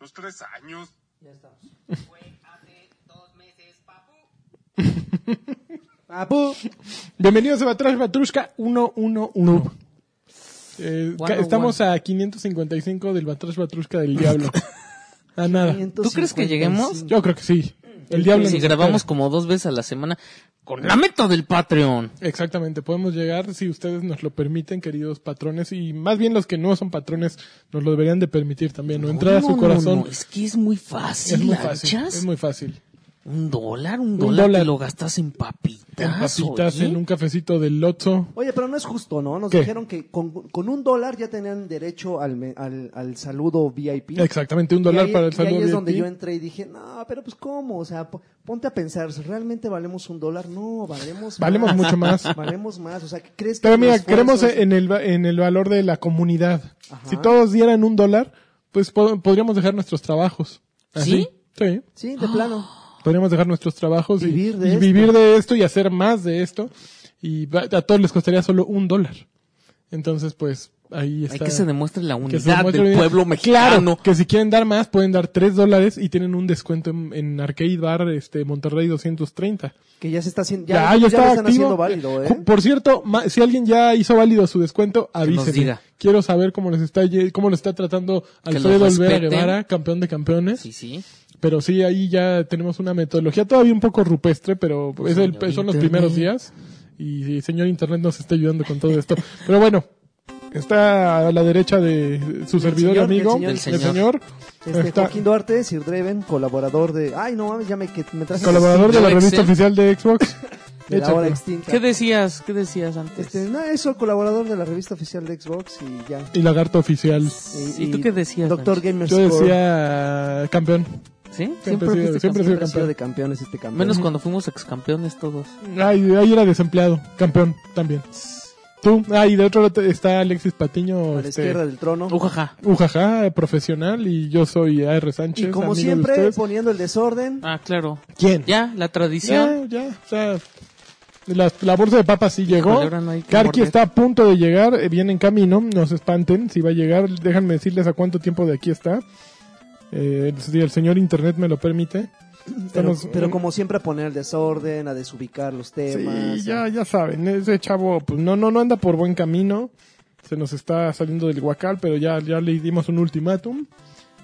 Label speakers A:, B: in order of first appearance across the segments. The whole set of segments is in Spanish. A: Los tres años.
B: Ya estamos.
C: Fue hace dos meses, papu.
B: Papu.
D: Bienvenidos a Batrash Batrushka 111. Eh, ca-
B: 101.
D: estamos a 555 del Batrash Batrushka del Diablo. A nada.
E: ¿Tú crees que lleguemos?
D: Yo creo que sí. El Diablo.
E: si
D: nos
E: grabamos
D: espera.
E: como dos veces a la semana con la meta del Patreon.
D: Exactamente, podemos llegar si ustedes nos lo permiten, queridos patrones, y más bien los que no son patrones nos lo deberían de permitir también, ¿no? Entrar a
E: No,
D: su
E: no,
D: corazón
E: no, es que es muy fácil.
D: es muy
E: ¿lanchas?
D: fácil. Es muy fácil.
E: Un dólar, un
D: Un
E: dólar,
D: dólar.
E: te lo gastas en papitas.
D: En papitas,
E: oye.
D: en un cafecito del Lotso.
B: Oye, pero no es justo, ¿no? Nos
D: ¿Qué?
B: dijeron que con, con un dólar ya tenían derecho al, me- al, al saludo VIP.
D: Exactamente, un dólar
B: Y ahí-
D: para el
B: Y
D: saludo
B: ahí es
D: VIP.
B: donde yo entré y dije, no, pero pues cómo, o sea, po- ponte a pensar, ¿realmente valemos un dólar? No, valemos
D: Valemos
B: más.
D: mucho más.
B: Valemos más, o sea, ¿qué ¿crees que
D: Pero
B: mi
D: mira,
B: esfuerzo
D: queremos
B: es-
D: en el, va- en el valor de la comunidad.
B: Ajá.
D: Si todos dieran un dólar, pues po- podríamos dejar nuestros trabajos. Así. Sí.
B: Sí, de plano.
D: Podríamos dejar nuestros trabajos y-
B: Vivir de
D: y,
B: esto.
D: vivir de esto y hacer más de esto. Y va- a todos les costaría solo un dólar. Entonces, pues, ahí está.
E: Hay que se demuestre la
D: Que se
E: unidad
D: demuestre
E: del
D: bien.
E: pueblo mexicano.
D: Claro, que si quieren dar más, pueden dar tres dólares y tienen un descuento en, en Arcade Bar este, Monterrey 230.
B: Que ya se está haciendo,
D: Ya,
B: ya,
D: ya,
B: ya
D: está
B: lo están
D: activo.
B: haciendo válido, ¿eh?
D: Ju- Por cierto, ma- si alguien ya hizo válido su descuento,
E: nos
D: avísenme.
E: diga.
D: Quiero saber cómo les está ye- cómo les está tratando
E: lo
D: Alfredo Olvera
E: respeten.
D: Guevara, campeón de campeones.
E: Sí, sí.
D: Pero sí, ahí ya tenemos una metodología todavía un poco rupestre, pero es el-
E: señor
D: son los
E: Internet.
D: primeros días. Y, y señor Internet nos está ayudando con todo esto. Pero bueno, está a la derecha de su servidor y
B: señor,
D: amigo,
B: del
D: el
E: señor.
D: señor.
B: Este,
D: Está-
B: Joaquín Duarte, Sir Dreven, colaborador de... Ay, no mames, ya me, que me traje...
D: colaborador de la
E: Yo
D: revista
E: Excel.
D: oficial de Xbox.
B: De la hora
D: Échatelo.
B: extinta.
E: ¿Qué decías? ¿Qué decías antes?
B: Este, no, eso, colaborador de la revista oficial de Xbox y ya.
D: y lagarto oficial.
E: ¿Y, tú qué decías?
B: Doctor Gamer
D: Yo
B: Score.
D: decía campeón.
E: Nacho? ¿Sí?
D: Siempre
E: Siempre
D: he sido-
E: fuiste
D: siempre he sido
E: campeón.
B: Siempre ha sido de campeones este campeón.
E: Menos cuando fuimos excampeones todos.
D: Ay, ahí era desempleado. Campeón también. Tú. Ay, de otro lado está Alexis
B: A
D: Patiño.
B: la
D: este,
B: izquierda del trono.
E: Ujaja.
D: Ujaja, profesional. Y yo soy AR Sánchez.
B: y como
D: amigo de
B: siempre,
D: ustedes.
B: poniendo el desorden.
E: Ah, claro.
D: ¿Quién?
E: Ya, la tradición.
D: Ya, ya. O sea, la, la bolsa de papas sí llegó.
E: ahora no hay que
D: Karki
E: morder.
D: está a punto de llegar. eh, Viene en camino. No se espanten. Si va a llegar, déjenme decirles a cuánto tiempo de aquí está. Eh, si el señor internet me lo permite.
B: pero,
D: Estamos-
B: pero como siempre, a poner el desorden, a desubicar los temas.
D: Sí, ya, ya saben, ese chavo pues, no, no, no anda por buen camino, se nos está saliendo del guacal, pero ya, ya le dimos un ultimátum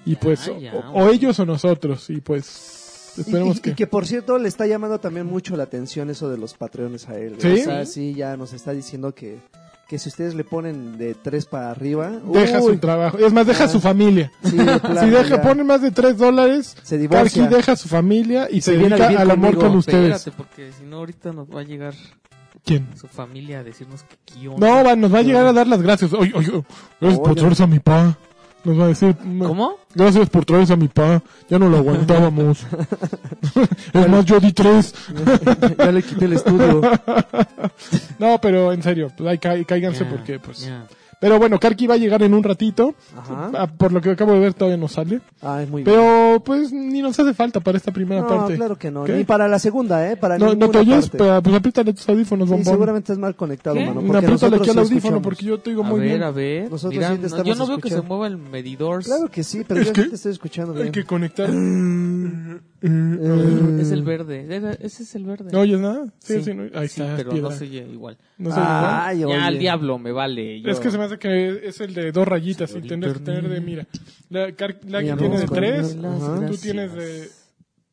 D: y pues o-
E: ya,
D: o, o ellos o nosotros y pues
B: Ah, Y-
D: esperemos
B: y,
D: que...
B: y por cierto le está llamando también mucho la atención eso de los patreones a él.
D: ¿Sí?
B: O sea, sí, ya nos está diciendo que, que si ustedes le ponen de tres para arriba,
D: Deja
B: uy,
D: su trabajo, es más, deja
B: Ah.
D: su familia.
B: sí, de plano,
D: si deja,
B: ya.
D: ponen más de tres dólares,
B: se
D: Karki
B: divorcia.
D: deja su familia y se,
B: Se viene a
D: dedica
B: vivir
D: al amor
B: conmigo,
D: con ustedes.
E: Espérate, porque si no, ahorita nos va a llegar
D: ¿Quién?
E: su familia a decirnos que qué onda.
D: No, va- nos va a llegar a dar las gracias. Oye, oye, gracias por
B: Oye.
D: traerse a mi pa. Nos va a decir...
E: ¿Cómo?
D: Gracias por traerse a mi pa. Ya no lo aguantábamos. es más, yo di tres.
B: ya le quité el estudio.
D: No, pero en serio, pues, ahí ca- cáiganse
E: Ya,
D: porque, pues.
E: ya.
D: Pero bueno, Karki va a llegar en un ratito.
B: Ajá.
D: Ah, Por lo que acabo de ver, todavía no sale.
B: Ah, es muy bien.
D: Pero, pues, ni nos hace falta para esta primera
B: no,
D: parte.
B: claro que no.
D: ¿Qué?
B: Ni para la segunda, ¿eh? Para
D: No, no te
B: ninguna
D: oyes,
B: parte.
D: pero, pues apriétale tus audífonos,
B: Sí,
D: bombón.
B: seguramente estás mal conectado,
E: ¿Qué?
B: mano.
D: Mm,
B: Porque
D: apriétale
B: nosotros
D: aquí al
B: sí
D: audífono
B: escuchamos.
D: porque yo te oigo
E: A
D: muy
E: ver,
D: bien.
E: a ver.
B: Nosotros
E: Mira,
B: sí te
E: no- yo
B: estamos
E: no veo que se
B: escuchando.
E: mueva el medidor.
B: Claro que sí, pero
D: Es
B: yo
D: que-
B: sí te estoy escuchando
D: Hay
B: bien.
D: que conectar.
B: Eh,
E: Es el verde. Era- Ese es el verde.
D: ¿No oyes nada? Sí, sí,
E: Sí.
D: no- ahí
E: Sí,
D: está.
E: pero
D: piedra.
E: no se oye igual.
D: No se oye igual.
B: Ay, oye.
E: ya, al diablo, me vale. yo-
D: Es que se me hace que es el de dos rayitas y
E: Señor
D: tendrás que tener de mira. La, car- la que tiene
B: Mira, vamos
D: de
B: con
D: tres,
B: las
D: tú
E: gracias.
D: tienes de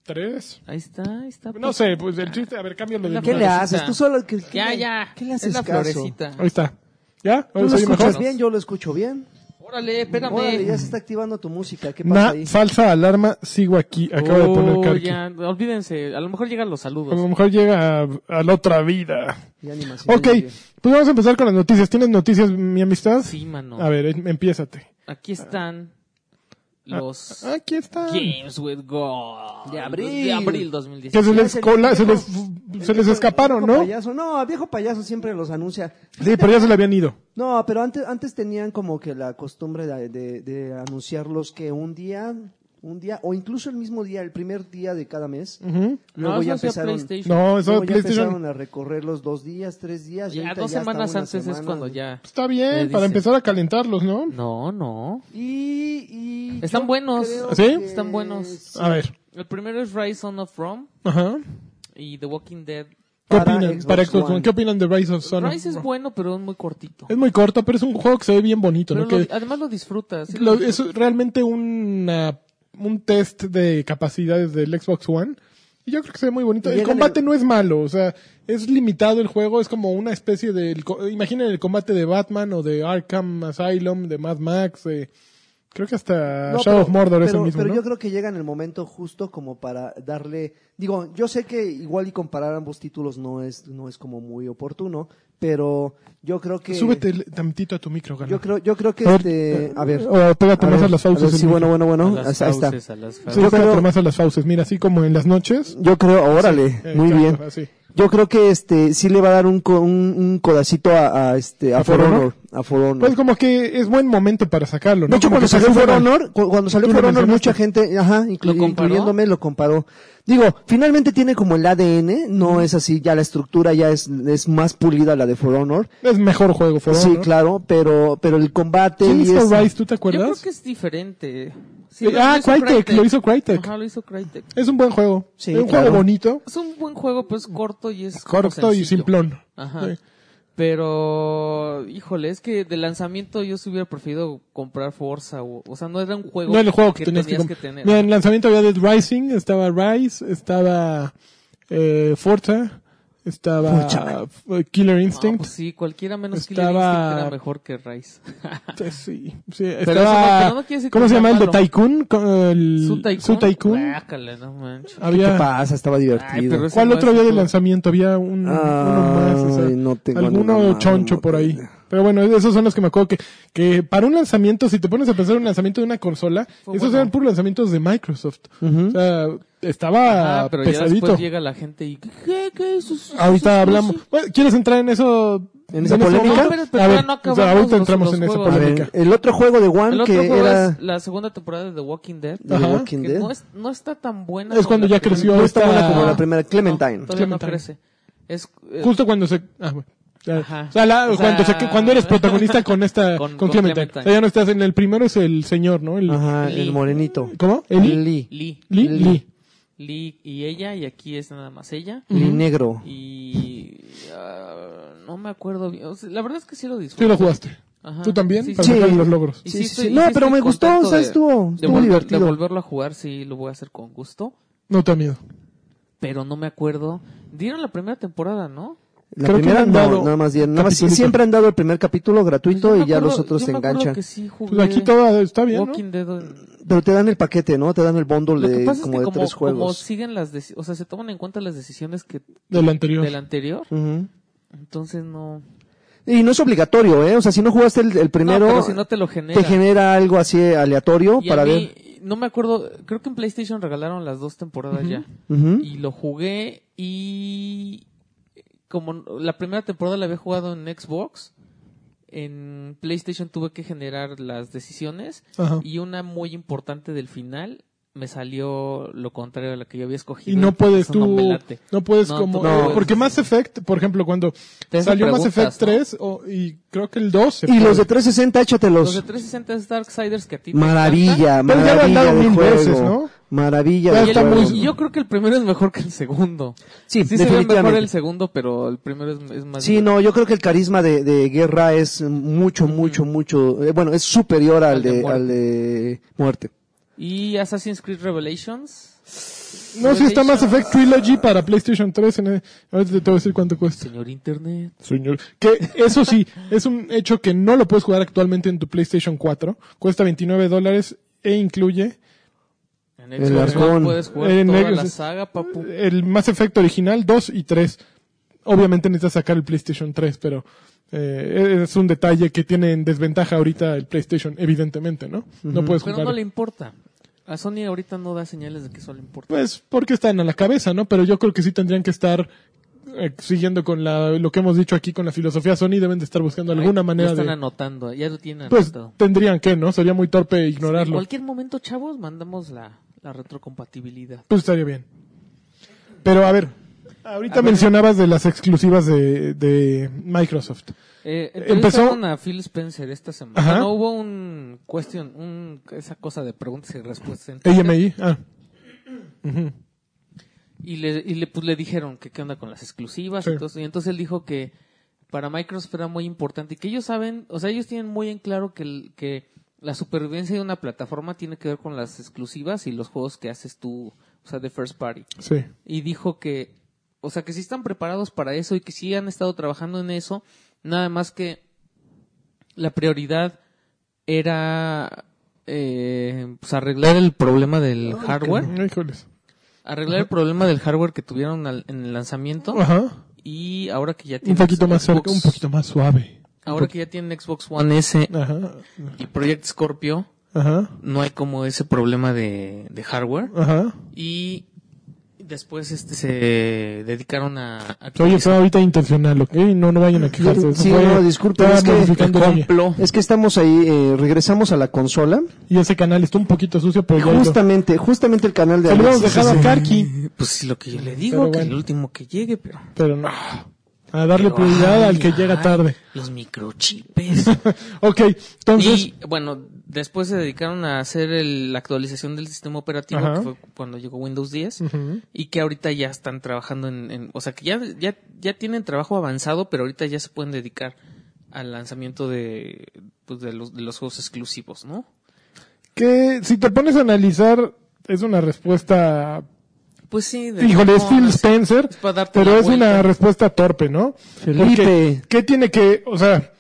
D: tres.
E: Ahí está, ahí está.
D: No sé, pues el chiste, a ver, cámbialo de
E: ¿Qué
B: ¿Qué
D: lugar.
B: le haces?
E: florecita.
B: Tú solo... ¿qué, qué
E: Ya,
B: le-
E: ya.
B: ¿Qué le
E: Es
B: haces
E: la
B: caso?
E: florecita.
D: Ahí está. ¿Ya?
B: ¿Tú
D: ¿Ahora
B: lo
D: se oye
B: escuchas
D: mejor?
B: bien? Yo lo escucho bien.
E: Órale, espérame.
B: Órale, ya se está activando tu música. ¿Qué pasa
D: Una
B: ahí?
D: falsa alarma, sigo aquí. Acabo de
E: Oh,
D: poner Karki.
E: ya, olvídense. A lo mejor llegan los
D: A lo
E: saludos.
D: mejor llega a, a la otra vida.
B: Ya animación.
D: Ok, pues vamos a empezar con las noticias. ¿Tienes noticias, mi amistad?
E: Sí, mano.
D: A ver, em- empiézate.
E: Aquí están
D: Ah,
E: los
D: Aquí está.
E: Games with Gold
B: De abril.
E: de abril
D: Que
E: 2016.
D: se les,
B: el
D: cola- se
B: viejo-
D: les, se les escaparon,
B: viejo
D: ¿no?
B: Payaso. No, a viejo payaso siempre los anuncia.
D: Sí, pero ya se le habían ido.
B: No, pero antes, antes tenían como que la costumbre de, de- de anunciarlos que un día un día, o incluso el mismo día, el primer día de cada mes.
D: Ujú.
B: Luego ya
E: eso hacía
B: empezaron.
E: PlayStation.
D: No, eso
B: Luego
D: de
B: ya
D: PlayStation.
B: empezaron a recorrer los dos días, tres días. y
E: Ya
B: ahorita
E: dos
B: ya hasta
E: semanas
B: una
E: antes es
B: semana.
E: cuando ya.
D: Está
E: Me
D: bien,
E: dicen.
D: para empezar a calentarlos, ¿no?
E: No, no.
B: Y, y
E: Están
B: yo
E: buenos.
B: creo
D: ¿Sí?
B: que
E: Están buenos.
D: A ver.
E: El primero es Rise Son of Rome
D: Ajá.
E: y The Walking Dead.
D: ¿Qué
B: Para
D: opinan?
B: Xbox
D: para Xbox One.
B: One.
D: ¿Qué opinan de Rise of Son?
E: Rise es bueno, pero es muy cortito.
D: Es muy corta, pero es un juego que se ve bien bonito,
E: Pero
D: ¿no?
E: lo-
D: Que
E: además lo disfrutas. sí lo
D: lo-
E: disfrutas.
D: es realmente una- un test de capacidades del Xbox One. Y yo creo que se ve muy bonito.
B: Y
D: El
B: llega en
D: combate
B: el-
D: no es malo, o sea, es limitado el juego, es como una especie de... el co- Imaginen el combate de Batman o de Arkham Asylum, de Mad Max, de- creo que hasta
B: No,
D: Shadow of Mordor es el
B: pero-
D: mismo,
B: pero
D: ¿no?
B: yo creo que llega en el momento justo como para darle. Digo, yo sé que igual y comparar ambos títulos no es, no es como muy oportuno, pero yo creo que.
D: Súbete el- tantito a tu micro, Galo.
B: Yo creo, yo creo que
D: A ver,
B: este. A ver.
D: O pégate
B: a
D: más
B: ver,
D: a las
B: a
D: fauces.
B: ver, sí,
D: el
B: bueno, bueno,
E: A
B: bueno.
E: las
B: Ahí está.
E: fauces, a las
D: Sí,
E: fauces.
D: pégate
B: creo-
D: más a las fauces. Mira, así como en las noches.
B: Yo creo, órale,
D: Eh,
B: muy
D: exacto,
B: bien.
D: así.
B: Yo creo que este sí le va a dar un, co- un, un codacito a, a este a,
D: ¿A
B: For
D: For
B: Honor,
D: Honor?
B: a For Honor.
D: Pues como que es buen momento para sacarlo, ¿no?
B: de hecho,
D: Como
B: cuando
D: que
B: salió
D: se
B: For
D: fuera-
B: Honor, cu- cuando salió
D: Tú lo
B: For Honor,
D: mencionaste.
B: mucha gente, ajá, inclu-
E: ¿Lo comparó?
B: incluyéndome, lo comparó. Digo, finalmente tiene como el ADN, no es así, ya la estructura ya es, es más pulida la de For Honor.
D: Es mejor juego, For
B: Sí,
D: Honor.
B: claro, pero, pero el combate
D: ¿Quién
B: y
D: hizo
B: es-
D: Rise? ¿Tú te
E: Yo creo
D: acuerdas?
E: que es diferente.
D: Eh, ah,
E: hizo
D: Crytek, lo hizo Crytek.
E: Ajá, lo hizo Crytek.
D: Es un buen juego.
B: Sí,
D: es un
B: claro.
D: juego bonito,
E: Es un buen juego, pues corto y es como
D: corto y
E: sencillo.
D: simplón.
E: Ajá.
D: Sí.
E: Pero, híjole, es que de lanzamiento yo sí hubiera preferido comprar Forza. O, o sea, no era un juego
D: No era el juego que, tenías, que, comp-
E: tener.
D: Mira, en lanzamiento había Dead Rising, estaba Rise, estaba eh, Forza, estaba eh, Killer
E: Ah,
D: Instinct.
E: pues sí, cualquiera menos Killer
D: Estaba-
E: Instinct era mejor que Rise.
D: Eh, Sí, sí,
E: Pero eso no-
D: estaba-
E: pero no quiere decir que
D: ¿Cómo se
E: sea
D: llama el de
E: malo.
D: Tycoon? Co- el-
E: ¿Su Tycoon?
D: Su Tycoon. Ah,
E: Guácala, no manches.
B: ¿Qué
D: Había,
B: pasa? Estaba divertido.
E: Ay, pero ese
D: ¿Cuál
E: no
D: otro
E: es
D: había de
E: un juego.
D: lanzamiento? Había un,
B: Ay,
D: uno más, o sea,
B: no tengo
D: alguno
B: ninguna madre,
D: choncho
B: no
D: por ahí.
B: tengo.
D: Pero bueno, esos son los que me acuerdo que, que para un lanzamiento, si te pones a pensar en un lanzamiento de una consola,
E: Fue
D: esos
E: bueno.
D: eran puros lanzamientos de Microsoft. O sea, estaba
E: Ah, pero ya
D: pesadito.
E: después llega la gente y... ¿Qué? ¿Qué? Eso- eso-
D: Ahorita
E: eso-
D: hablamos. Bueno, ¿Quieres entrar en eso?
B: ¿En esa
D: ese
B: polémica?
D: momento?
E: No, pero- pero
D: A ver,
E: no
D: o sea,
E: acabamos
D: ahorita
E: los-
D: entramos
E: los
D: en esa
E: juegos.
B: A
D: polémica.
B: ver, el otro juego de
E: El
B: One
E: otro
B: que
E: juego
B: era
E: es la segunda temporada de The Walking Dead.
B: de
D: Ajá.
B: Walking
E: que
B: Dead.
E: no, es, no está tan buena.
D: Es
E: como
D: cuando
E: la
D: ya creció
E: primera.
B: No está buena como
D: esta-
B: la primera, Clementine.
E: No, todavía no
D: Clementine.
E: crece. Es, eh,
D: Justo cuando se. Ah, bueno. Ya.
E: Ajá.
D: O sea, la-
E: O sea-
D: cuando, se- cuando eres protagonista con esta. con,
E: Con- con
D: Clementine.
E: Clementine.
D: O sea, ya no estás en el primero, es el señor, ¿no? El,
B: Ajá,
E: Lee.
B: el morenito.
D: ¿Cómo?
B: El
D: ¿Eli?
B: Lee.
E: Lee.
D: ¿Li?
B: Lee.
D: Lee.
E: Lee y ella, y aquí es nada más ella.
B: Lee negro.
E: Y. ah, no me acuerdo bien. O sea, la verdad es que sí lo
D: Tú lo
E: disfruto.
D: jugaste.
E: Ajá.
D: Tú también,
E: Sí,
D: para
E: sí.
D: sacar los logros.
E: Y
B: Sí, sí,
E: estoy-
B: sí. No,
E: estoy
B: pero me gustó,
E: contento
B: o sea,
E: de-
B: estuvo-
E: de
B: estuvo
E: vol-
B: divertido.
E: De volverlo a jugar, sí, lo voy a hacer con gusto.
D: No te da miedo.
E: Pero no me acuerdo. Dieron la primera temporada, ¿no?
B: La
D: Creo que
B: primera
D: le han
B: no,
D: dado
B: nada más bien. Nada más,
D: capitulito.
B: siempre han dado el primer capítulo gratuito
E: Pues Yo me
B: y ya
E: acuerdo-
B: los otros
E: yo
B: te
E: me acuerdo
B: enganchan.
E: que sí jugué
D: Pues aquí todo está bien, ¿no?
E: Walking Dead en-
B: Pero te dan el paquete, ¿no? Te dan el bundle
E: Lo que
B: de
E: pasa
B: como
E: es
B: de
E: que como,
B: tres
E: como
B: juegos.
E: siguen las deci- o sea, se toman en cuenta las decisiones que
D: Del anterior.
E: del anterior,
B: Ujú.
E: entonces no.
B: Y no es obligatorio, ¿eh? O sea, si no jugaste el, el primero,
E: no, pero si no te lo genera.
B: te genera algo así aleatorio
E: Y a
B: Oh, para
E: mí,
B: ver.
E: no me acuerdo, creo que en PlayStation regalaron las dos temporadas ya.
B: Ujú. ¿Mm?
E: Y lo jugué y como la primera temporada la había jugado en Xbox, en PlayStation tuve que generar las decisiones
B: Ah.
D: Ajá.
E: y una muy importante del final me salió lo contrario a la que yo había
D: Y
E: escogido.
D: no puedes
E: Eso
D: tú.
E: no
D: No,
E: me late.
D: puedes
E: No,
D: como.
E: tú
B: no
D: eh,
B: puedes.
D: porque Mass Effect, por ejemplo, cuando
E: Te hacen
D: salió Mass Effect
E: preguntas, ¿no?
D: 3 o- y creo que el 2. se
B: Y los de
D: puede.
B: 360,
E: Los de
B: échatelos.
E: 360 es Darksiders que a ti te encantan.
B: Maravilla,
D: Pero ya lo han
B: maravilla
D: dado
B: de
D: mil
B: juego.
D: veces, ¿no?
B: Maravilla
D: Ya
B: de
D: está
B: juego.
D: muy-
E: Y yo creo que el primero es mejor que el segundo.
B: Sí,
E: Sí se ve mejor
B: definitivamente.
E: el segundo, pero el primero es, es más...
B: Sí, no, yo creo que el carisma de, de Guerra es mucho, mucho, mucho, eh, bueno, es superior al
E: Al de
B: de,
E: muerte.
B: al de muerte.
E: Y Assassin's Creed Revelations.
D: No, si está Mass
E: ah,
D: Effect Trilogy para PlayStation 3. En el- ahorita te voy a decir cuánto cuesta.
E: Señor Internet.
D: Señor. Que eso sí, es un hecho que no lo puedes jugar actualmente en tu PlayStation 4. Cuesta 29 dólares e incluye
E: En
B: El
E: Xbox One
B: Arcón.
E: puedes jugar
D: En
E: toda
D: Xbox-
E: la saga, papu.
D: el Mass Effect original 2 y 3. Obviamente necesitas sacar el PlayStation 3, pero eh, es un detalle que tiene en desventaja ahorita el PlayStation, evidentemente, ¿no? No puedes
E: Pero no
D: jugar.
E: le importa. A Sony ahorita no da señales de que eso le importa.
D: Pues porque están a la cabeza, ¿no? Pero yo creo que sí tendrían que estar eh, siguiendo con la, lo que hemos dicho aquí con la filosofía Sony, deben de estar buscando alguna
E: Ay,
D: manera
E: Lo están
D: de...
E: anotando, ya lo tienen
D: Pues
E: anotado.
D: tendrían que, ¿no? Sería muy torpe
E: En
D: ignorarlo.
E: cualquier momento, chavos, mandamos la, la retrocompatibilidad.
D: Pues estaría bien. Pero a ver, ahorita mencionabas de las exclusivas de, de Microsoft.
E: Eh,
D: Empezó-
E: Empezó a Phil Spencer esta semana.
D: Ajá.
E: No hubo un cuestión, un, esa cosa de preguntas y respuestas. en Twitter.
D: AMI, ah. Ujú.
E: Y le, y le, pues, le dijeron que qué onda con las exclusivas.
D: Sí.
E: Entonces, y entonces él dijo que para Microsoft era muy importante y que ellos saben, o sea, ellos tienen muy en claro que, el- que la supervivencia de una plataforma tiene que ver con las exclusivas y los juegos que haces tú, o sea, de first party.
D: Sí.
E: y dijo que, o sea, que sí están preparados para eso y que sí han estado trabajando en eso, nada más que la prioridad era eh, pues arreglar el problema
D: Ah,
E: del hardware,
D: Mm, Híjoles.
E: arreglar el problema del hardware que tuvieron al- en el lanzamiento
D: Ajá.
E: y ahora que ya
D: Un
E: tienen
D: poquito más
E: Xbox-
D: cerca, un poquito más suave.
E: ahora que ya tienen Xbox One S
D: Ajá.
E: y Project Scorpio,
D: Ajá.
E: no hay como ese problema de, de hardware
D: Ajá.
E: y después este se dedicaron a, a
D: Oye, fue ahorita intencional, ¿ok? No, no vayan a quejarse.
B: Sí,
D: Fue-
B: no, disculpen,
D: estaba
B: es que-
D: modificando
E: el
D: el oye.
E: complot.
B: Es que estamos ahí, eh, regresamos a la consola.
D: Y ese canal está un poquito sucio, pero ya lo-
B: Justamente, justamente el canal de
D: Se lo hemos
B: Alexis.
D: dejado a
B: Sí.
D: Karki.
E: Pues sí, lo que yo le
D: Pero
E: digo, que
D: bueno.
E: el último que llegue, pero...
D: Pero no. A darle
E: pero,
D: prioridad
E: ay,
D: al que llega
E: ay,
D: tarde.
E: Los microchipes.
D: Ok, entonces.
E: y bueno, después se dedicaron a hacer el- la actualización del sistema operativo,
D: Ajá.
E: que fue cuando llegó Windows 10,
D: Ujú.
E: y que ahorita ya están trabajando en... en- o sea, que ya, ya, ya tienen trabajo avanzado, pero ahorita ya se pueden dedicar al lanzamiento de, pues, de, los, de los juegos exclusivos, ¿no?
D: Que si te pones a analizar, es una respuesta.
E: Pues sí. de-
D: Híjole, es
E: no,
D: Phil
E: no sé,
D: Spencer.
E: es para darte
D: Pero
E: la
D: es una
E: vuelta.
D: respuesta torpe, ¿no?
B: Felipe.
D: Porque, ¿Qué tiene que.? O sea,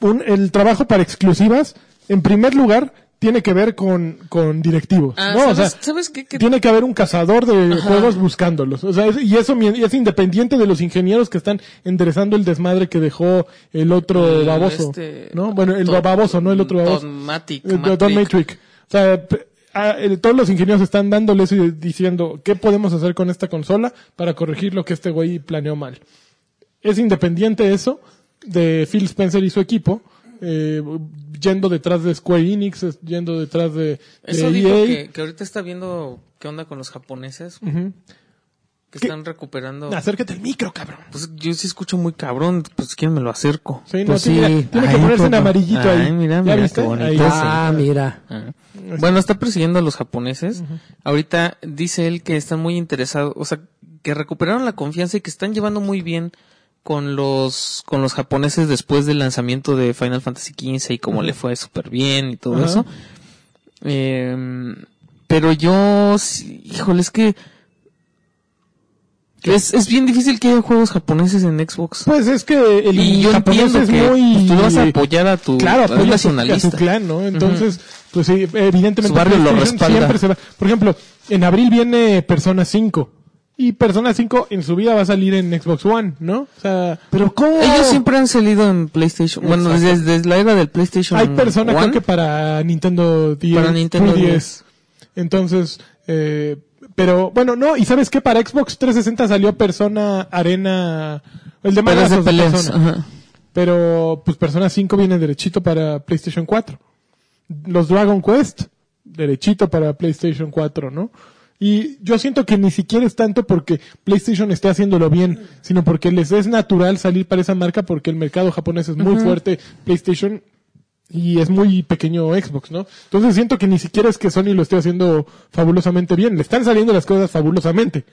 D: un- el trabajo para exclusivas, en primer lugar, tiene que ver con, con directivos.
E: Ah,
D: ¿no? O
E: ¿sabes,
D: sea,
E: sabes qué? Que-
D: Tiene que haber un cazador de juegos buscándolos. O sea, es- y eso mi- y es independiente de los ingenieros que están enderezando el desmadre que dejó el otro
E: El,
D: baboso.
E: este,
D: ¿no? Bueno, el
E: Don-
D: baboso, no el otro
E: Don
D: baboso.
E: Matic,
D: Eh, Don
E: Matic.
D: Don Matrick. O sea, p- a- el- todos los ingenieros están dándole eso y diciendo, ¿qué podemos hacer con esta consola para corregir lo que este güey planeó mal? Es independiente eso de Phil Spencer y su equipo. eh, yendo detrás de Square Enix, es- yendo detrás de, E de
E: Eso dijo
D: EA.
E: que, que ahorita está viendo qué onda con los japoneses. Que
D: ¿Qué? Ah,
E: están recuperando.
D: Acércate al micro, cabrón.
E: Pues yo sí escucho muy cabrón. Pues quién me lo acerco.
D: Sí, no,
E: Pues,
D: tiene, tiene que
E: Ay,
D: ponerse en
E: cómo.
D: amarillito ahí.
E: Ay, mira,
D: ¿Ya
E: mira,
D: viste?
E: qué bonito. Pues
D: Ahí.
B: Ah, mira.
E: Ah. Bueno, está persiguiendo a los japoneses. Ahorita dice él que están muy interesados, o sea, que recuperaron la confianza y que están llevando muy bien con los con los japoneses después del lanzamiento de Final Fantasy XV y cómo le fue súper bien y todo
D: Ajá.
E: eso. Eh, pero yo, sí- híjole, es que es, es bien difícil que haya juegos japoneses en Xbox.
D: Pues es que el
E: y yo
D: japonés
E: entiendo
D: es
E: que
D: muy...
E: pues, tú vas a apoyar a tu
D: claro,
E: a tu
D: apoya a su-
E: nacionalista.
D: a su clan, ¿no? Entonces, pues sí, evidentemente
E: Su barrio lo
D: PlayStation
E: respalda.
D: siempre se va. Por ejemplo, en abril viene Persona 5 y Persona 5 en su vida va a salir en Xbox One, ¿no? O sea,
B: Pero ¿cómo?
E: Ellos siempre han salido en PlayStation. Bueno,
B: Exacto.
E: desde, desde la era del PlayStation.
D: hay Persona
E: One,
D: creo que para Nintendo 10,
E: Para Nintendo
D: 3DS.
E: 10.
D: Entonces, eh, pero bueno, no, y sabes qué, para Xbox 360 salió Persona Arena, el de
E: Pero
D: Manas
E: es de
D: of the
E: peleas.
D: Persona.
E: ajá.
D: Pero pues Persona 5 viene derechito para PlayStation 4. Los Dragon Quest, derechito para PlayStation 4, ¿no? Y yo siento que ni siquiera es tanto porque PlayStation esté haciéndolo bien, sino porque les es natural salir para esa marca porque el mercado japonés es muy fuerte, PlayStation y es muy pequeño Xbox, ¿no? Entonces siento que ni siquiera es que Sony lo esté haciendo fabulosamente bien. Le están saliendo las cosas fabulosamente.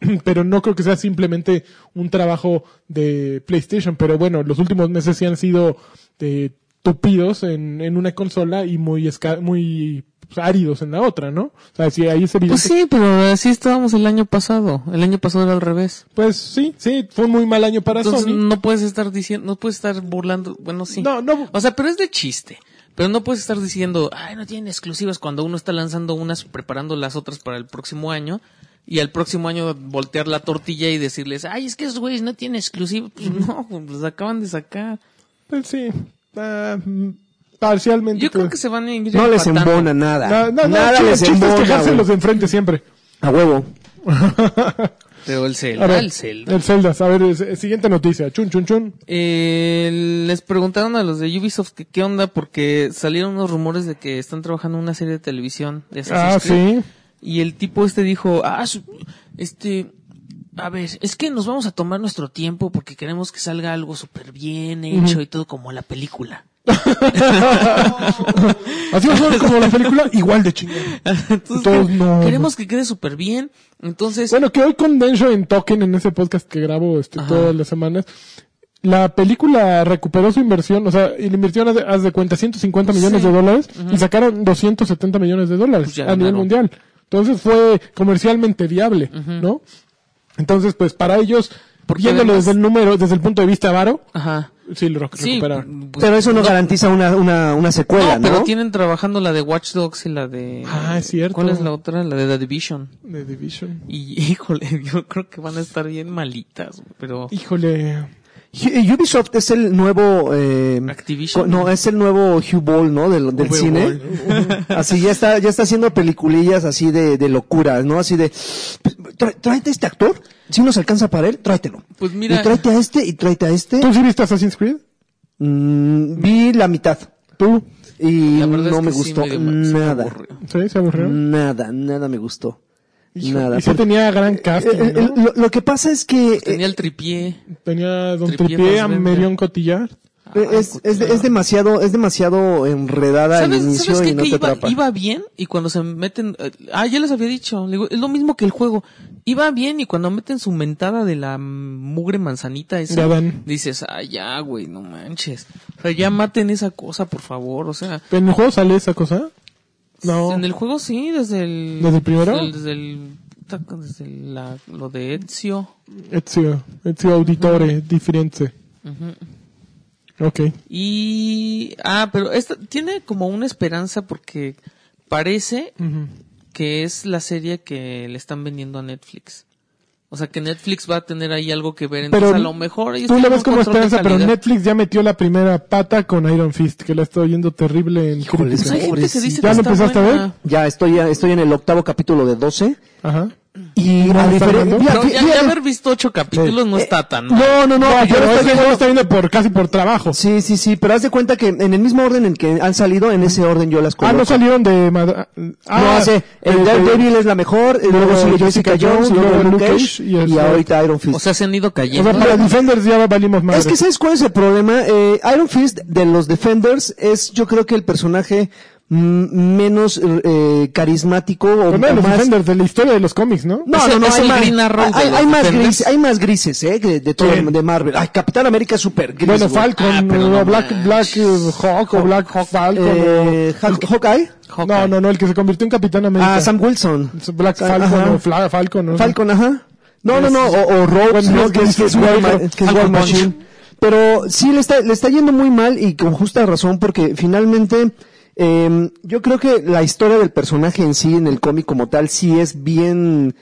D: Pero no creo que sea simplemente un trabajo de PlayStation. Pero bueno, los últimos meses sí han sido eh, tupidos en, en una consola y muy, esca- muy pues, áridos en la otra, ¿no? O sea, sí, ahí es evidente.
E: Pues sí, pero así estábamos el año pasado. El año pasado era al revés.
D: Pues sí, sí, fue un muy mal año para
E: Entonces
D: Sony.
E: no puedes estar diciendo, no puedes estar burlando. Bueno, sí.
D: No, no.
E: O sea, pero es de chiste. Pero no puedes estar diciendo, ay, no tienen exclusivas cuando uno está lanzando unas y preparando las otras para el próximo año. Y al próximo año voltear la tortilla y decirles, ay, es que esos güeyes no tienen exclusivas. Pues no, los acaban de sacar.
D: Pues sí. Ah, mm, parcialmente.
E: Yo creo
D: pues.
E: que se van a ir
B: No les
E: empatando.
B: embona nada.
D: No, no, no,
B: nada
D: el
B: les
D: chiste es
B: embona,
D: quejarse de
B: güey.
D: los de enfrente siempre.
B: A huevo.
E: Pero el
D: A
E: Zelda,
D: ver,
E: el Zelda.
D: El Zelda. A ver, es- siguiente noticia. Chun, chun, chun.
E: Eh, les preguntaron a los de Ubisoft que qué onda porque salieron unos rumores de que están trabajando en una serie de televisión de
D: Ah,
E: Assassin's Creed.
D: sí.
E: Y el tipo este dijo, ah, su- este, a ver, es que nos vamos a tomar nuestro tiempo porque queremos que salga algo súper bien hecho y todo como la película.
D: Así va a ser como la película, igual de chingón.
E: Entonces,
D: Todos
E: que-
D: no.
E: queremos que quede súper bien. Entonces,
D: Bueno, que hoy con Densho en Token, en ese podcast que grabo este,
E: Ajá.
D: todas las semanas, la película recuperó su inversión, o sea, y la inversión haz de, haz de cuenta 150 millones
E: Sí.
D: de dólares y sacaron 270 millones de dólares
E: Pues ya
D: a nivel
E: ganaron.
D: mundial. Entonces fue comercialmente viable, ¿no? Entonces, pues para ellos,
E: Porque
D: viéndolo
E: además-
D: desde el número, desde el punto de vista avaro,
E: ajá.
D: sí lo rec-
E: Sí,
D: recuperaron.
E: pues,
B: Pero eso no garantiza una, una, una secuela, ¿no?
E: pero tienen trabajando la de Watch Dogs y la de...
D: Ah, es cierto.
E: ¿Cuál es la otra? La de The Division.
D: The Division.
E: Y híjole, yo creo que van a estar bien malitas, güey, pero...
D: Híjole.
B: Hu- Ubisoft es el nuevo... eh,
E: Activision.
B: co- No, es el nuevo Hugh Ball, ¿no? Del, del
D: Uwe
B: cine.
D: Boll.
B: Así ya está, ya está haciendo peliculillas así de, de locura, ¿no? Así de, "Tra- tráete a este actor, si nos alcanza para él, tráetelo.
E: Pues mira-
B: Y tráete a este, y tráete a este.
D: ¿Tú sí viste Assassin's Creed?
B: Mm, vi la mitad.
D: ¿Tú?
B: Y
E: La verdad es
B: no
E: que
B: me
E: sí,
B: gustó
E: medio mal- sí me
B: nada.
E: aburrió.
D: ¿Sí? ¿Se aburrió?
B: Nada, nada me gustó.
D: Hijo,
B: Mm, nada.
D: Y sí
B: porque-
D: tenía gran
B: eh, eh,
D: casting, ¿no?
B: lo, lo que pasa es que
E: Pues Tenía el tripié.
D: Tenía Don
E: Tripié,
D: Tripié, a
E: Fassbender.
D: Merion Cotillar.
B: eh, es, es, es demasiado, es demasiado enredada al
E: ¿Sabes,
B: inicio
E: ¿sabes qué?
B: y no
E: que
B: te
E: iba,
B: atrapa.
E: iba bien y cuando se meten... eh, Ah, ya les había dicho. le digo, es lo mismo que el juego. Iba bien y cuando meten su mentada de la mugre manzanita esa...
D: De Adán.
E: Dices, ah, ya, güey, no manches. O sea, ya maten esa cosa, por favor. O sea,
D: ¿En el juego sale esa cosa? No.
E: en el juego sí, desde el...
D: ¿Desde el primero?
E: Desde el... Desde, el- desde la- lo de Ezio.
D: Ezio. Ezio Auditore, Differenze. Ok.
E: Y. Ah, pero esta tiene como una esperanza porque parece que es la serie que le están vendiendo a Netflix. O sea que Netflix va a tener ahí algo que ver. Entonces,
D: Pero
E: a lo mejor. ellos
D: Tú le
E: tienen
D: ves
E: un
D: como
E: control de
D: esperanza, pero
E: calidad.
D: Netflix ya metió la primera pata con Iron Fist, que la está oyendo terrible en
B: Híjole,
E: Pues
D: crítica.
E: hay gente que
D: ¿Ya
E: dice que
D: lo
E: está
D: empezaste a ver?
E: buena.
B: Ya estoy, estoy en el octavo capítulo de 12.
D: Ajá.
B: Y
D: ¿No
B: a
D: está
B: diferen-
D: hablando?
B: mira,
E: Pero ya,
B: fí-
E: ya
B: fíjate-
E: haber visto ocho capítulos no está tan mal.
D: No, no, no.
B: Ah, yo lo
D: pero
B: estoy
D: ese juego lo está viendo por, casi por trabajo.
B: Sí, sí, sí, pero haz de cuenta que en el mismo orden en que han salido, en ese orden yo las
D: Ah,
B: coloco.
D: no salieron de... Madra- Ah,
B: no hace, el Daredevil es la mejor, eh, luego sigue Jessica Jones, luego Luke Cage
D: el-
B: y ahorita Iron Fist.
E: O sea, se han ido
D: O
E: cayendo.
D: sea, para Defenders ya valimos más.
B: Es que ¿sabes cuál es el problema? Eh, Iron Fist de los Defenders es yo creo que el personaje mm, menos eh, carismático o,
D: Pero no de
B: o
D: los
B: más...
D: Defenders, de la historia de los cómics, ¿no?
B: No,
E: Es
B: no,
E: el-
B: no,
E: es
B: hay
E: el
B: más,
E: Green Arrow de
B: hay,
E: los
B: hay más
E: Defenders.
B: grises, hay más grises, eh, de, de todo,
D: ¿Quién?
B: de Marvel. Ay, Capitán América es súper gris.
D: Bueno,
B: güey.
D: Falcon,
E: Ah, pero no
D: o Black,
E: manches.
D: Black eh, Hawk, o Black Hawk Falcon.
B: Eh, Hawk- Hawkeye.
D: o- No, no, no, el que se convirtió en Capitán América.
B: Ah, Sam Wilson.
D: Black
B: Sam-
D: Falcon
B: ajá.
D: o Fla- Falcon. ¿no?
B: Falcon, ajá. No, no, no, o, o Rogue,
D: Bueno,
B: ¿no?
D: es
B: que es, que es
D: War
B: War
D: Ma-
B: Ma- que es
E: Algo
B: War
E: Punch.
B: Machine. Pero sí le está, le está yendo muy mal y con justa razón porque finalmente eh, yo creo que la historia del personaje en sí, en el cómic como tal, sí es bien...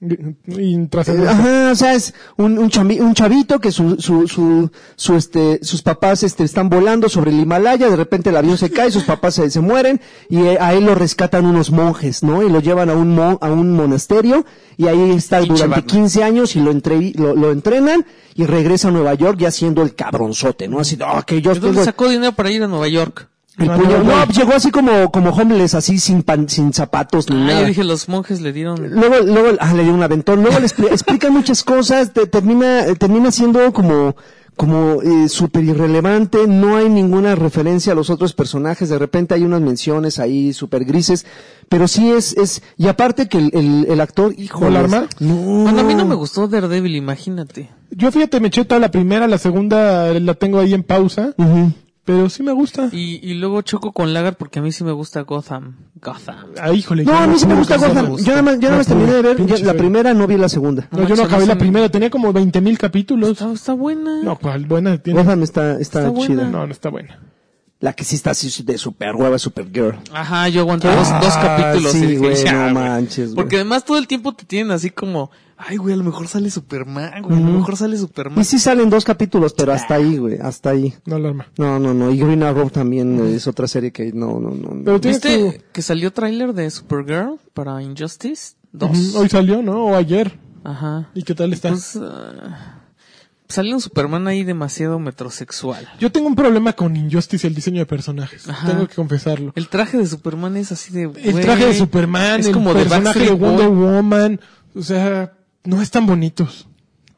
B: eh,
D: Intrascendente.
B: ajá, o sea, es un, un, chami- un chavito que su, su, su, su, este, sus papás este, están volando sobre el Himalaya, de repente el avión se cae, sus papás se, se mueren y eh, a él lo rescatan unos monjes, ¿no? Y lo llevan a un, mon- a un monasterio y ahí está
E: Pinche
B: durante
E: Batman.
B: 15 años y lo, entre- lo, lo entrenan y regresa a Nueva York ya siendo el cabronzote, ¿no? Así, de, "Ah, que yo
E: ¿De dónde
B: tengo-
E: sacó dinero para ir a Nueva York?
B: el
D: Ah,
B: puño".
D: no,
B: No,
D: güey.
B: pues, llegó así como, como homeless, así sin, pan- sin zapatos ni
E: Ah,
B: nada.
E: yo dije, los monjes le dieron.
B: Luego, luego, ah, le dio un aventón. Luego le expli- explica muchas cosas, te- termina, eh, termina siendo como, como eh, súper irrelevante, no hay ninguna referencia a los otros personajes, de repente hay unas menciones ahí súper grises, pero sí es, es, y aparte que el, el, el actor, hijo,
D: ¿Arma?
B: no.
E: Bueno, a mí no me gustó Daredevil, imagínate.
D: Yo fíjate, me eché toda la primera, la segunda la tengo ahí en pausa,
B: Ujú.
D: pero sí me gusta.
E: Y, y luego choco con Lagar porque a mí sí me gusta Gotham. Gotham.
D: Ah, híjole.
B: No,
D: yo
B: a mí sí me
D: pude
B: gusta
D: con esa
B: Gotham.
D: voz.
B: Yo nada más, yo nada más
D: No pude,
B: terminé de ver ya
D: pinche Ah,
B: la
D: feo.
B: primera, no vi la segunda.
D: No, yo no
E: Macho,
D: acabé
E: no
D: la
E: sé.
D: primera, tenía como 20.000 mil capítulos.
E: Está, está buena.
D: No, cuál buena tiene.
B: Gotham está, está,
E: Está buena.
B: chida.
D: No, no está buena.
B: La que sí está así de super hueva, super girl.
E: Ajá, yo aguanté dos, dos capítulos.
B: Ah, sí,
E: y dije,
B: güey,
E: "Ya,
B: no
E: güey".
B: manches, güey.
E: Porque además todo el tiempo te tienen así como, ay, güey, a lo mejor sale Superman, güey, a lo mejor sale Superman.
B: Y sí salen dos capítulos, pero hasta ahí, güey, hasta ahí.
D: No alarma.
B: No, no, no. Y Green Arrow también eh, es otra serie que no, no, no.
D: Pero tiene su-
E: ¿Viste que salió tráiler de Supergirl para Injustice 2?
D: Ujú, Hoy salió, ¿no? O ayer.
E: Ajá.
D: ¿Y qué tal está?
E: Pues, ah, sale un Superman ahí demasiado metrosexual.
D: Yo tengo un problema con Injustice, el diseño de personajes.
E: Ajá.
D: Tengo que confesarlo.
E: El traje de Superman es así de.
D: El
E: güey,
D: traje de Superman,
E: es
D: el
E: como de
D: personaje de
E: Backstreet Boy,
D: Wonder Woman, o sea, no están bonitos.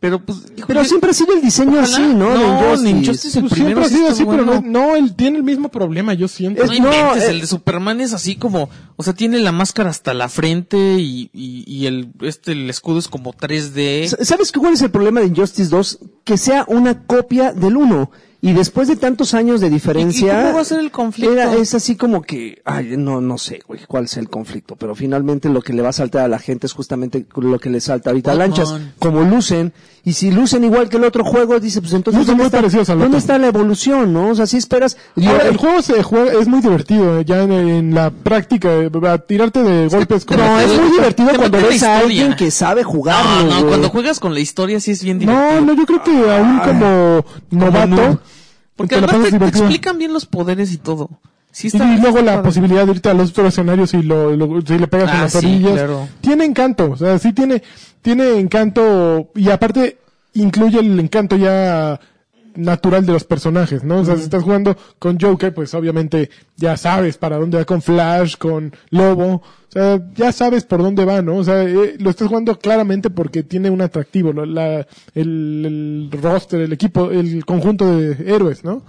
E: Pero pues. híjole,
B: Pero siempre ha sido el diseño
E: ojalá-
B: así, ¿no? De
E: No,
B: Injustice.
E: en Injustice el
D: Pues siempre
E: primero
D: ha
E: sí
D: sido
E: está
D: así, pero no,
E: bueno.
D: no, él tiene el mismo problema, yo siento.
B: Es-
E: No
B: no,
E: inventes,
B: eh.
E: el de Superman es así como, o sea, tiene la máscara hasta la frente y, y, y el, este, el escudo es como 3D.
B: S- ¿Sabes cuál es el problema de Injustice 2? Que sea una copia del 1. Y después de tantos años de
E: ¿Y-
B: diferencia...
E: y cómo va a ser el conflicto?
B: era- es así como que... Ay, no, no sé, güey, cuál es el conflicto. Pero finalmente lo que le va a saltar a la gente es justamente lo que le salta ahorita a
E: Batman.
B: Lanchas. Como lucen. Y si lucen igual que el otro juego, dice, pues entonces...
D: Lucen muy parecidos al
B: ¿dónde
D: otro.
B: está la evolución, no? O sea, si esperas...
D: Ahora,
B: Ahora,
D: el juego se juega, es muy divertido, eh, ya en, en la práctica, eh, va a tirarte de golpes con...
B: no, es muy divertido
E: Te
B: cuando
E: mete la
B: ves a
E: historia.
B: alguien que sabe
E: No,
B: jugarlo,
E: no,
B: güey.
E: cuando juegas con la historia sí es bien divertido. Ah,
D: No, no, yo creo que aún como novato...
E: Porque
D: te la
E: además
D: pasas
E: te, te
D: divertido.
E: explican bien los poderes y todo. Sí
D: Y,
E: está,
D: luego
E: está
D: la
E: padre.
D: posibilidad de irte a los otros escenarios y lo, lo- si le pegas
E: Ah,
D: en las
E: sí,
D: orillas.
E: claro.
D: Tiene encanto, o sea, sí tiene, tiene encanto y aparte incluye el encanto ya natural de los personajes, ¿no? O sea, si estás jugando con Joker, pues obviamente ya sabes para dónde va con Flash, con Lobo, o sea, ya sabes por dónde va, ¿no? O sea, eh, lo estás jugando claramente porque tiene un atractivo, lo- la, el, el roster, el equipo, el conjunto de héroes, ¿no?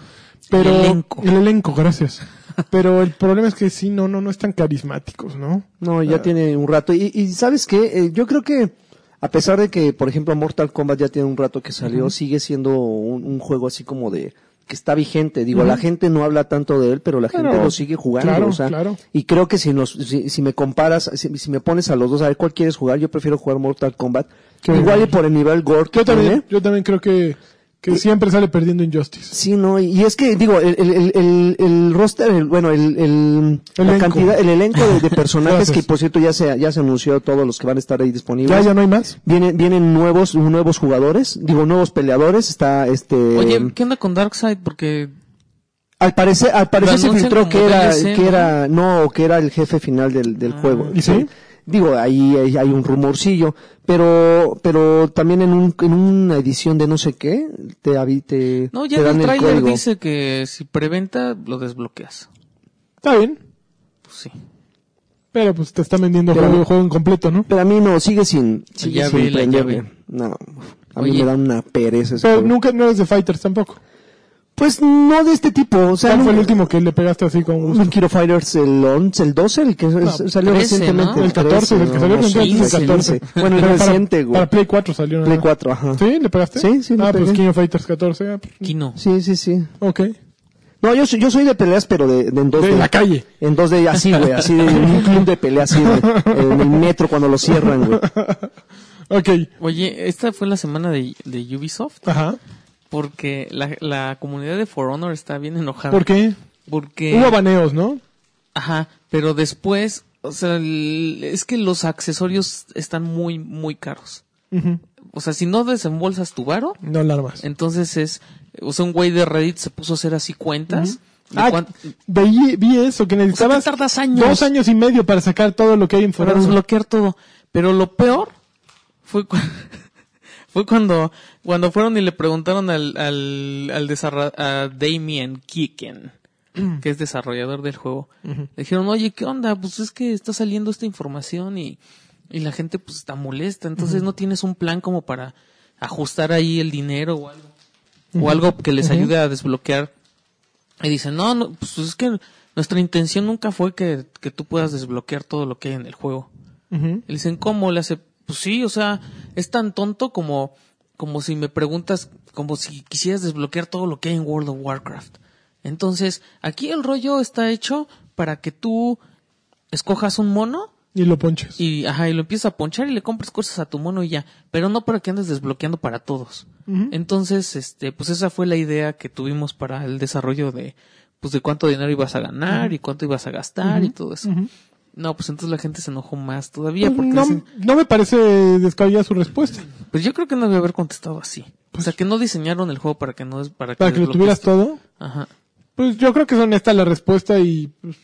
D: Pero
E: El elenco.
D: el elenco, gracias. Pero el problema es que sí, no, no, no están carismáticos, ¿no?
B: No,
E: Ah.
B: ya tiene un rato. Y, y ¿sabes qué? Eh, yo creo que, a pesar de que, por ejemplo, Mortal Kombat ya tiene un rato que salió, sigue siendo un, un juego así como de que está vigente. Digo, la gente no habla tanto de él, pero la
D: Claro.
B: gente lo sigue jugando.
D: Claro,
B: o sea,
D: claro.
B: Y creo que si, nos, si, si me comparas, si, si me pones a los dos, a ver cuál quieres jugar, yo prefiero jugar Mortal Kombat.
D: Sí.
B: Igual y por el nivel gore. que
D: Yo también,
B: tiene.
D: yo también creo que, que siempre sale perdiendo Injustice.
B: Sí, no, y- y es que, digo, el, el, el, el, el roster, el- bueno, el, el, la
D: Elenco.
B: cantidad, el elenco de, de personajes
D: Gracias.
B: que, por cierto, ya se, ya se anunció todos los que van a estar ahí disponibles.
D: Ya, ya no hay más.
B: Vienen, vienen nuevos, nuevos jugadores, digo, nuevos peleadores, está este...
E: Oye, ¿qué onda con Darkseid? Porque
B: al parecer, al parecer
E: lo
B: se
E: anuncian
B: filtró
E: como
B: que era,
E: DLC,
B: que
E: ¿no? Ah.
B: era, no, que era el jefe final del, del juego.
D: ¿Y sí?
B: Digo, ahí, ahí hay un rumorcillo, pero, pero también en un, en una edición de no sé qué, te, avi- te,
E: No, ya
B: te
E: en
B: dan
E: el tráiler
B: código.
E: dice que si preventa lo desbloqueas.
D: Está bien,
E: Pues sí.
D: pero pues te están vendiendo
B: Pero-
D: juego, juego incompleto, ¿no?
B: Pero a mí no, sigue sin, sigue
E: llave,
B: sin
E: la
B: prenderme.
E: llave.
B: No, a mí
E: Oye.
B: me da una pereza. ese
D: Pero
B: juego.
D: nunca, no eres de Fighters tampoco.
B: Pues no de este tipo, o sea,
D: ¿Cuál fue el
B: nunca-
D: último que le pegaste así con gusto?
B: Un Kiro Fighters el 11, el 12, el que s- salió
E: 13,
B: recientemente.
E: Ah, ¿no?
D: El 14, el que salió
B: no,
D: con
E: el
B: 15,
E: 14.
B: 14. Bueno, el
D: Pero para-
B: reciente, güey.
D: Para Play 4 salió. ¿no?
B: Play 4, ajá.
D: ¿Sí? ¿Le pegaste?
B: Sí, sí, le
D: Ah, pues
B: pegué.
D: King of Fighters 14. ah, pues,
E: Kino.
B: Sí, sí, sí.
D: ok.
B: No, yo, soy- yo soy de peleas, pero de, de en 2D.
D: De la calle.
B: En 2D, así, güey, así, de en un club de peleas, así, de, en el metro cuando lo cierran, güey.
D: Ok.
E: Oye, esta fue la semana de, de Ubisoft
D: Ajá.
E: porque la, la comunidad de For Honor está bien enojada.
D: ¿Por qué?
E: Porque...
D: Hubo baneos, ¿no?
E: Ajá, pero después, o sea, el- es que los accesorios están muy, muy caros.
D: Ujú.
E: O sea, si no desembolsas tu varo,
D: No alarmas.
E: entonces es... O sea, un güey de Reddit se puso a hacer así cuentas. de
D: Ah,
E: cuán-
D: veí- vi eso, que
E: o sea,
D: necesitabas
E: te tardas años.
D: dos años y medio para sacar todo lo que hay en
E: para
D: Fortnite.
E: desbloquear todo. Pero lo peor fue, cu- fue cuando, cuando fueron y le preguntaron al, al, al desarra- a Damien Kiken, que es desarrollador del juego. Le dijeron, oye, ¿qué onda? Pues es que está saliendo esta información y, y la gente pues está molesta. Entonces no tienes un plan como para ajustar ahí el dinero o algo. O algo que les ayude a desbloquear y dicen, no, no, pues es que nuestra intención nunca fue que, que tú puedas desbloquear todo lo que hay en el juego.
D: Ujú.
E: Y dicen, ¿cómo le hace? Pues sí, o sea, es tan tonto como, como si me preguntas, como si quisieras desbloquear todo lo que hay en World of Warcraft. Entonces, aquí el rollo está hecho para que tú escojas un mono
D: Y lo ponches.
E: y, ajá, y lo empiezas a ponchar y le compras cosas a tu mono y ya, pero no para que andes desbloqueando para todos. Entonces, este, pues esa fue la idea que tuvimos para el desarrollo de, pues de cuánto dinero ibas a ganar y cuánto ibas a gastar y todo eso. No, pues entonces la gente se enojó más todavía
D: Pues,
E: porque
D: no,
E: dicen,
D: no me parece descabellada su respuesta.
E: pues yo creo que no debe haber contestado así. o sea, que no diseñaron el juego para que no, para
D: Pues-
E: que,
D: Para que lo
E: desbloquees
D: tuvieras todo.
E: Ajá.
D: Pues yo creo que es honesta la respuesta y pues,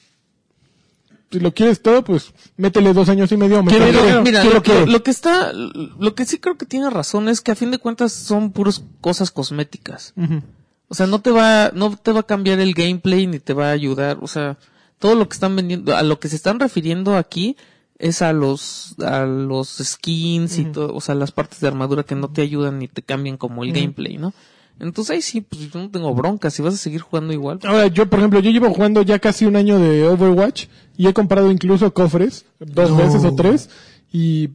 D: si lo quieres todo, pues métele dos años y medio. o métele
E: Pero,
D: dinero.
E: mira,
D: ¿Quién
E: lo,
D: quiere?
E: lo- lo que está, lo que sí creo que tiene razón es que a fin de cuentas son puras cosas cosméticas.
D: Ujú.
E: O sea, no te va, no te va a cambiar el gameplay ni te va a ayudar. O sea, todo lo que están vendiendo, a lo que se están refiriendo aquí es a los, a los skins y todo, o sea, las partes de armadura que no te ayudan ni te cambian como el gameplay, ¿no? Entonces ahí sí, pues yo no tengo bronca, si vas a seguir jugando igual. pues,
D: Ahora, yo, por ejemplo, yo llevo jugando ya casi un año de Overwatch y he comprado incluso cofres, dos veces o tres, y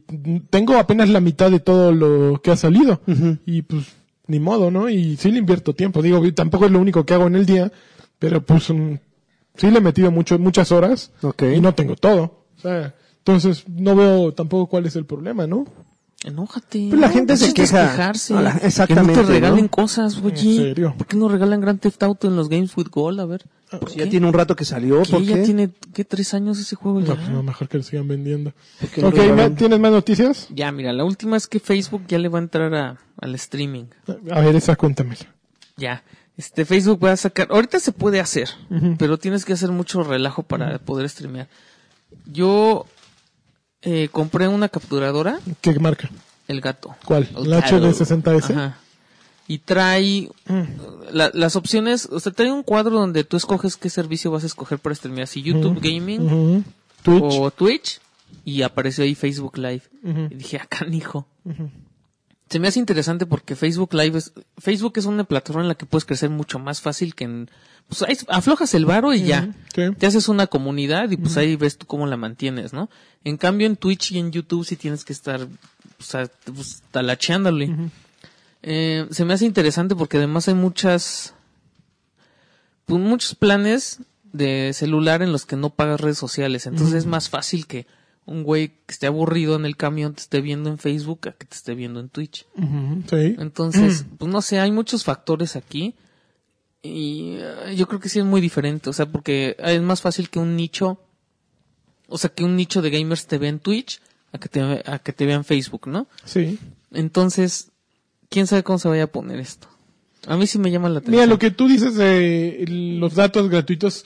D: tengo apenas la mitad de todo lo que ha salido. Y pues, ni modo, ¿no? Y sí le invierto tiempo. Digo, tampoco es lo único que hago en el día, pero pues, mm, sí le he metido mucho, muchas horas
B: Ok.
D: y no tengo todo. O sea, entonces, no veo tampoco cuál es el problema, ¿no?
E: Enójate.
B: Pues la
E: ¿no?
B: gente
E: No
B: se
E: chistes
B: queja.
E: quejarse.
B: No, la-
E: Que
B: exactamente,
E: no te regalen
B: ¿no?
E: cosas, oye.
D: serio.
E: ¿Por qué no regalan Grand Theft Auto en los Games with Gold? A ver. ¿por
B: Ah, pues Ya
E: qué?
B: tiene un rato que salió,
E: ¿Qué?
B: ¿por
E: ya
B: qué?
E: tiene, ¿qué? ¿Tres años ese juego ya?
D: No, pues, no, mejor que lo sigan vendiendo.
B: Porque no
D: Ok,
B: lo
D: Ma-
B: venden.
D: ¿tienes más noticias?
E: Ya, mira, la última es que Facebook ya le va a entrar a, al streaming.
D: A ver, esa cuéntamela.
E: Ya. Este, Facebook va a sacar. Ahorita se puede hacer, pero tienes que hacer mucho relajo para poder streamear. Yo eh, compré una capturadora,
D: ¿Qué marca?
E: el gato.
D: ¿Cuál?
E: El
D: ¿La
E: gato.
D: HD60S?
E: Ajá. Y trae
D: Mm.
E: la- las opciones. O sea, trae un cuadro donde tú escoges qué servicio vas a escoger para streamear. Si YouTube Gaming
D: Ujú. Twitch.
E: o Twitch. Y apareció ahí Facebook Live.
D: Ujú.
E: Y dije, ah, canijo. Se me hace interesante porque Facebook Live es, Facebook es una plataforma en la que puedes crecer mucho más fácil que en, pues ahí aflojas el varo y ya.
D: sí.
E: Te haces una comunidad y pues ahí ves tú cómo la mantienes, ¿no? En cambio en Twitch y en YouTube sí tienes que estar, pues, a- pues, talacheándole. Eh, se me hace interesante porque además hay muchas, pues, muchos planes de celular en los que no pagas redes sociales. Entonces es más fácil que un güey que esté aburrido en el camión te esté viendo en Facebook a que te esté viendo en Twitch.
D: Ujú, sí.
E: Entonces, pues no sé, hay muchos factores aquí. Y eh, yo creo que sí es muy diferente. O sea, porque es más fácil que un nicho. O sea, que un nicho de gamers te vea en Twitch a que te, ve- a que te vea en Facebook, ¿no?
D: Sí.
E: Entonces, quién sabe cómo se vaya a poner esto. A mí sí me llama la atención.
D: Mira, lo que tú dices de los datos gratuitos,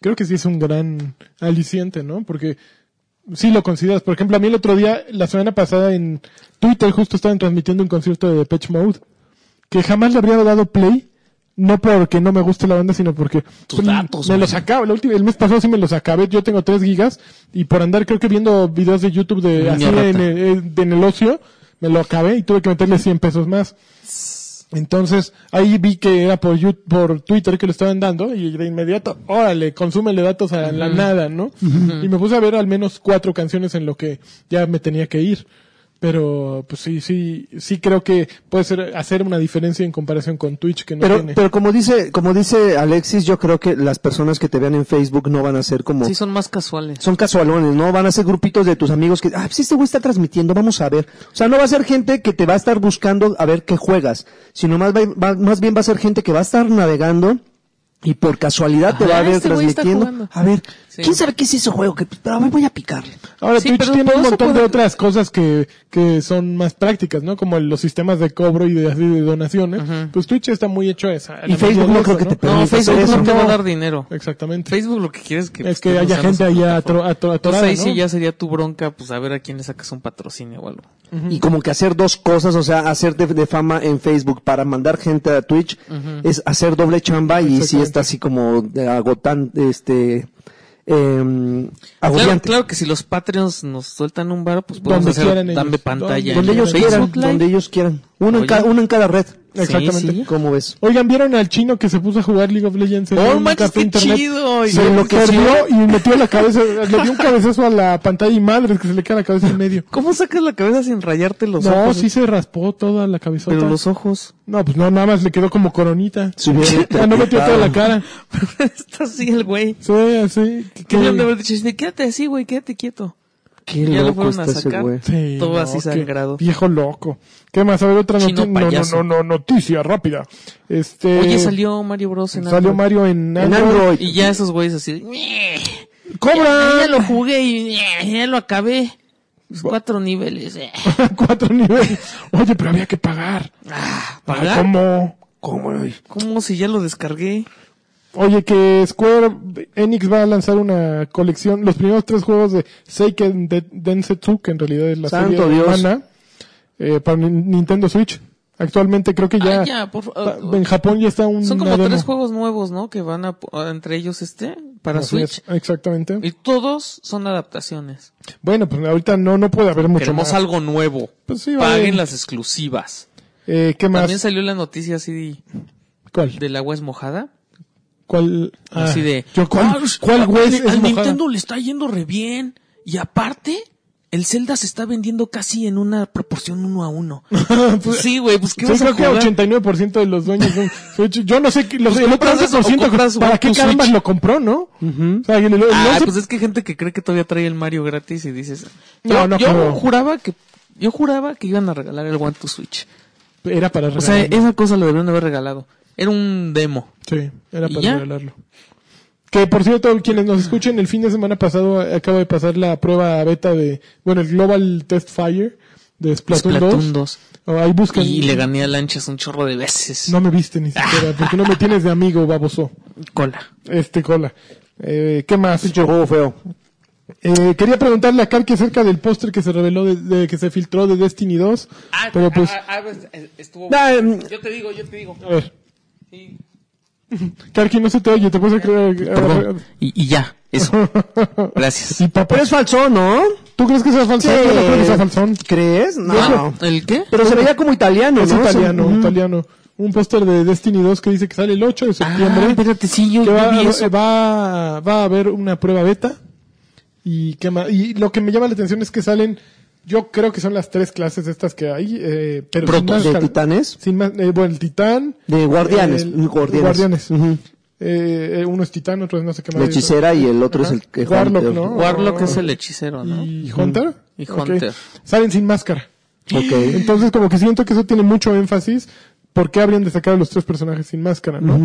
D: creo que sí es un gran aliciente, ¿no? Porque sí lo consideras. Por ejemplo, a mí el otro día, la semana pasada en Twitter, justo estaban transmitiendo un concierto de Depeche Mode, que jamás le habría dado play, no porque no me guste la banda, sino porque
E: Tus datos,
D: me
E: güey.
D: los acabo. La última, el mes pasado sí me los acabé, yo tengo 3 gigas, y por andar creo que viendo videos de YouTube de
E: Niño
D: así
E: rata.
D: en el, eh, en el ocio, me lo acabé y tuve que meterle 100 pesos más. Entonces, ahí vi que era por, Yu- por Twitter que lo estaban dando y de inmediato, órale, consúmele datos a la nada, ¿no? Y me puse a ver al menos cuatro canciones en lo que ya me tenía que ir. Pero, pues sí, sí, sí creo que puede ser, hacer una diferencia en comparación con Twitch que no
B: Pero,
D: tiene.
B: pero como dice, como dice Alexis, yo creo que las personas que te vean en Facebook no van a ser como
E: Sí, son más casuales.
B: son casualones, ¿no? Van a ser grupitos de tus amigos que, ah, si este güey está transmitiendo, vamos a ver. O sea, no va a ser gente que te va a estar buscando a ver qué juegas, sino más, va- va- más bien va a ser gente que va a estar navegando y por casualidad te
E: Ajá,
B: va a ver
E: este güey está
B: transmitiendo.
E: jugando.
B: A ver,
E: Sí.
B: ¿quién sabe qué es ese juego? Que, pero a ver, voy a picarle.
D: Ahora
E: Sí,
D: Twitch
E: pero
D: tiene
E: por
D: un
E: eso
D: montón de
E: puede-
D: otras cosas que, que son más prácticas, ¿no? Como los sistemas de cobro y de, así de donaciones. Pues Twitch está muy hecho a esa. a
B: Y
D: la mayoría
B: Facebook no
D: de
B: creo que te
E: No,
B: permite hacer
E: Facebook
B: eso,
E: no te
B: ¿no?
E: va a dar dinero.
D: Exactamente.
E: Facebook lo que quiere es que...
D: es que
E: pues,
D: haya
E: usando
D: gente
E: su
D: allá
E: plataforma.
D: atro- atro-
E: Entonces
D: atorada,
E: ahí sí
D: ¿no?
E: ya sería tu bronca, pues a ver a quién le sacas un patrocinio o algo.
B: Y como que hacer dos cosas, o sea, hacer de, de fama en Facebook para mandar gente a Twitch es hacer doble chamba y sí está así como de agotan, este, eh,
E: Claro,
B: agobiante.
E: claro que si los Patreons nos sueltan un varo, pues podemos
D: Donde
E: hacer
D: quieran
E: dame
D: ellos.
E: pantalla.
B: Donde
E: en
B: ellos
E: Facebook
B: quieran,
E: Live.
B: donde ellos quieran. Uno en,
E: Oye.
B: cada, uno en cada red.
D: Exactamente.
E: Sí, sí.
B: ¿Cómo ves?
D: Oigan, ¿vieron al chino que se puso a jugar League of Legends en
E: ¡Oh,
D: un
E: manches,
D: café
E: qué
D: internet?
E: chido! Y
D: Se
E: lo
D: lo
E: enloqueció.
D: perdió y metió la cabeza, le dio un cabezazo a la pantalla y madre que se le queda la cabeza en medio.
E: ¿Cómo sacas la cabeza sin rayarte los
D: No,
E: ojos?
D: sí se raspó toda la cabezota.
E: Pero los ojos.
D: No, pues no, nada más le quedó como coronita.
B: Se hubiera
D: Ah, no metió toda la cara.
E: Está así el güey.
D: Sí, así. que-
E: ¿Qué le han de haber dicho? Dice, Quédate así, güey, quédate quieto.
B: Qué
E: Ya lo
B: loco
E: fueron a
B: está ese
E: sacar.
B: güey.
D: Sí,
E: Todo
D: no,
E: así
D: qué
E: sangrado.
D: Viejo loco. ¿Qué más? A ver, otra
E: Chino
D: noticia. No,
E: payaso.
D: no, no, no, noticia rápida. Este.
E: Oye, salió Mario Bros. en
D: Salió
E: Android.
D: Mario en
B: En
D: Android.
B: Android.
E: Y ya esos güeyes así. "Ñe,
D: ¡Cobra!
E: Ya lo jugué y ñe, ya lo acabé. Los cuatro niveles. eh.
D: Cuatro niveles. Oye, pero había que pagar.
E: Ah,
D: Ay,
E: ¿Pagar?
D: ¿Cómo?
E: ¿Cómo si ya lo descargué?
D: Oye, que Square Enix va a lanzar una colección, los primeros tres juegos de Seiken De- Densetsu, que en realidad es la
B: Santo
D: serie
B: Dios.
D: romana, eh, para Nin- Nintendo Switch. Actualmente creo que ya,
E: Ah, ya, por
D: pa-
E: favor.
D: en Japón ya está un
E: Son como tres juegos nuevos, ¿no? Que van a, entre ellos este, para Switch.
D: exactamente.
E: Y todos son adaptaciones.
D: Bueno, pues ahorita no, no puede haber mucho
E: Queremos
D: más.
E: algo nuevo.
D: Pues sí, vale.
E: Paguen las exclusivas.
D: Eh, ¿Qué más?
E: También salió la noticia así
D: ¿Cuál?
E: de, del agua es mojada.
D: ¿Cuál? Ah,
E: así de.
D: yo,
E: "Ah,
D: ¿Cuál, cuál
E: al-
D: juez
E: al-
D: es
E: Al
D: mojada?
E: Nintendo le está yendo re bien. Y aparte, el Zelda se está vendiendo casi en una proporción uno a uno.
D: Pues,
E: sí, güey, pues qué
D: Yo
E: vas a
D: creo que
E: jugar? Pues
D: 89% de los dueños de un Switch. Yo no sé, que los, el otro
E: compras eso,
D: 11%
E: o compras
D: ¿para
E: un-
D: qué
E: tu
D: carambas
E: Switch?
D: lo compró, no? O sea, el- el- el
E: Ah,
D: 11
E: pues es que hay gente que cree que todavía trae el Mario gratis y dices.
D: No,
E: Yo,
D: no
E: yo
D: creo.
E: juraba que. Yo juraba que iban a regalar el One to Switch.
D: era para
E: O sea,
D: regalarlo.
E: esa cosa lo deberían haber regalado. Era un demo.
D: Sí, era
E: ¿Y
D: para
E: ya?
D: regalarlo. Que por cierto, quienes nos escuchen, el fin de semana pasado eh, acabo de pasar la prueba beta de, bueno, el Global Test Fire de Splatoon, 2.
E: Splatoon 2.
D: Oh, ahí buscan.
E: Y le gané a lanchas un chorro de veces.
D: No me viste ni siquiera, porque no me tienes de amigo, baboso.
E: Cola.
D: Este cola. Eh, ¿Qué más?
B: Pinche juego feo.
D: Eh, quería preguntarle a Karki acerca del póster que se reveló, de, de- que se filtró de Destiny 2.
E: Ah,
D: pero pues, a,
E: eh, estuvo.
B: Da, em,
E: Yo te digo, yo te digo.
D: ver. Karki, no se te oye, te puedes creer.
E: Y, y ya, eso. Gracias.
D: Y papá, eh,
B: Pero es falso, ¿no?
D: ¿tú crees que sea falsón? Yo no creo que sea falsón.
B: ¿Crees? No.
E: Ah, ¿El qué?
B: Pero se veía como italiano,
D: Es
B: ¿no?
D: italiano,
B: Ujú.
D: italiano. Un póster de Destiny 2 que dice que sale el 8 de
E: Ah,
D: septiembre.
E: espérate, sí, yo,
D: que
E: yo
D: va, eh,
E: vi eso.
D: va, va a haber una prueba beta. Y, qué ma- y lo que me llama la atención es que salen, yo creo que son las tres clases estas que hay. Eh, pero sin
E: Protos.
D: más
B: ¿De
D: car-
B: titanes?
D: Sin más, eh, bueno, el titán.
B: De guardianes,
D: el-
B: guardianes.
D: Ujú. Eh, eh, uno es titán, otro es no sé qué más.
B: La hechicera y el otro es el que
D: Warlock, ¿no?
E: Warlock es el hechicero, ¿no?
D: eh, Y Hunter.
E: Y
D: Ok.
E: Hunter.
D: Salen sin máscara.
B: Ok.
D: Entonces, como que siento que eso tiene mucho énfasis. ¿Por qué habrían de sacar a los tres personajes sin máscara, no?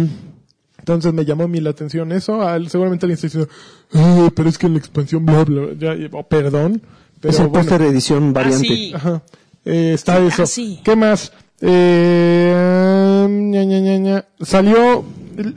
D: Entonces me llamó a mí la atención eso. Al- seguramente alguien está diciendo, "Eh, pero es que en la expansión, bla, bla, bla". Ya, eh, oh, perdón. Pero
B: es el
D: bueno.
B: póster de edición
E: Ah,
B: variante.
D: Ajá. Eh, está eso.
E: sí.
D: ¿Qué más? Eh, ña, ña, ña, ña. Salió,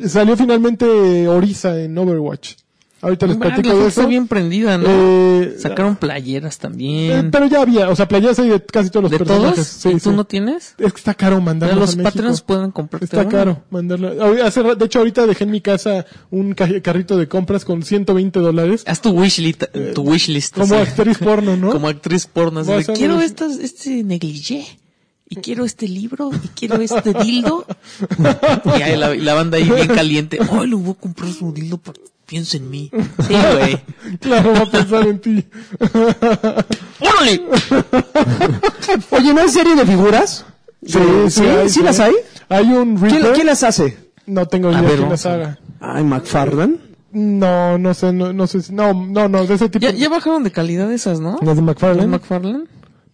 D: salió finalmente Orisa en Overwatch. Ahorita les
E: Ah, la
D: platico
E: gente
D: de
E: está
D: eso.
E: bien prendida, ¿no?
D: Eh,
E: Sacaron playeras
D: eh,
E: también.
D: pero ya había, o sea, playas hay de casi todos los
E: ¿De
D: personajes.
E: todos?
D: Sí,
E: ¿Y tú
D: sí.
E: no tienes?
D: Es que está caro
E: Pero
D: mandarlos
E: los
D: a México.
E: patrones pueden comprarte
D: Está
E: uno.
D: caro mandarlo. Hoy- hace ra- de hecho, ahorita dejé en mi casa un ca- carrito de compras con 120 dólares.
E: Haz tu wishlist. Tu wishlist.
D: Eh, Como
E: así.
D: actriz porno, ¿no?
E: Como actriz porno. así
D: Voy a
E: de,
D: hacer
E: quiero
D: unos-
E: estas, este negligé. Y quiero este libro. Y quiero este dildo. y ahí la, la banda ahí bien caliente. Ay, le voy a comprar su dildo. pa- Piensa en mí. Sí, güey.
D: Claro, va a pensar en ti.
E: ¡Órale!
B: Oye, ¿no hay serie de figuras? ¿Sí, sí,
D: hay,
B: ¿sí las hay?
D: Hay un
B: ¿Quién,
D: Reaper.
B: quién las hace?
D: No tengo
E: A
D: idea
E: ver,
D: quién las
E: vamos a ver.
D: haga.
B: Ay, McFarland.
D: No, no sé, no, no sé. si- No, no, no, de ese tipo.
E: Ya, ya bajaron de calidad esas, ¿no?
D: ¿Las de
E: ¿Las
D: McFarlane?
E: McFarlane?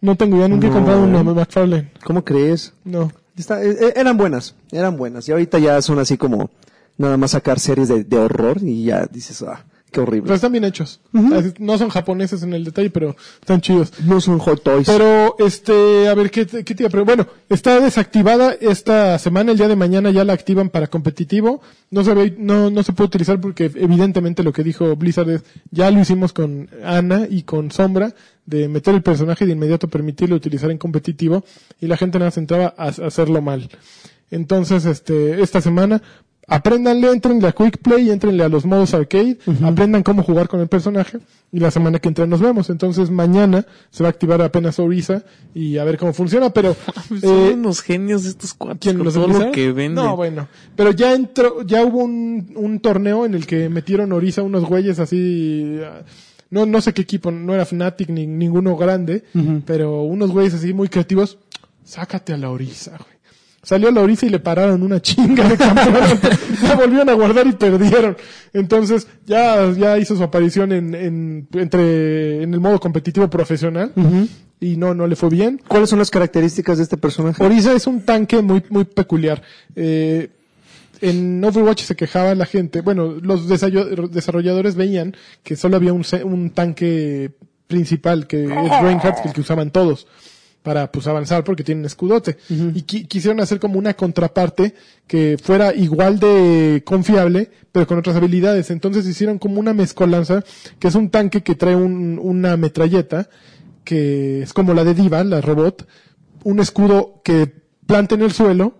D: No tengo idea, nunca he
B: No.
D: comprado una de McFarlane.
B: ¿Cómo crees?
D: No.
B: Está- eh, eh, eran buenas, eran buenas. Y ahorita ya son así como nada más sacar series de, de horror y ya dices, ah, qué
D: Pero
B: horrible.
D: están bien hechos. Así- No son japoneses en el detalle, pero están chidos.
B: Pues, No son hot toys.
D: Pero, este, a ver, ¿qué, te- qué te iba a preguntar? Bueno, está desactivada esta semana, el día de mañana ya la activan para competitivo. No se, ve- no, no se puede utilizar porque evidentemente lo que dijo Blizzard es, ya lo hicimos con Ana y con Sombra, de meter el personaje y de inmediato permitirlo utilizar en competitivo, y la gente nada se entraba a a hacerlo mal. Entonces, este, esta semana, apréndanle, entrenle a Quick Play, entrenle a los modos arcade, aprendan cómo jugar con el personaje, y la semana que entra nos vemos. Entonces, mañana se va a activar apenas Orisa y a ver cómo funciona, pero,
E: Pues Son
D: eh,
E: unos genios estos cuatro.
D: ¿Quién los
E: todo
D: organiza?
E: lo que venden.
D: No, bueno. Pero ya entró, ya hubo un, un torneo en el que metieron Orisa unos güeyes así. ah, No, no sé qué equipo, no era Fnatic ni ninguno grande, pero unos güeyes así muy creativos. Sácate a la Orisa, güey. Salió la Orisa y le pararon una chinga de campeón. la volvieron a guardar y perdieron. Entonces, ya, ya hizo su aparición en, en, entre, en el modo competitivo profesional. Y no, no le fue bien.
B: ¿Cuáles son las características de este personaje?
D: Orisa es un tanque muy, muy peculiar. Eh, en Overwatch se quejaba la gente, bueno, los desayo- desarrolladores veían que solo había un, se- un tanque principal, que es Reinhardt, el que usaban todos. para pues avanzar porque tienen escudote. Y qui- quisieron hacer como una contraparte que fuera igual de confiable, pero con otras habilidades. Entonces hicieron como una mezcolanza, que es un tanque que trae un- una metralleta, que es como la de Diva, la robot, un escudo que planta en el suelo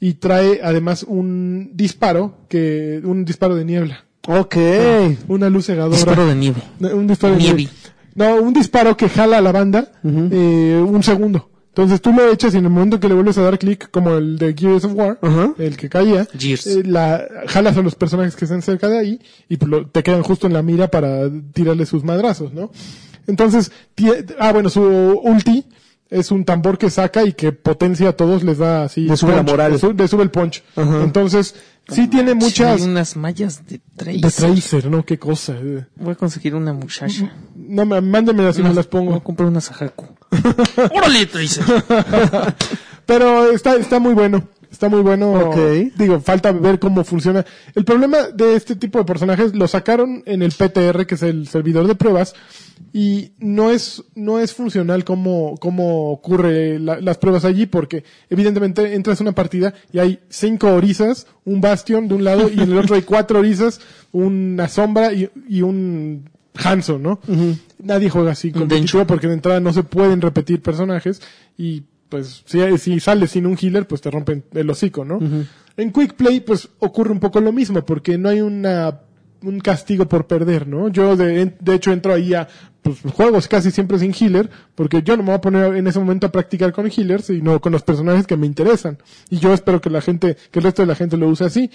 D: y trae además un disparo, que un disparo de niebla,
B: Ok. Ah.
D: una luz cegadora.
E: Disparo de nieve.
D: No, Un disparo.
E: Nieve.
D: No, un disparo que jala a la banda eh, un segundo. Entonces tú lo echas y en el momento que le vuelves a dar clic, como el de Gears of War,
B: Ajá.
D: el que caía,
E: Gears.
D: eh, la, jalas a los personajes que están cerca de ahí y pues, lo- te quedan justo en la mira para tirarle sus madrazos, ¿no? Entonces, tie- ah, bueno, su ulti es un tambor que saca y que potencia a todos, les da así.
B: Le sube la moral.
D: Le su- le sube, el punch.
B: Ajá.
D: Entonces, sí tiene muchas...
E: Hay unas mallas de trace.
D: De Tracer, ¿no? Qué cosa. eh.
E: Voy a conseguir una muchacha.
D: No, me- mándenmelas y me
E: Unas-
D: las
E: Voy a
D: pongo.
E: comprar una Sajaku. ¡Órale, Tracer!
D: Pero está, está muy bueno. Está muy bueno.
B: Ok.
D: Digo, falta ver cómo funciona. El problema de este tipo de personajes lo sacaron en el PTR, que es el servidor de pruebas, y no es, no es funcional cómo, cómo ocurre la- las pruebas allí, porque evidentemente entras a una partida y hay cinco orizas, un bastión de un lado y en el otro hay cuatro orizas, una sombra y, y un Hanson, ¿no? Nadie juega así competitivo
E: Dencho.
D: porque de entrada no se pueden repetir personajes y pues si, si sales sin un healer pues te rompen el hocico, ¿no? En Quick Play pues ocurre un poco lo mismo porque no hay una un castigo por perder, ¿no? Yo de, de hecho entro ahí a pues juegos casi siempre sin healer porque yo no me voy a poner en ese momento a practicar con healers sino con los personajes que me interesan y yo espero que la gente que el resto de la gente lo use así.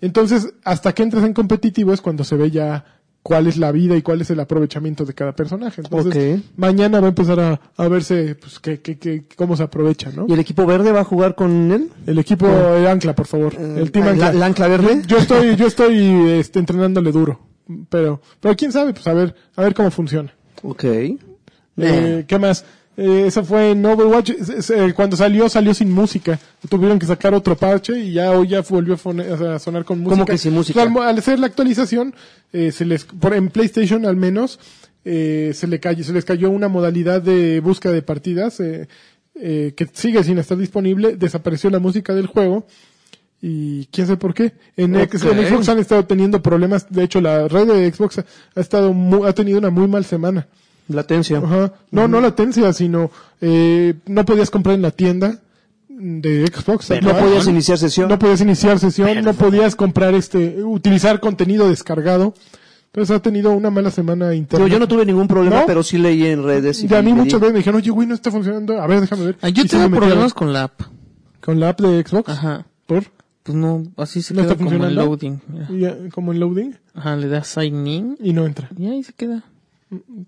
D: Entonces, hasta que entres en competitivo es cuando se ve ya cuál es la vida y cuál es el aprovechamiento de cada personaje. Entonces,
B: Ok.
D: mañana va a empezar a, a verse pues, qué- qué- qué- cómo se aprovecha, ¿no?
B: ¿Y el equipo verde va a jugar con él?
D: El equipo eh, Ancla, por favor. el Team
B: Ah,
D: Ancla.
B: la- la Ancla Verde.
D: Yo estoy, yo estoy este, entrenándole duro. Pero, pero quién sabe, pues a ver, a ver cómo funciona.
B: Ok.
D: Eh, ¿Qué más? Eh, eso fue en Overwatch. Es- es, eh, cuando salió, salió sin música. Tuvieron que sacar otro parche y ya hoy ya volvió a, fone- a sonar con música.
B: que sin música?
D: O sea, al, al hacer la actualización, eh, se les, por, en PlayStation al menos, eh, se, le cayó, se les cayó una modalidad de búsqueda de partidas eh, eh, que sigue sin estar disponible. Desapareció la música del juego. Y quién sabe por qué. En, X- en
E: Ok.
D: Xbox han estado teniendo problemas. De hecho, la red de Xbox ha, ha estado mu- ha tenido una muy mal semana.
B: Latencia.
D: Ajá. No, no latencia, sino eh, no podías comprar en la tienda de Xbox.
B: No podías iniciar sesión.
D: No podías iniciar sesión, no podías comprar este, utilizar contenido descargado. Entonces ha tenido una mala semana interna.
B: Digo, yo no tuve ningún problema,
D: ¿No?
B: pero sí leí en redes.
D: Y a mí
B: pedí.
D: muchas veces me dijeron, oye, güey, no está funcionando. A ver, déjame ver.
E: Ah, yo
D: Y se
E: tengo
D: me metieron.
E: problemas con la app.
D: con la app de Xbox.
E: Ajá.
D: ¿Por?
E: Pues no, así se
D: ¿No
E: queda
D: está
E: como en
D: funcionando?
E: loading. mira.
D: Y, eh, como en loading.
E: Ajá, le das sign in
D: Y no entra.
E: y ahí se queda.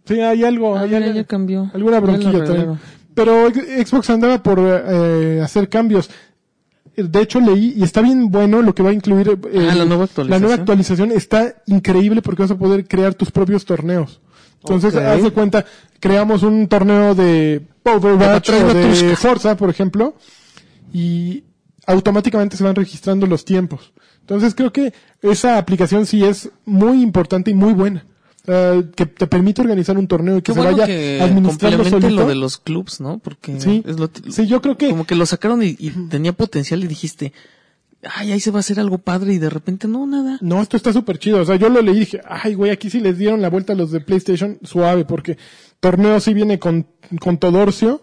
D: Sí, hay algo.
E: Ah,
D: hay
E: mira,
D: algo.
E: ya cambió.
D: Alguna
E: Ya lo
D: bronquilla
E: arreglaron.
D: también. Pero ex- Xbox andaba por eh, hacer cambios. De hecho, leí, y está bien bueno lo que va a incluir. eh,
E: Ah, la nueva
D: La nueva
E: actualización.
D: actualización está increíble porque vas a poder crear tus propios torneos. Entonces,
B: Ok.
D: haz de cuenta, creamos un torneo de Overwatch
E: De
D: o
E: Batralla
D: de
E: Trusca.
D: Forza, por ejemplo, y automáticamente se van registrando los tiempos. Entonces, creo que esa aplicación sí es muy importante y muy buena. Eh, que te permite organizar un torneo y que
E: Qué
D: se
E: bueno
D: vaya
E: que
D: administrando
E: complemente
D: solito.
E: lo de los clubs, ¿no? Porque
D: Sí.
E: es lo t-
D: Sí, yo creo que
E: como que lo sacaron y, y tenía potencial y dijiste, ay, ahí se va a hacer algo padre y de repente no, nada.
D: No, esto está súper chido. O sea, yo lo leí y dije, ay, güey, aquí sí les dieron la vuelta a los de PlayStation suave, porque torneo sí viene con, con Todorcio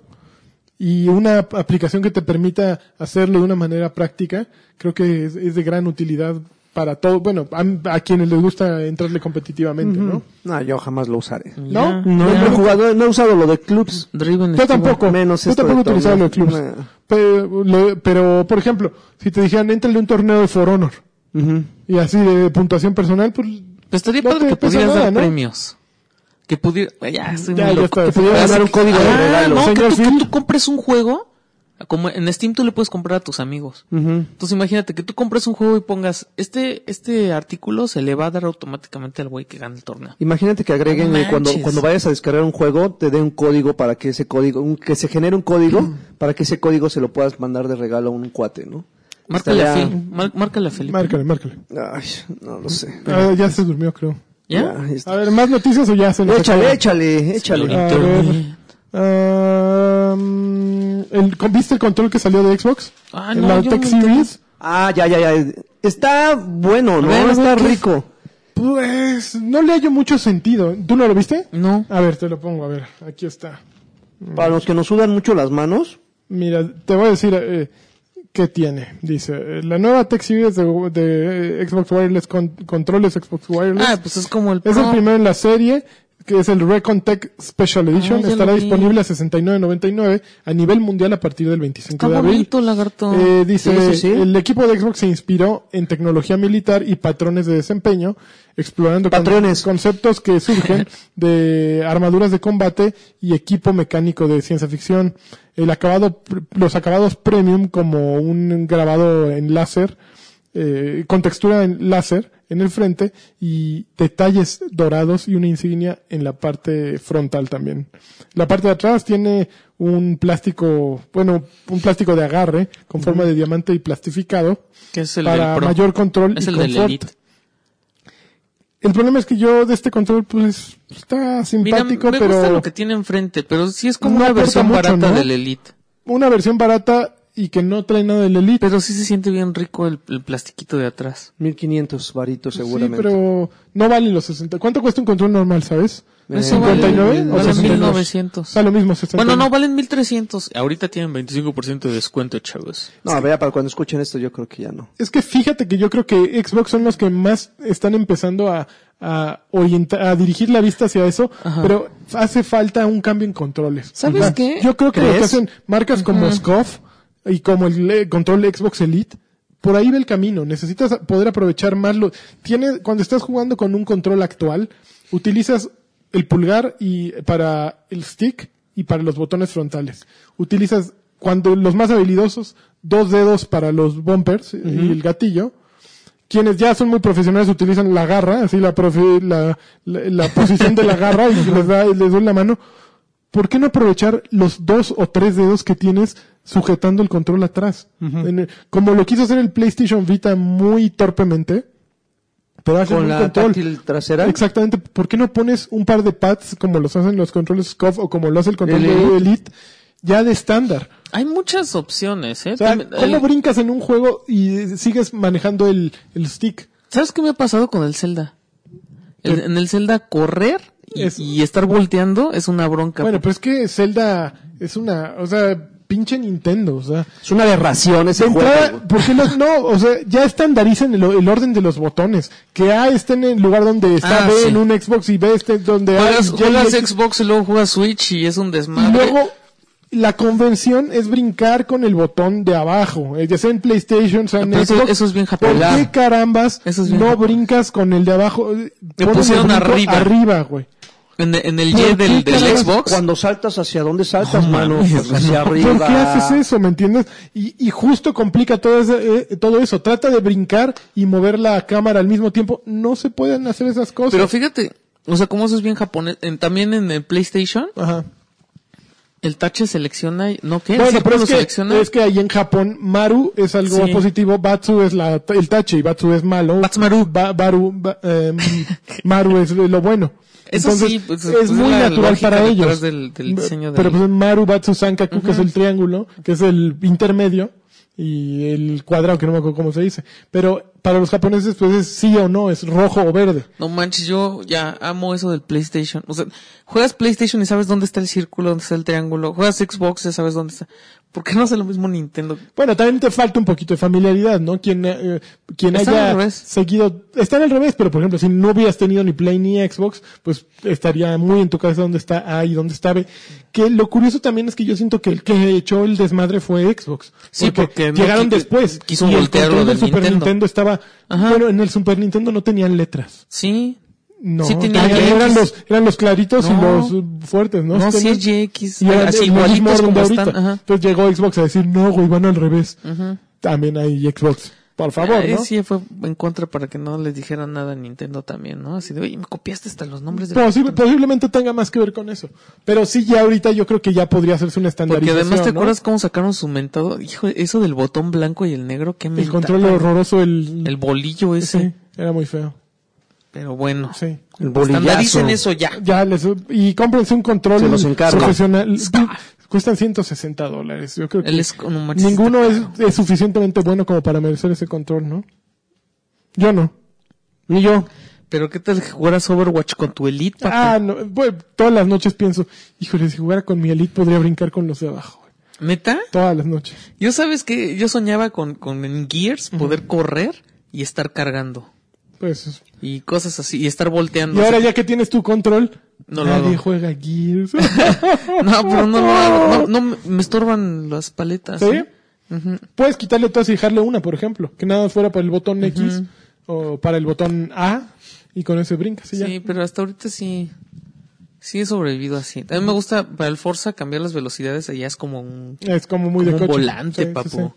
D: y una ap- aplicación que te permita hacerlo de una manera práctica, creo que es, es de gran utilidad para todo, bueno, a, a quienes les gusta entrarle competitivamente, ¿no
B: No, yo jamás lo usaré.
D: ¿No?
E: Ya,
B: No,
E: ya.
B: no he jugado, no he usado lo de clubs.
E: Driven
D: Yo
E: estuvo-
D: tampoco.
B: menos
D: yo
B: esto
D: tampoco
B: de
D: utilizaba los
B: torneos.
D: clubs. Pero, le- pero, por ejemplo, si te dijeran, entrale un torneo de For Honor
B: Ujú.
D: y así de puntuación personal, pues
E: Pues estaría
D: No
E: padre
D: te
E: que
D: pesa
E: pudieras
D: nada,
E: dar
D: ¿no?
E: premios. Que pudiera... Ya, estoy
D: Ya,
E: muy
D: ya
E: loco.
D: está.
E: Que
D: Sí,
E: pudieras-
B: ganar un código de
E: Ah,
B: regalo.
E: no, que
D: Señor
E: tú, que
D: Phil.
E: tú compres un juego. Como en Steam tú le puedes comprar a tus amigos. Entonces imagínate que tú compres un juego y pongas, este, este artículo se le va a dar automáticamente al güey que gana el torneo.
B: Imagínate que agreguen
E: No
B: eh, cuando,
E: manches.
B: cuando vayas a descargar un juego, te dé un código para que ese código, un- que se genere un código para que ese código se lo puedas mandar de regalo a un cuate, ¿no?
E: Márcale a
B: Estaría-
E: Phil, mar- márcale a Felipe.
D: márcale, márcale.
B: Ay, no lo sé.
D: Ah, ya Ah, se durmió, creo.
E: ¿Ya?
B: Ya, está.
D: pues, A ver, ¿más noticias o ya se nos
B: Échale,
D: acabó?
B: échale, échale.
D: A ver. Ah, mm, el, ¿con- ¿Viste el control que salió de Xbox?
E: Ah, no,
D: La
E: yo
D: Tech
E: no
D: Series.
B: Ah, ya, ya, ya. Está bueno, ¿no?
E: A ver,
B: Está
E: ¿qué es?
B: rico.
D: Pues no le hallo mucho sentido. ¿Tú no lo viste?
E: No.
D: A ver, te lo pongo, a ver, aquí está.
E: pues.
B: Para los que nos sudan mucho las manos.
D: Mira, te voy a decir eh, qué tiene. Dice, eh, la nueva Tech Series de, de, eh, Xbox Wireless, con- controles Xbox Wireless.
E: Ah, pues es como el
D: es el
E: Pro.
D: primero en la serie, que es el Recon Tech Special Edition.
E: Ah, ya
D: Estará
E: lo vi.
D: disponible a 69.99 a nivel mundial a partir del 25
E: Está
D: de abril.
E: Ah, bonito, lagarto.
D: Eh, dice,
B: Sí, sí, sí.
D: el equipo de Xbox se inspiró en tecnología militar y patrones de desempeño, explorando con-
B: Patrones.
D: conceptos que surgen de armaduras de combate y equipo mecánico de ciencia ficción. El acabado, pr- los acabados premium como un grabado en láser, eh, con textura en láser en el frente y detalles dorados y una insignia en la parte frontal también. La parte de atrás tiene un plástico, bueno, un plástico de agarre con forma de diamante y plastificado
E: que es el
D: para
E: del Pro.
D: mayor control
E: es
D: y
E: el del
D: confort.
E: Elite.
D: El problema es que yo de este control pues está
E: Mira, me
D: simpático,
E: gusta
D: pero
E: lo que tiene enfrente, pero sí es como
D: No
E: una
D: aporta
E: versión
D: mucho,
E: barata
D: ¿no?
E: del Elite.
D: una versión barata y que no trae nada del Elite.
E: Pero sí se siente bien rico el, el plastiquito de atrás.
B: 1500 varitos
D: Sí,
B: seguramente.
D: pero no vale los 60. ¿Cuánto cuesta un control normal, sabes?
B: Eh,
E: Eso vale,
D: 59 o
E: vale
D: 62.
E: 1900.
D: Está lo mismo, 60.
E: Bueno, no, valen 1300. Ahorita tienen 25% de descuento, chavos.
B: No, a ver, para cuando escuchen esto yo creo que ya no.
D: Es que fíjate que yo creo que Xbox son los que más están empezando a, a orientar, a dirigir la vista hacia eso,
E: Ajá.
D: pero hace falta un cambio en controles.
E: ¿Sabes
D: Ajá.
E: qué?
D: Yo creo que lo que
B: ¿Crees?
D: hacen marcas como Scoff y como el eh, control Xbox Elite, por ahí ve el camino. Necesitas poder aprovechar más lo, tiene, cuando estás jugando con un control actual, utilizas el pulgar y para el stick y para los botones frontales. Utilizas cuando los más habilidosos, dos dedos para los bumpers y el gatillo quienes ya son muy profesionales utilizan la garra, así la, profe- la, la, la posición de la garra y les da, les doy la mano. ¿Por qué no aprovechar los dos o tres dedos que tienes sujetando el control atrás? En el- como lo quiso hacer el PlayStation Vita muy torpemente, pero hacen
B: Con
D: un
B: la
D: control.
B: táctil trasera.
D: Exactamente. ¿Por qué no pones un par de pads como los hacen los controles SCOF o como lo hace el control
B: El
D: de
B: Elite.
D: Elite ya de estándar?
E: Hay muchas opciones, ¿eh?
D: O sea,
E: También-
D: ¿cómo
E: el-
D: brincas en un juego y sigues manejando el, el stick?
E: ¿Sabes qué me ha pasado con el Zelda? El- en el Zelda correr y,
D: Es-
E: y estar volteando es una bronca.
D: Bueno, pero es que Zelda es una, o sea, pinche Nintendo, o sea.
B: Es una aberración ese juego.
D: Entrada, ¿por qué los- no? O sea, ya estandarizan el, el orden de los botones. Que A esté en el lugar donde está
E: Ah,
D: B
E: sí.
D: en un Xbox y B esté donde A.
E: juegas
D: y ya
E: juegas
D: y X.
E: Xbox y luego juegas Switch y es un
D: Y
E: desmadre.
D: luego, la convención es brincar con el botón de abajo. eh, Ya sea en PlayStation, sea en
E: Pero eso-
D: Xbox.
E: eso es bien
D: ¿Por
E: japonés.
D: qué carambas
E: Eso es bien
D: no
E: japonés.
D: brincas con el de abajo? Eh,
E: Te
D: pones el
E: pusieron
D: brinco
E: arriba.
D: Arriba, güey.
E: en, en el
D: ¿Por
E: Y
D: qué
E: del, del
D: cargas
E: Xbox.
B: Cuando saltas hacia dónde saltas,
E: No
B: mano,
E: mames,
B: Pues hacia
E: no.
B: arriba.
D: ¿Por qué haces eso? ¿Me entiendes? Y, y justo complica todo, ese, eh, todo eso. Trata de brincar y mover la cámara al mismo tiempo. No se pueden hacer esas cosas.
E: Pero fíjate, o sea, como eso es bien japonés. en- también en el PlayStation,
D: Ajá.
E: el touch selecciona. y- ¿No qué? ¿El
D: Bueno, pero
E: círculo
D: es
E: selecciona?
D: que, es que ahí en Japón, Maru es algo
E: Sí.
D: positivo, Batsu es la, el tache y Batsu es malo.
E: Batsumaru.
D: Ba- Baru, ba- eh, Maru es lo bueno.
E: Eso
D: Entonces,
E: sí, pues,
D: es
E: pues,
D: muy
E: la
D: natural
E: lógica
D: para
E: detrás
D: ellos.
E: del- del diseño
D: pero
E: del-
D: pues Maru, Batsu, Sankaku, que es el triángulo, que es el intermedio, y el cuadrado, que no me acuerdo cómo se dice. Pero para los japoneses, pues es sí o no, es rojo o verde.
E: No manches, yo ya amo eso del PlayStation. O sea, juegas PlayStation y sabes dónde está el círculo, dónde está el triángulo. Juegas Xbox y sabes dónde está. ¿Por qué no hace lo mismo Nintendo?
D: Bueno, también te falta un poquito de familiaridad, ¿no? Quien, eh, quien
E: Están
D: haya
E: al revés.
D: seguido... Están al revés, pero por ejemplo, si no hubieras tenido ni Play ni Xbox, pues estaría muy en tu cabeza dónde está A y dónde está B. Que lo curioso también es que yo siento que el que echó el desmadre fue Xbox.
E: Sí, porque no
D: llegaron
E: qui-
D: después.
E: quiso
D: y el
E: voltear lo
D: control del
E: del
D: Super Nintendo,
E: Nintendo.
D: estaba...
E: Ajá.
D: Bueno, en el Super Nintendo no tenían letras.
E: Sí.
D: No,
E: Sí tenía
D: eran-
E: X.
D: eran, los, eran los claritos
E: No.
D: y los eh, fuertes, ¿no?
E: No, sí
D: Tenían-
E: es YX.
D: y eran
E: así
D: el mismo
E: igualitos
D: orden
E: como
D: de ahorita.
E: están. Ajá.
D: Entonces llegó Xbox a decir, no, güey, van al revés. También hay Xbox. Por favor,
E: Eh,
D: ¿no?
E: Sí, fue en contra para que no les dijeran nada a Nintendo también, ¿no? Así de, oye, me copiaste hasta los nombres de los
D: Posible- posiblemente tenga más que ver con eso. Pero sí, ya ahorita yo creo que ya podría hacerse una
E: Porque
D: estandarización.
E: además te
D: ¿no?
E: acuerdas cómo sacaron su mentado, hijo, eso del botón blanco y el negro, qué
D: El
E: mentado.
D: control horroroso, el...
E: El bolillo ese,
D: sí, era muy feo.
E: pero bueno.
D: Sí.
B: El bolillazo.
E: Estandaricen eso ya.
D: Ya les, y cómprense un control
B: Se los encargo.
D: profesional. Cuestan 160 dólares. Yo creo que
E: Él es como un marxista.
D: ninguno es, es suficientemente bueno como para merecer ese control, ¿no? Yo no. Ni yo.
E: Pero ¿qué tal que jugaras Overwatch con tu elite, papá?
D: Ah, no. bueno, todas las noches pienso, híjole, si jugara con mi elite podría brincar con los de abajo. güey.
E: ¿Neta?
D: Todas las noches.
E: Yo sabes que yo soñaba con, con en Gears poder correr y estar cargando.
D: Pues es-
E: Y cosas así, y estar volteando.
D: Y ahora ya que tienes tu control,
E: No lo
D: nadie
E: hago.
D: juega Gears.
E: No, pero no lo hago. No, no, me- me estorban las paletas.
D: ¿Sí?
E: ¿eh? Ujú.
D: Puedes quitarle todas y dejarle una, por ejemplo. Que nada fuera para el botón X o para el botón A y con ese brincas y ya.
E: Sí, pero hasta ahorita sí. Sí he sobrevivido así. A mí me gusta para el Forza cambiar las velocidades. Allá es como un.
D: Es como muy de
E: Como un
D: coche.
E: volante, papu.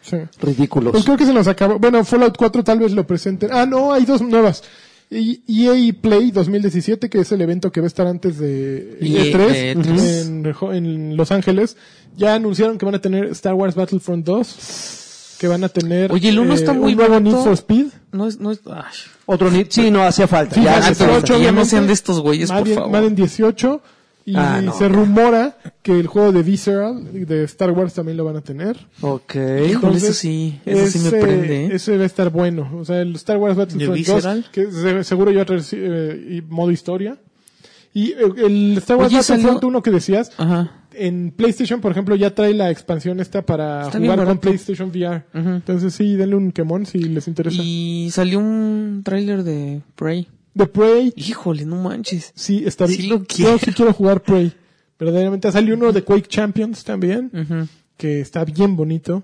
D: sí.
B: Ridículos.
D: Pues creo que se nos acabó. Bueno, Fallout 4 tal vez lo presenten. Ah, no, hay dos nuevas. E- EA Play 2017, que es el evento que va a estar antes de
E: EA
D: E3
E: E3.
D: en, Rejo- en Los Ángeles. Ya anunciaron que van a tener Star Wars Battlefront 2. Que van a tener. eh,
E: Oye, el uno está
D: un
E: muy
D: nuevo Need
E: barato.
D: for Speed.
E: No es. No es ay.
B: Otro ni- Sí, no, hacía falta.
D: FIFA
B: Ya,
E: Ah,
B: hacía
D: 18,
B: falta.
E: pero ya no
D: obviamente.
E: sean de estos güeyes, por
D: Madden,
E: favor.
D: Madden 18. Y
B: Ah, no.
D: se rumora que el juego de Visceral, de Star Wars, también lo van a tener.
B: Ok.
E: Híjole, eso sí. Eso sí
D: ese-
E: me prende, ¿eh?
D: Ese va a estar bueno. O sea, el Star Wars
E: ¿De
D: Battlefront 2,
E: Visceral?
D: que se- seguro ya reci- eh, y modo historia. Y eh, el Star Wars
E: Oye,
D: Battlefront
E: salió-
D: 1 que decías,
E: Ajá.
D: en PlayStation, por ejemplo, ya trae la expansión esta para
E: Está bien
D: jugar con
E: barato.
D: PlayStation VR.
E: Ujú.
D: Entonces sí, denle un quemón si les interesa.
E: Y salió un tráiler de Prey.
D: The Prey,
E: Híjole, no manches.
D: sí, está bien.
E: Sí lo
D: Yo
E: quiero.
D: sí quiero jugar Prey. Verdaderamente, salió uno de Quake Champions también. que está bien bonito.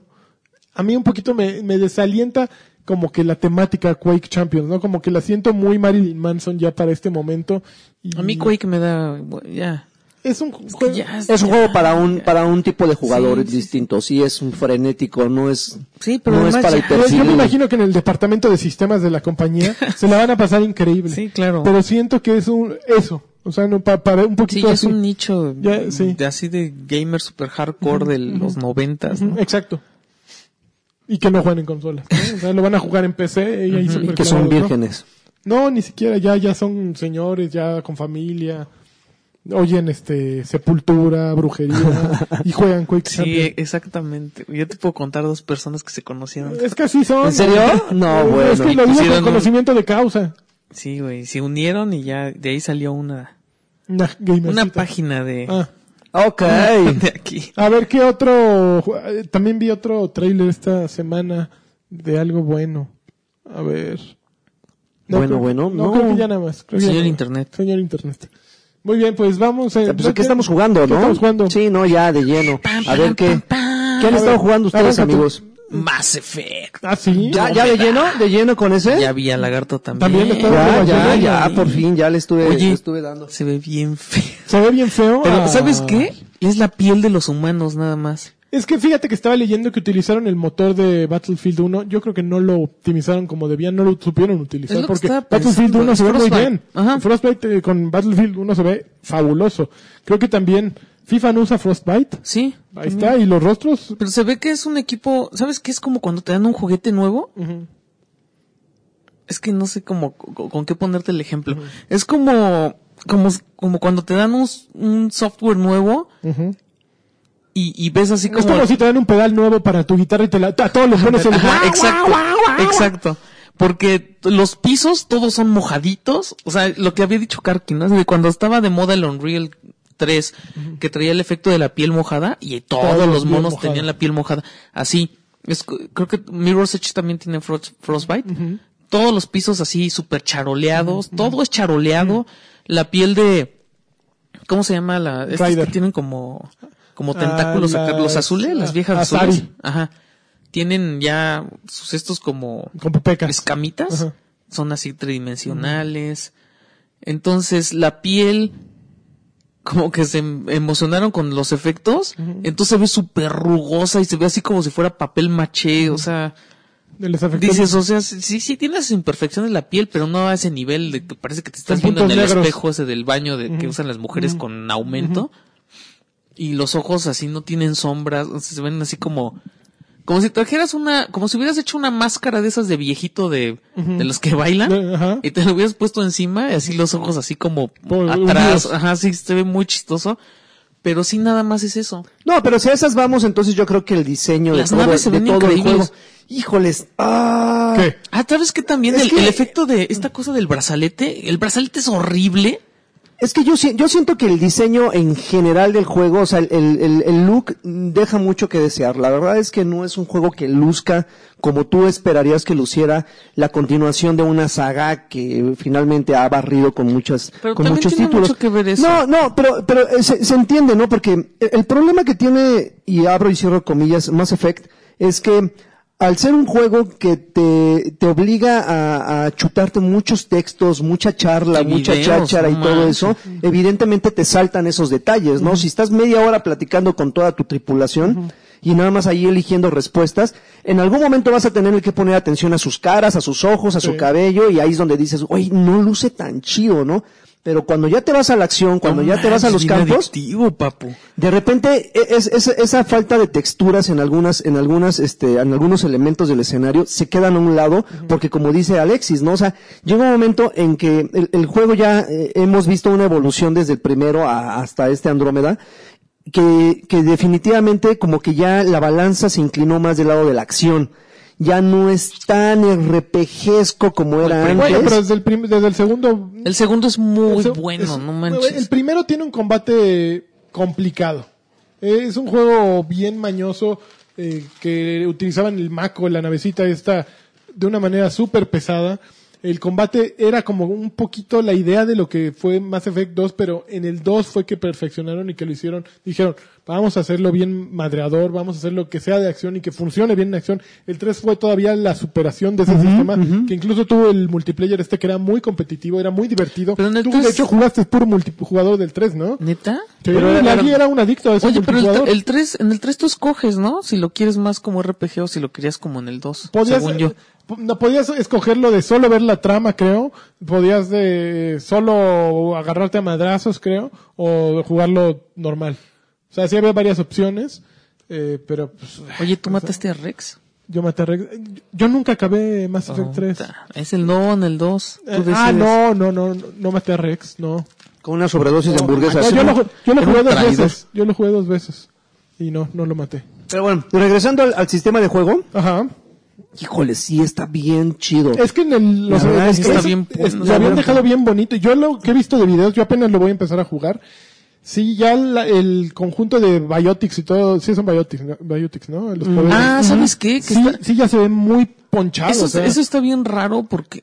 D: A mí un poquito me, me desalienta como que la temática Quake Champions, ¿no? Como que la siento muy Marilyn Manson ya para este momento. Y
E: A mí Quake me da... bueno, Ya.
D: Es un juego...
E: ya es-
B: Es un juego para un, para un tipo de jugadores
E: Sí, sí,
B: distinto. Sí, es un frenético, no es.
E: Sí, pero
B: no es
E: además
B: para
D: Pues,
E: ya-
D: yo me
B: hipercivil.
D: imagino que en el departamento de sistemas de la compañía se la van a pasar increíble.
E: Sí, claro.
D: Pero siento que es un... Eso. O sea, no, pa- para un
E: Sí,
D: poquito
E: ya es
D: así.
E: un nicho
D: Ya, sí.
E: de así de gamer super hardcore de los noventas. ¿no?
D: Ujú, Exacto. Y que no juegan en consolas. ¿no? O sea, lo van a jugar en PC y ahí
B: Y
D: súper
B: que
D: clavados,
B: son
D: ¿no?
B: vírgenes.
D: No, ni siquiera, ya, ya son señores, ya con familia, oyen este sepultura, brujería, y juegan Quake
E: Sí,
D: Champions.
E: exactamente. Yo te puedo contar dos personas que se conocieron.
D: Es que así son.
B: ¿En serio? No,
D: Es que lo digo
B: bueno.
D: con
E: Pusieron un-
D: conocimiento de causa.
E: Sí, güey. Se unieron y ya de ahí salió una,
D: Una,
E: una
D: gamercita.
E: página de,
D: Ah,
B: Ok.
E: de aquí.
D: A ver, ¿qué otro? ju- eh, También vi otro trailer esta semana de algo bueno. A ver.
B: Bueno,
D: creo-
B: bueno,
D: no.
B: no.
D: creo que ya nada más. creo que ya
E: Señor
D: nada más.
E: Internet.
D: Señor Internet. Muy bien, pues vamos. eh,
B: Pues
D: ¿no?
B: aquí estamos jugando,
D: ¿Qué
B: ¿no?
D: Estamos jugando.
B: Sí, no, ya, de lleno. A ver qué. ¿Qué han estado jugando ustedes,
D: arranca tú.
B: amigos?
E: Mass Effect.
D: Ah, sí.
B: ¿Ya, ya de lleno? ¿De lleno con ese?
E: Ya vi a Lagarto también.
D: También está-
B: Ya,
D: Pero
B: ya,
D: yo
B: ya,
E: vi.
B: por fin, ya le estuve,
E: Oye.
B: le estuve dando.
E: Se ve bien feo.
D: Se ve bien feo.
E: Pero,
D: Ah.
E: ¿sabes qué? Es la piel de los humanos nada más.
D: Es que fíjate que estaba leyendo que utilizaron el motor de Battlefield 1. Yo creo que no lo optimizaron como debían, no lo supieron utilizar.
E: Es lo que
D: porque
E: estaba
D: Battlefield
E: pensando,
D: 1 se ve muy
E: Frostbite.
D: bien.
E: Ajá.
D: Frostbite eh, con Battlefield 1 se ve fabuloso. Creo que también FIFA no usa Frostbite.
E: Sí.
D: Ahí está, y los rostros.
E: Pero se ve que es un equipo, ¿sabes qué? Es como cuando te dan un juguete nuevo. Es que no sé cómo, co- con qué ponerte el ejemplo. Es como, como, como cuando te dan un, s- un software nuevo
D: Ujú.
E: y, y ves así como...
D: Es como si te dan un pedal nuevo para tu guitarra y te la, a todos les pones el
E: Ajá,
D: guau,
E: exacto,
D: guau, guau, guau.
E: exacto. Porque t- los pisos todos son mojaditos. O sea, lo que había dicho Karki, ¿no? Es de cuando estaba de moda el Unreal 3, que traía el efecto de la piel mojada y todos,
D: Todos
E: los
D: bien
E: monos
D: mojada.
E: tenían la piel mojada. Así. Es cu- creo que Mirror's Edge también tiene frost- Frostbite. Todos los pisos así súper charoleados. Todo es charoleado. La piel de... ¿Cómo se llama la...? Estos
D: Rider.
E: que tienen como... Como
D: Ah,
E: tentáculos acá, los
D: las-
E: azules, las
D: a-
E: viejas
D: Asari.
E: azules. Ajá tienen ya sus estos como
D: Con pepecas.
E: escamitas,
D: Ajá.
E: son así tridimensionales. Entonces la piel como que se em- emocionaron con los efectos, entonces se ve súper rugosa y se ve así como si fuera papel maché, o sea,
D: Les afectó
E: dices, o sea, sí, sí tiene las imperfecciones la piel, pero no a ese nivel de que parece que te estás
D: Con
E: viendo en
D: puntos
E: el
D: negros.
E: espejo ese del baño de que usan las mujeres con aumento. Y los ojos así no tienen sombras, o sea, se ven así como como si trajeras una, como si hubieras hecho una máscara de esas de viejito de, de los que bailan
D: De- ajá.
E: y te lo hubieras puesto encima y así los ojos así como
D: Como
E: atrás,
D: hundidos.
E: ajá, sí se ve muy chistoso. Pero sí nada más es eso.
B: No, pero si a esas vamos, entonces yo creo que el diseño
E: Las
B: de todo,
E: naves se
B: de
E: ven
B: todo el
E: increíbles.
B: juego. Híjoles, ah.
D: ¿Qué?
E: Ah, ¿sabes que también?
B: Es
E: El,
B: que-
E: el efecto de esta cosa del brazalete. El brazalete es horrible.
B: Es que yo, si- yo siento que el diseño en general del juego, o sea, el, el- el look mm, deja mucho que desear. La verdad es que no es un juego que luzca como tú esperarías que luciera la continuación de una saga que finalmente ha barrido con muchas,
E: Pero
B: con
E: también
B: muchos
E: tiene
B: títulos.
E: mucho que ver eso.
B: No, no, pero, pero eh, se, se entiende, ¿no? Porque el, el problema que tiene, y abro y cierro comillas, Mass Effect, es que al ser un juego que te, te obliga a, a chutarte muchos textos, mucha charla,
E: Y
B: mucha
E: videos,
B: cháchara y
E: no
B: todo
E: manches.
B: eso, evidentemente te saltan esos detalles, ¿no? Si estás media hora platicando con toda tu tripulación y nada más ahí eligiendo respuestas, en algún momento vas a tener que poner atención a sus caras, a sus ojos, a su
D: Sí.
B: cabello y ahí es donde dices, oye, no luce tan chido, ¿no? Pero cuando ya te vas a la acción, cuando
E: No
B: ya te vas a
E: manches,
B: los
E: bien
B: campos,
E: adictivo, papu.
B: de repente e- es- es- esa falta de texturas en algunas, en algunas, este, en algunos elementos del escenario se quedan a un lado, porque como dice Alexis, ¿no? O sea, llega un momento en que el, el juego ya eh, hemos visto una evolución desde el primero a- hasta este Andrómeda, que, que definitivamente como que ya la balanza se inclinó más del lado de la acción. Ya no es tan RPGesco como era antes.
D: Bueno, pero desde el, prim- desde el segundo...
E: El segundo es pues". muy
D: el se-
E: bueno,
D: es-
E: no
D: El
E: manches.
D: primero tiene un combate complicado. Es un juego bien mañoso eh, que utilizaban el maco, la navecita esta, de una manera súper pesada. El combate era como un poquito la idea de lo que fue Mass Effect 2, pero en el 2 fue que perfeccionaron y que lo hicieron. Dijeron, vamos a hacerlo bien madreador, vamos a hacer lo que sea de acción y que funcione bien en acción. El 3 fue todavía la superación de ese sistema, que incluso tuvo el multiplayer este que era muy competitivo, era muy divertido.
E: Pero en el
D: Tú, de
E: tres-
D: hecho, jugaste puro multijugador del 3, ¿no?
E: ¿Neta?
D: Sí,
E: Pero
D: la
E: era-
D: Gui era un adicto a ese
E: Oye, pero el,
D: multijugador.
E: 3, en el 3 tú escoges, ¿no? Si lo quieres más como RPG o si lo querías como en el 2.
D: podías,
E: Según yo.
D: po- No, podías escogerlo de solo ver la trama, creo. Podías de solo agarrarte a madrazos, creo. O jugarlo normal. O sea, sí había varias opciones. eh, pero pues,
E: Oye, tú mataste a Rex.
D: yo maté a Rex. Yo nunca acabé Mass Effect 3.
E: Puta, Es el no en el 2.
D: Eh, ah, no, no, no, no, no maté a Rex, no.
B: Con una sobredosis de hamburguesas.
D: No, yo, lo, ju- yo lo
E: Era
D: jugué
E: un
D: dos
E: traidor.
D: veces. Yo lo jugué dos veces. Y no, no lo maté.
B: Pero bueno, regresando al, al sistema de juego,
D: Ajá.
B: híjole, sí está bien chido.
D: Es que en el, los,
B: verdad es que
D: eso-
E: está bien
D: es-
E: bueno.
D: lo habían dejado bien bonito. Yo lo que he visto de videos, yo apenas lo voy a empezar a jugar. Sí, ya la- el conjunto de biotics y todo, sí son biotics, ¿no? Biotics, ¿no? Los poderes.
E: Ah, ¿sabes qué? Que
D: sí,
E: está-
D: sí ya se ve muy ¿eh? ponchado.
E: Eso,
D: o sea.
E: eso está bien raro porque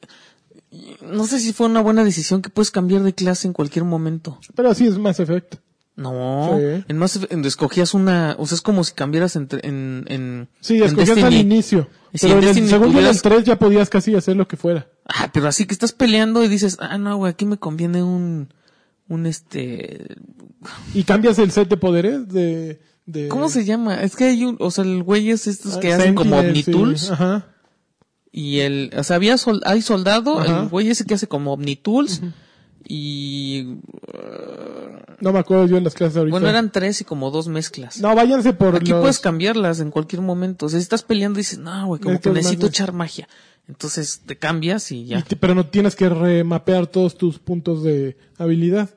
E: no sé si fue una buena decisión que puedes cambiar de clase en cualquier momento.
D: Pero sí es más efecto.
E: No,
D: Sí.
E: en más en- escogías una, o sea, es como si cambiaras entre, en, en,
D: Sí,
E: en
D: escogías al
E: Destiny.
D: inicio.
E: Y si
D: pero en
E: en
D: el
E: Destiny
D: segundo y en el
E: tuvieras-
D: 3 ya podías casi hacer lo que fuera.
E: Ah, pero así que estás peleando y dices, ah, no, güey, aquí me conviene un, un este,
D: Y cambias el set de poderes de... de-
E: ¿cómo se llama? Es que hay un, o sea, el güey es estos que hacen como
D: Sentinel, sí.
E: Omnitools.
D: Ajá.
E: Y el, o sea, había sol- hay soldado,
D: Ajá.
E: el güey ese que hace como Omnitools. Y uh,
D: No me acuerdo yo en las clases ahorita.
E: bueno, eran tres y como dos mezclas.
D: No, váyanse por
E: Aquí
D: los...
E: puedes cambiarlas en cualquier momento. O sea, si estás peleando y dices, no, güey, como
D: Necesito
E: que necesito
D: más-
E: echar magia. Entonces te cambias y
D: Y
E: ya.
D: te- pero no tienes que remapear todos tus puntos de habilidad,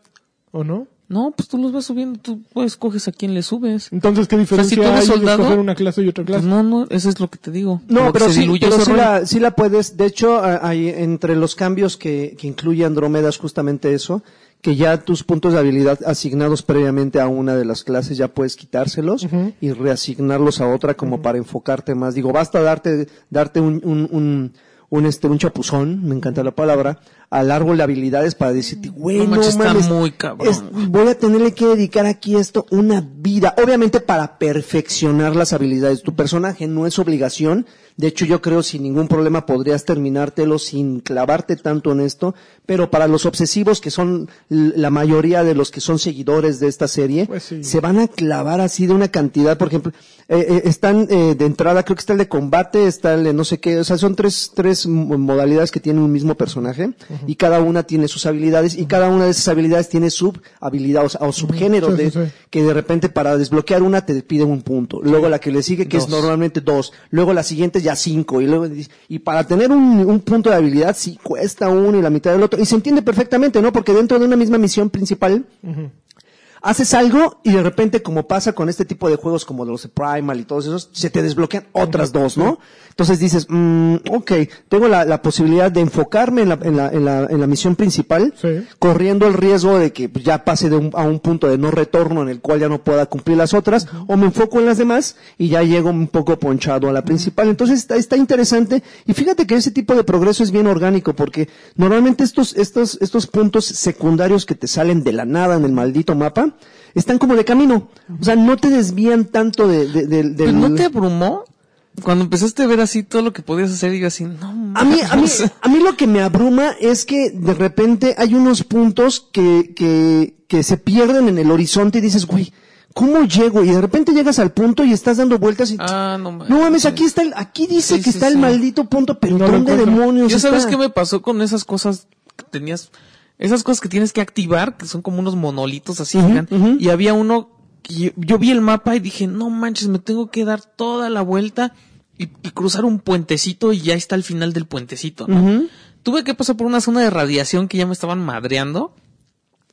D: ¿o no?
E: No, pues tú los vas subiendo, tú pues, escoges a quién le subes.
D: Entonces, ¿qué
E: sea, si
D: diferencia
E: tú eres
D: hay
E: soldado,
D: de escoger una clase y otra
E: Pues
D: clase?
E: no, no, eso es lo que te digo.
B: No,
E: Como que
B: pero,
E: se
B: sí,
E: diluyó
B: pero
E: ese
B: sí,
E: rollo.
B: la, sí la puedes. De hecho, a- hay entre los cambios que, que incluye Andrómeda es justamente eso, que ya tus puntos de habilidad asignados previamente a una de las clases ya puedes quitárselos y reasignarlos a otra como para enfocarte más. Digo, basta darte, darte un, un, un, un, este, un chapuzón, me encanta la palabra, al árbol de habilidades para decirte,
E: Mm,
B: güey,
E: No
B: no,
E: manches, está
B: mames,
E: muy cabrón.
B: es- voy a tenerle que dedicar aquí esto una vida. Obviamente para perfeccionar las habilidades. Tu personaje no es obligación. De hecho, yo creo sin ningún problema podrías terminártelo sin clavarte tanto en esto. Pero para los obsesivos, que son l- la mayoría de los que son seguidores de esta serie,
D: Pues sí.
B: se van a clavar así de una cantidad. Por ejemplo, eh, eh, están eh, de entrada, creo que está el de combate, está el de no sé qué. O sea, son tres, tres mo- modalidades que tiene un mismo personaje y cada una tiene sus habilidades y cada una de esas habilidades tiene sub habilidad o, sea, o subgéneros
D: Sí, sí,
B: de,
D: sí.
B: que de repente para desbloquear una te pide un punto. Luego la que le sigue, que es normalmente dos. Luego la siguiente ya cinco. Y luego dice- y para tener un, un punto de habilidad sí cuesta uno y la mitad del otro. Y se entiende perfectamente, ¿no? Porque dentro de una misma misión principal haces algo y de repente, como pasa con este tipo de juegos como los de Primal y todos esos, se te desbloquean otras dos, ¿no? Entonces dices, mm, ok, tengo la, la posibilidad de enfocarme en la, en la, en la, en la misión principal,
D: Sí.
B: corriendo el riesgo de que pues, ya pase de un- a un punto de no retorno en el cual ya no pueda cumplir las otras, o me enfoco en las demás y ya llego un poco ponchado a la principal. Entonces está, está interesante y fíjate que ese tipo de progreso es bien orgánico porque normalmente estos, estos, estos puntos secundarios que te salen de la nada en el maldito mapa están como de camino, o sea, no te desvían tanto de, de- de- del-
E: Pues, ¿No te abrumó? Cuando empezaste a ver así todo lo que podías hacer, y yo así, no
B: A mí, a mí,
E: mames.
B: a mí lo que me abruma es que de repente hay unos puntos que, que, que se pierden en el horizonte y dices, güey, ¿cómo llego? Y de repente llegas al punto y estás dando vueltas y,
E: Ah, no mames.
B: no mames, aquí está el, aquí dice
E: Sí, sí,
B: que está
E: sí.
B: el maldito punto, pero
D: No lo
B: ¿dónde
D: encuentro.
B: demonios
E: Yo sabes
B: está?
E: qué me pasó con esas cosas que tenías, esas cosas que tienes que activar, que son como unos monolitos así,
B: Ujú,
E: gigantes,
B: ujú.
E: y había uno que yo, yo vi el mapa y dije, no manches, me tengo que dar toda la vuelta y, y cruzar un puentecito y ya está el final del puentecito. ¿no?
B: Ujú.
E: Tuve que pasar por una zona de radiación que ya me estaban madreando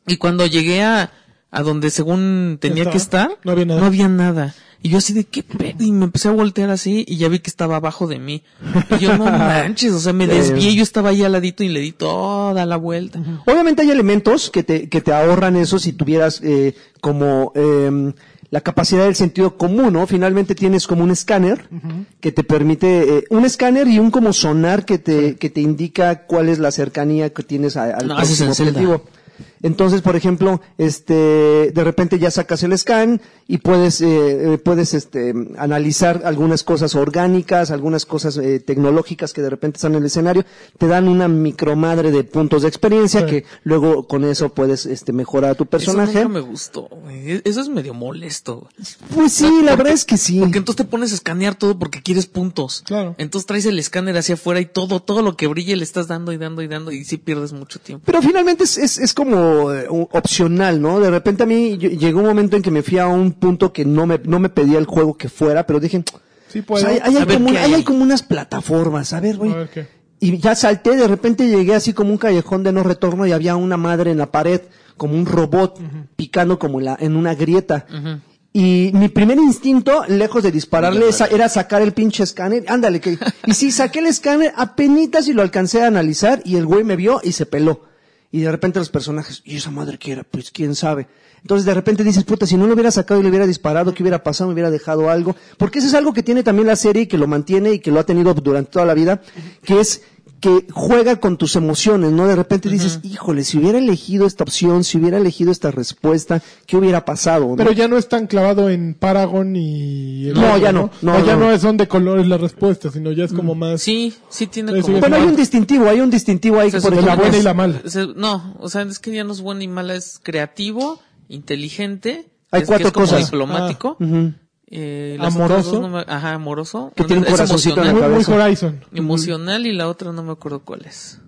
E: y cuando llegué a, a donde según tenía
D: Estaba.
E: que estar,
D: No había nada.
E: no había nada. Y yo así de qué pedo, y me empecé a voltear así y ya vi que estaba abajo de mí. Y yo no manches, o sea, me
B: Ya, ya.
E: desvié, yo estaba ahí al ladito y le di toda la vuelta.
B: Obviamente hay elementos que te, que te ahorran eso si tuvieras eh, como eh, la capacidad del sentido común, ¿no? Finalmente tienes como un escáner que te permite, eh, un escáner y un como sonar que te, que te indica cuál es la cercanía que tienes a- al
E: No, eso es
B: próximo
E: en Zelda.
B: objetivo. Entonces, por ejemplo, este, de repente ya sacas el scan y puedes, eh, eh, puedes este, analizar algunas cosas orgánicas, algunas cosas eh, tecnológicas que de repente están en el escenario. Te dan una micromadre de puntos de experiencia
D: Sí.
B: que luego con eso puedes este, mejorar a tu personaje.
E: Eso nunca me gustó, güey. E- Eso es medio molesto. güey.
B: Pues sí, la verdad es que sí.
E: Porque entonces te pones a escanear todo porque quieres puntos.
D: Claro.
E: Entonces traes el escáner hacia afuera y todo, todo lo que brille le estás dando y dando y dando y sí pierdes mucho tiempo.
B: Pero finalmente es, es, es como eh, u- opcional, ¿no? De repente a mí ll- llegó un momento en que me fui a un punto que no me, no me pedía el juego que fuera, pero dije,
D: Sí, puedo.
B: o sea, ahí, ahí
E: A
B: hay
E: ver,
B: como,
E: ¿qué
B: un- ahí
E: hay?
B: hay como unas plataformas, a ver, güey.
D: A ver, ¿qué?
B: Y ya salté, de repente llegué así como un callejón de no retorno y había una madre en la pared, como un robot picando como la, en una grieta. Y mi primer instinto, lejos de dispararle, esa- era sacar el pinche escáner. Ándale, que... Y sí, saqué el escáner apenitas y lo alcancé a analizar y el güey me vio y se peló. Y de repente los personajes, ¿y esa madre qué era? Pues quién sabe. Entonces de repente dices, puta, si no lo hubiera sacado y le hubiera disparado, ¿qué hubiera pasado? Me hubiera dejado algo. Porque eso es algo que tiene también la serie y que lo mantiene y que lo ha tenido durante toda la vida, que es que juega con tus emociones, ¿no? De repente dices, híjole, si hubiera elegido esta opción, si hubiera elegido esta respuesta, ¿qué hubiera pasado? no?
D: Pero ya no es tan clavado en Paragon y... el
B: No, ya no. No,
D: O ya
B: no. Mm.
D: no es son de colores las respuestas, sino ya es como más...
E: Sí, sí tiene
D: Eso
E: como...
D: ya
B: Bueno, hay un distintivo, hay un distintivo ahí,
E: Se
B: que, por
E: supone
D: la
B: ejemplo,
D: buena
E: que
D: y la
E: es-
D: mala.
E: se- no, o sea, es que ya no es buena y mala, es creativo, inteligente.
B: Hay
E: es que
B: cuatro
E: es como
B: cosas. Ah,
E: diplomático.
B: Ujú.
E: eh, las
D: Amoroso.
E: otras dos no me- ajá, amoroso.
B: Que tiene un
E: Es
B: corazoncito en la
D: Muy,
E: emocional,
D: muy
B: cabeza.
D: Horizon.
E: emocional y la otra no me acuerdo cuál es.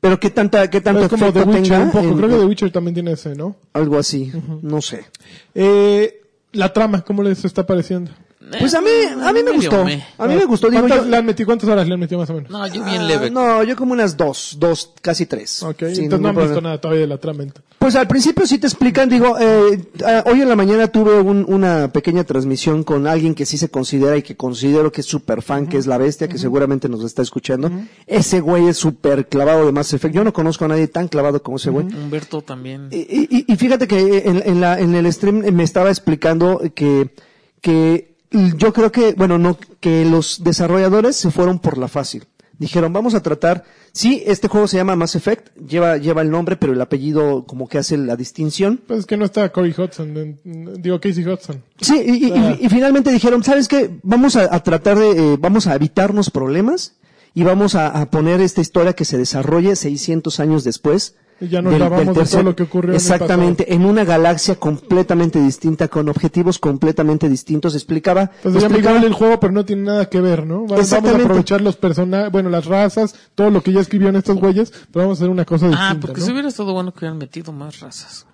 B: pero qué tanta, qué tanto
D: es como The
B: efecto
D: Witcher
B: tenga
D: un poco.
B: en-
D: Creo que The Witcher también tiene ese, ¿no?
B: algo así, no sé.
D: Eh, la trama, ¿cómo les está pareciendo?
B: Pues a mí, a mí me
E: Eh, medio
B: gustó,
E: meh.
B: a mí me gustó. Digo,
D: ¿Cuántas,
B: yo-
D: le han metido, ¿Cuántas horas le han metido más o menos?
E: No, yo
B: Ah,
E: bien leve.
B: No, yo como unas dos, dos, casi tres.
D: Ok,
B: Sin
D: entonces no han
B: ningún
D: visto
B: problema.
D: nada todavía de la trama. ent-
B: Pues al principio sí te explican, digo, eh, ah, hoy en la mañana tuve un- una pequeña transmisión con alguien que sí se considera y que considero que es super fan, que es la bestia, que seguramente nos está escuchando. Ese güey es súper clavado de Mass Effect. Yo no conozco a nadie tan clavado como ese güey.
E: Humberto también.
B: Y, y- y fíjate que en, en la- en el stream me estaba explicando que, que yo creo que, bueno, no, que los desarrolladores se fueron por la fácil. Dijeron, vamos a tratar, sí, este juego se llama Mass Effect, lleva, lleva el nombre, pero el apellido como que hace la distinción.
D: Pues es que no está Corey Hudson, en- en- digo Casey Hudson.
B: Sí, y, y-
D: Ah.
B: y- y finalmente dijeron, ¿sabes qué? Vamos a, a tratar de, eh, vamos a evitarnos problemas y vamos a, a poner esta historia que se desarrolle 600 años después.
D: Y ya nos lavamos de todo lo que ocurrió en el
B: Exactamente, en, una galaxia completamente distinta, con objetivos completamente distintos. Explicaba,
D: Entonces ya me
B: explicaba-
D: vale el juego, pero no tiene nada que ver, ¿no? Va- Vamos a
B: Pues Exactamente.
D: aprovechar los personajes, bueno, las razas, todo lo que ya escribió en estas huellas, pero vamos a hacer una cosa distinta,
E: ah, porque
D: ¿no?
E: si hubiera estado bueno que hubieran metido más razas.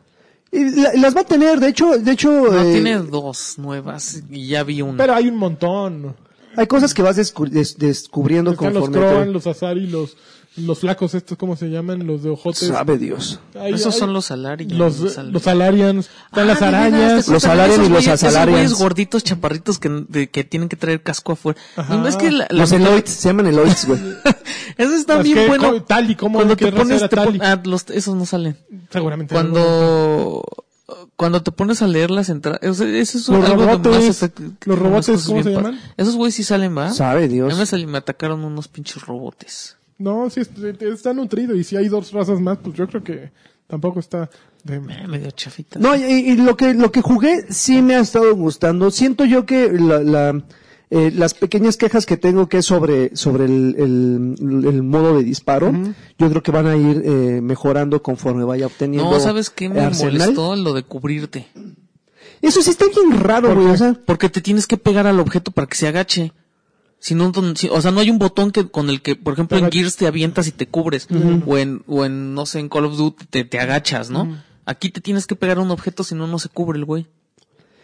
B: y la- las va a tener, de hecho, de hecho,
E: No,
B: eh,
E: tiene dos nuevas y ya vi una.
D: Pero hay un montón.
B: hay cosas que vas descu- des- descubriendo
D: Están los
B: conforme. te-
D: Croan, los Azari, los los flacos estos, ¿cómo se llaman? Los de ojotes.
B: Sabe Dios.
D: Hay-
E: Esos
D: hay-
E: son los Ah, salarios.
D: Los, los salarians. Están las arañas.
B: Los salarian y los asalarian.
E: Los gorditos, chaparritos que, de- que tienen que traer casco afuera.
D: Ajá.
E: No, es que la, la-
B: Los Eloids, se llaman Eloids, güey.
E: Eso está
D: Las
E: bien
D: que-
E: bueno.
D: co- Tali, ¿cómo
E: cuando
D: que
E: te pones,
D: era
E: te pon-
D: Tali?
E: ah, los- esos no salen.
D: Seguramente. no.
E: Cuando cuando te pones a leer las entradas, eso es
D: Los
E: algo de Mass
D: robotes,
E: Effect, que-
D: los
E: unas
D: robotes,
E: cosas
D: ¿cómo
E: bien
D: se
E: padres.
D: llaman?
E: Esos güeyes sí salen, ¿va?
B: Sabe Dios.
E: A mí me sal- me atacaron unos pinches robotes.
D: No, sí, es- está nutrido. Y si hay dos razas más, pues yo creo que tampoco está de
E: Eh, medio chafita.
B: No, y, y lo que lo que jugué sí me ha estado gustando. Siento yo que la- la, eh, las pequeñas quejas que tengo que es sobre sobre el, el- el modo de disparo, yo creo que van a ir eh, mejorando conforme vaya obteniendo.
E: No, ¿sabes qué me
B: arsenal.
E: molestó? Lo de cubrirte.
B: Eso sí está bien raro, güey. O sea,
E: Porque te tienes que pegar al objeto para que se agache. Si no, no- si- o sea, no hay un botón que con el que, por ejemplo, en
D: Ajá.
E: Gears te avientas y te cubres. o, en, o en, no sé, en Call of Duty te, te agachas, ¿no? Aquí te tienes que pegar a un objeto, si no, no se cubre el güey.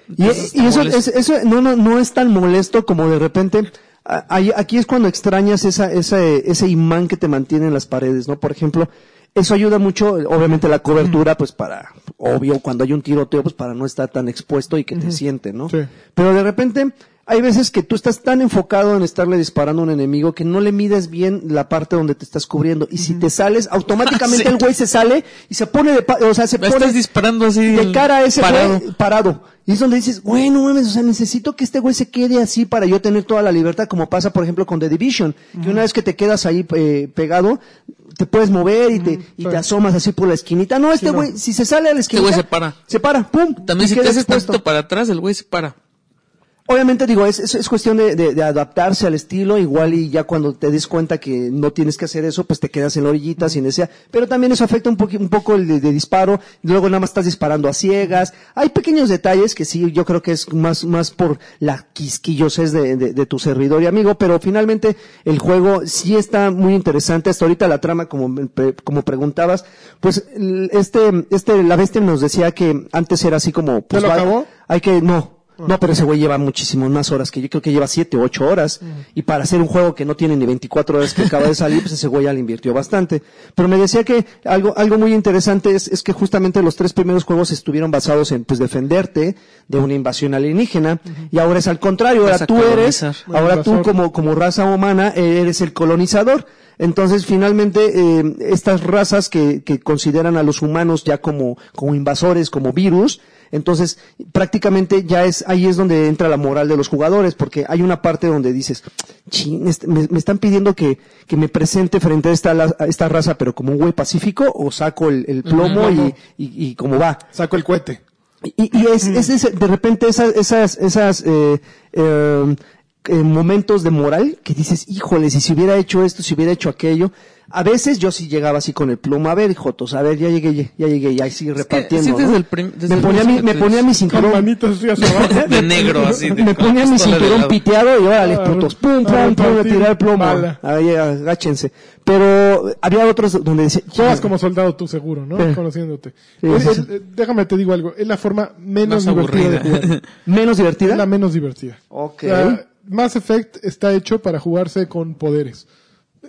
B: Y,
E: Entonces,
B: y eso,
E: molesto.
B: es- eso no, no, no es tan molesto como de repente. a- ahí- aquí es cuando extrañas esa, esa, eh, ese imán que te mantiene en las paredes, ¿no? Por ejemplo, eso ayuda mucho, eh, obviamente, la cobertura, pues para, obvio, cuando hay un tiroteo, pues para no estar tan expuesto y que te siente, ¿no?
D: Sí.
B: Pero de repente hay veces que tú estás tan enfocado en estarle disparando a un enemigo que no le mides bien la parte donde te estás cubriendo. Y si te sales, automáticamente
E: Sí.
B: el güey se sale y se pone de, pa- o sea, se
E: Me
B: pone
E: estás disparando así.
B: de
E: el-
B: cara a ese
E: parado.
B: güey parado. Y es donde dices, güey, no mames, o sea, necesito que este güey se quede así para yo tener toda la libertad, como pasa, por ejemplo, con The Division, que una vez que te quedas ahí eh, pegado, te puedes mover y te, y
D: sí.
B: te asomas así por la esquinita. No, este
D: Sí, no.
B: güey, si se sale a la esquinita,
E: Este güey se para.
B: Se para, pum.
E: También
B: y
E: si te
B: queda
E: haces
B: expuesto.
E: tantito para atrás, el güey se para.
B: Obviamente digo, es, es, es cuestión de, de- de adaptarse al estilo, igual y ya cuando te des cuenta que no tienes que hacer eso, pues te quedas en la orillita sin desea. Pero también eso afecta un, poqui- un poco el de, de disparo, luego nada más estás disparando a ciegas. Hay pequeños detalles que sí, yo creo que es más, más por la quisquillosez de, de- de tu servidor y amigo, pero finalmente el juego sí está muy interesante. Hasta ahorita la trama, como, me pre- como preguntabas, pues el- este, este, la bestia nos decía que antes era así como... Pues,
D: lo
B: va-
D: acabó?
B: hay que, no. No, pero ese güey lleva muchísimas más horas que yo. Creo que lleva siete, ocho horas. Y para hacer un juego que no tiene ni 24 horas que acaba de salir, pues ese güey ya le invirtió bastante. Pero me decía que algo, algo muy interesante es, es que justamente los tres primeros juegos estuvieron basados en, pues, defenderte de una invasión alienígena. Y ahora es al contrario.
E: Vas
B: Ahora
E: a
B: tú eres,
E: colonizar.
B: ahora tú
D: Invasor.
B: como, como raza humana eh, eres el colonizador. Entonces, finalmente, eh, estas razas que, que consideran a los humanos ya como, como invasores, como virus, entonces prácticamente ya es ahí es donde entra la moral de los jugadores, porque hay una parte donde dices, "Chin, este- me, me están pidiendo que, que me presente frente a esta, la- a esta raza, pero como un güey pacífico, o saco el, el plomo y, y, y como va.
D: Saco el cohete.
B: Y, y es, es ese- de repente esas, esas, esas eh, eh, eh, momentos de moral que dices, híjoles, y si hubiera hecho esto, si hubiera hecho aquello. A veces yo sí llegaba así con el plomo, a ver, Jotos, a ver, ya llegué, ya llegué, y ahí sí repartiendo.
E: sí, desde
B: ¿no?
E: el prim- desde
B: me
E: el
B: ponía mi,
E: principio
B: me
E: te
B: ponía
E: dice.
B: mi
D: Con
B: cinturón,
D: manitas así hacia abajo.
E: De negro, así. de-
B: me
E: con
B: ponía mi
E: pistola de
B: cinturón
E: lado.
B: piteado y órale,
D: Ah,
B: putos, pum,
D: ah,
B: pum, pum, a
D: repartir.
B: tirar el plomo.
D: Bala.
B: Ahí, agáchense. Pero había otros donde decía,
D: Juegas como soldado tú seguro, ¿no?
B: Sí.
D: Conociéndote.
B: Sí,
D: Es-
B: sí,
D: es-
B: sí.
D: eh, déjame te digo algo. Es la forma menos
E: Más
D: divertida de
E: aburrida.
D: jugar.
B: menos
D: Es la
B: divertida.
D: menos divertida.
B: Ok.
D: La- Mass Effect está hecho para jugarse con poderes.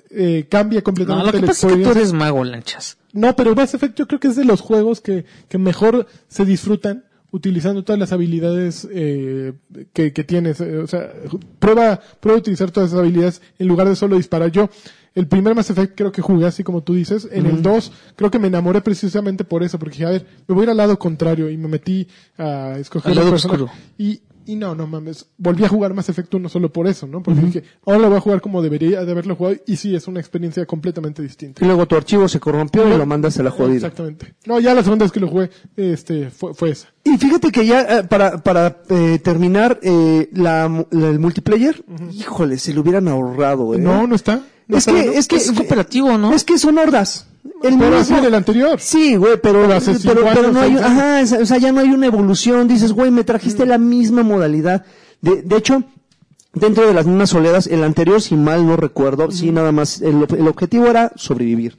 D: Eh, cambia
E: No,
D: completamente
E: lo que
D: la
E: pasa es que tú
D: experiencia.
E: eres mago, lanchas.
D: No, pero Mass Effect yo creo que es de los juegos que, que mejor se disfrutan utilizando todas las habilidades eh, que, que tienes. Eh, o sea, ju- prueba, prueba a utilizar todas esas habilidades en lugar de solo disparar. Yo, el primer Mass Effect creo que jugué así como tú dices. En el 2 creo que me enamoré precisamente por eso, porque dije, a ver, me voy a ir al lado contrario y me metí a escoger
E: Al
D: la
E: lado
D: persona.
E: oscuro.
D: Y, y no, no mames, volví a jugar Mass Effect 1 solo por eso, ¿no? Porque dije, ahora lo voy a jugar como debería de haberlo jugado y sí, es una experiencia completamente distinta.
B: Y luego tu archivo se corrompió y lo mandas a la jodida.
D: Exactamente. No, ya la segunda vez que lo jugué, este, fue, fue esa.
B: Y fíjate que ya eh, para, para eh, terminar eh, la, mu- la- el multiplayer, híjole, se lo hubieran ahorrado, eh.
D: No, no está. No
B: es
D: está,
B: que,
D: ¿no?
B: es que
E: Es cooperativo, ¿no?
B: Es que son hordas. El
D: Pero así
B: mismo-
D: del anterior.
B: Sí, güey, pero,
D: Pero
B: pero,
D: hace cinco
B: pero
D: años,
B: no hay,
D: seis años.
B: ajá, es- Mm. o sea, ya no hay una evolución. Dices, güey, me trajiste la misma modalidad. De, de hecho, dentro de las mismas oleadas, el anterior, si mal no recuerdo, sí, nada más, el, ob- el objetivo era sobrevivir.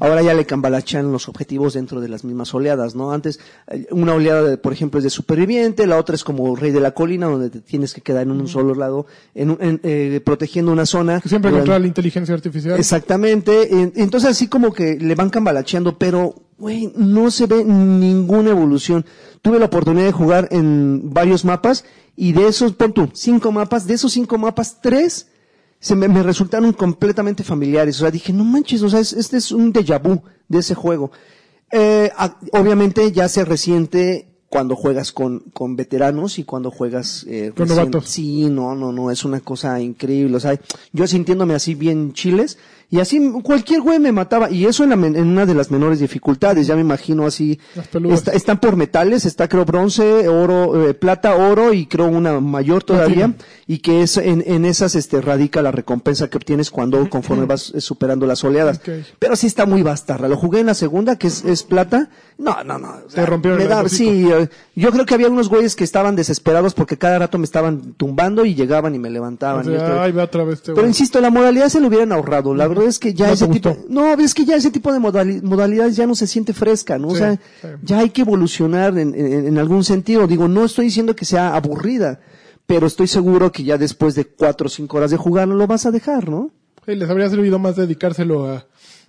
B: Ahora ya le cambalachan los objetivos dentro de las mismas oleadas, ¿no? Antes, eh, una oleada, de, por ejemplo, es de superviviente, la otra es como rey de la colina, donde te tienes que quedar en un solo lado, en, un- en, eh, protegiendo una zona.
D: Siempre
B: durante-
D: contra la inteligencia artificial.
B: Exactamente. En- Entonces así como que le van cambalacheando, pero, güey, no se ve ninguna evolución. Tuve la oportunidad de jugar en varios mapas y de esos, pon tú, cinco mapas, de esos cinco mapas, tres se me, me resultaron completamente familiares. O sea, dije, no manches, o sea, es- este es un déjà vu de ese juego. Eh, a- obviamente ya se resiente cuando juegas con, con veteranos y cuando juegas eh,
D: Con
B: recién-
D: novatos.
B: Sí, no, no, no, es una cosa increíble. O sea, yo sintiéndome así bien chiles, y así cualquier güey me mataba, y eso en, la men- en una de las menores dificultades, ya me imagino así.
D: Las peludas.
B: Está- están por metales, está creo bronce, oro, eh, plata, oro, y creo una mayor todavía, y que es, en, en esas este, radica la recompensa que obtienes cuando, conforme vas eh, superando las oleadas.
D: Ok.
B: Pero sí está muy bastarda. Lo jugué en la segunda, que es, es plata. No, no, no.
D: Te rompieron
B: me
D: el
B: da-
D: hocico.
B: Sí, y, eh, yo creo que había unos güeyes que estaban desesperados porque cada rato me estaban tumbando y llegaban y me levantaban.
D: O
B: y otra
D: sea,
B: vez.
D: ahí va otra vez este
B: Pero
D: güey.
B: insisto, la modalidad se lo hubieran ahorrado. La verdad es que ya
D: No te
B: ese tipo,
D: gustó.
B: no, es que ya ese tipo de modali- modalidades ya no se siente fresca, ¿no? o
D: Sí,
B: sea,
D: sí.
B: ya hay que evolucionar en, en- en algún sentido. Digo, no estoy diciendo que sea aburrida, pero estoy seguro que ya después de cuatro o cinco horas de jugar lo vas a dejar, ¿no?
D: Sí, Pues, les habría servido más dedicárselo a,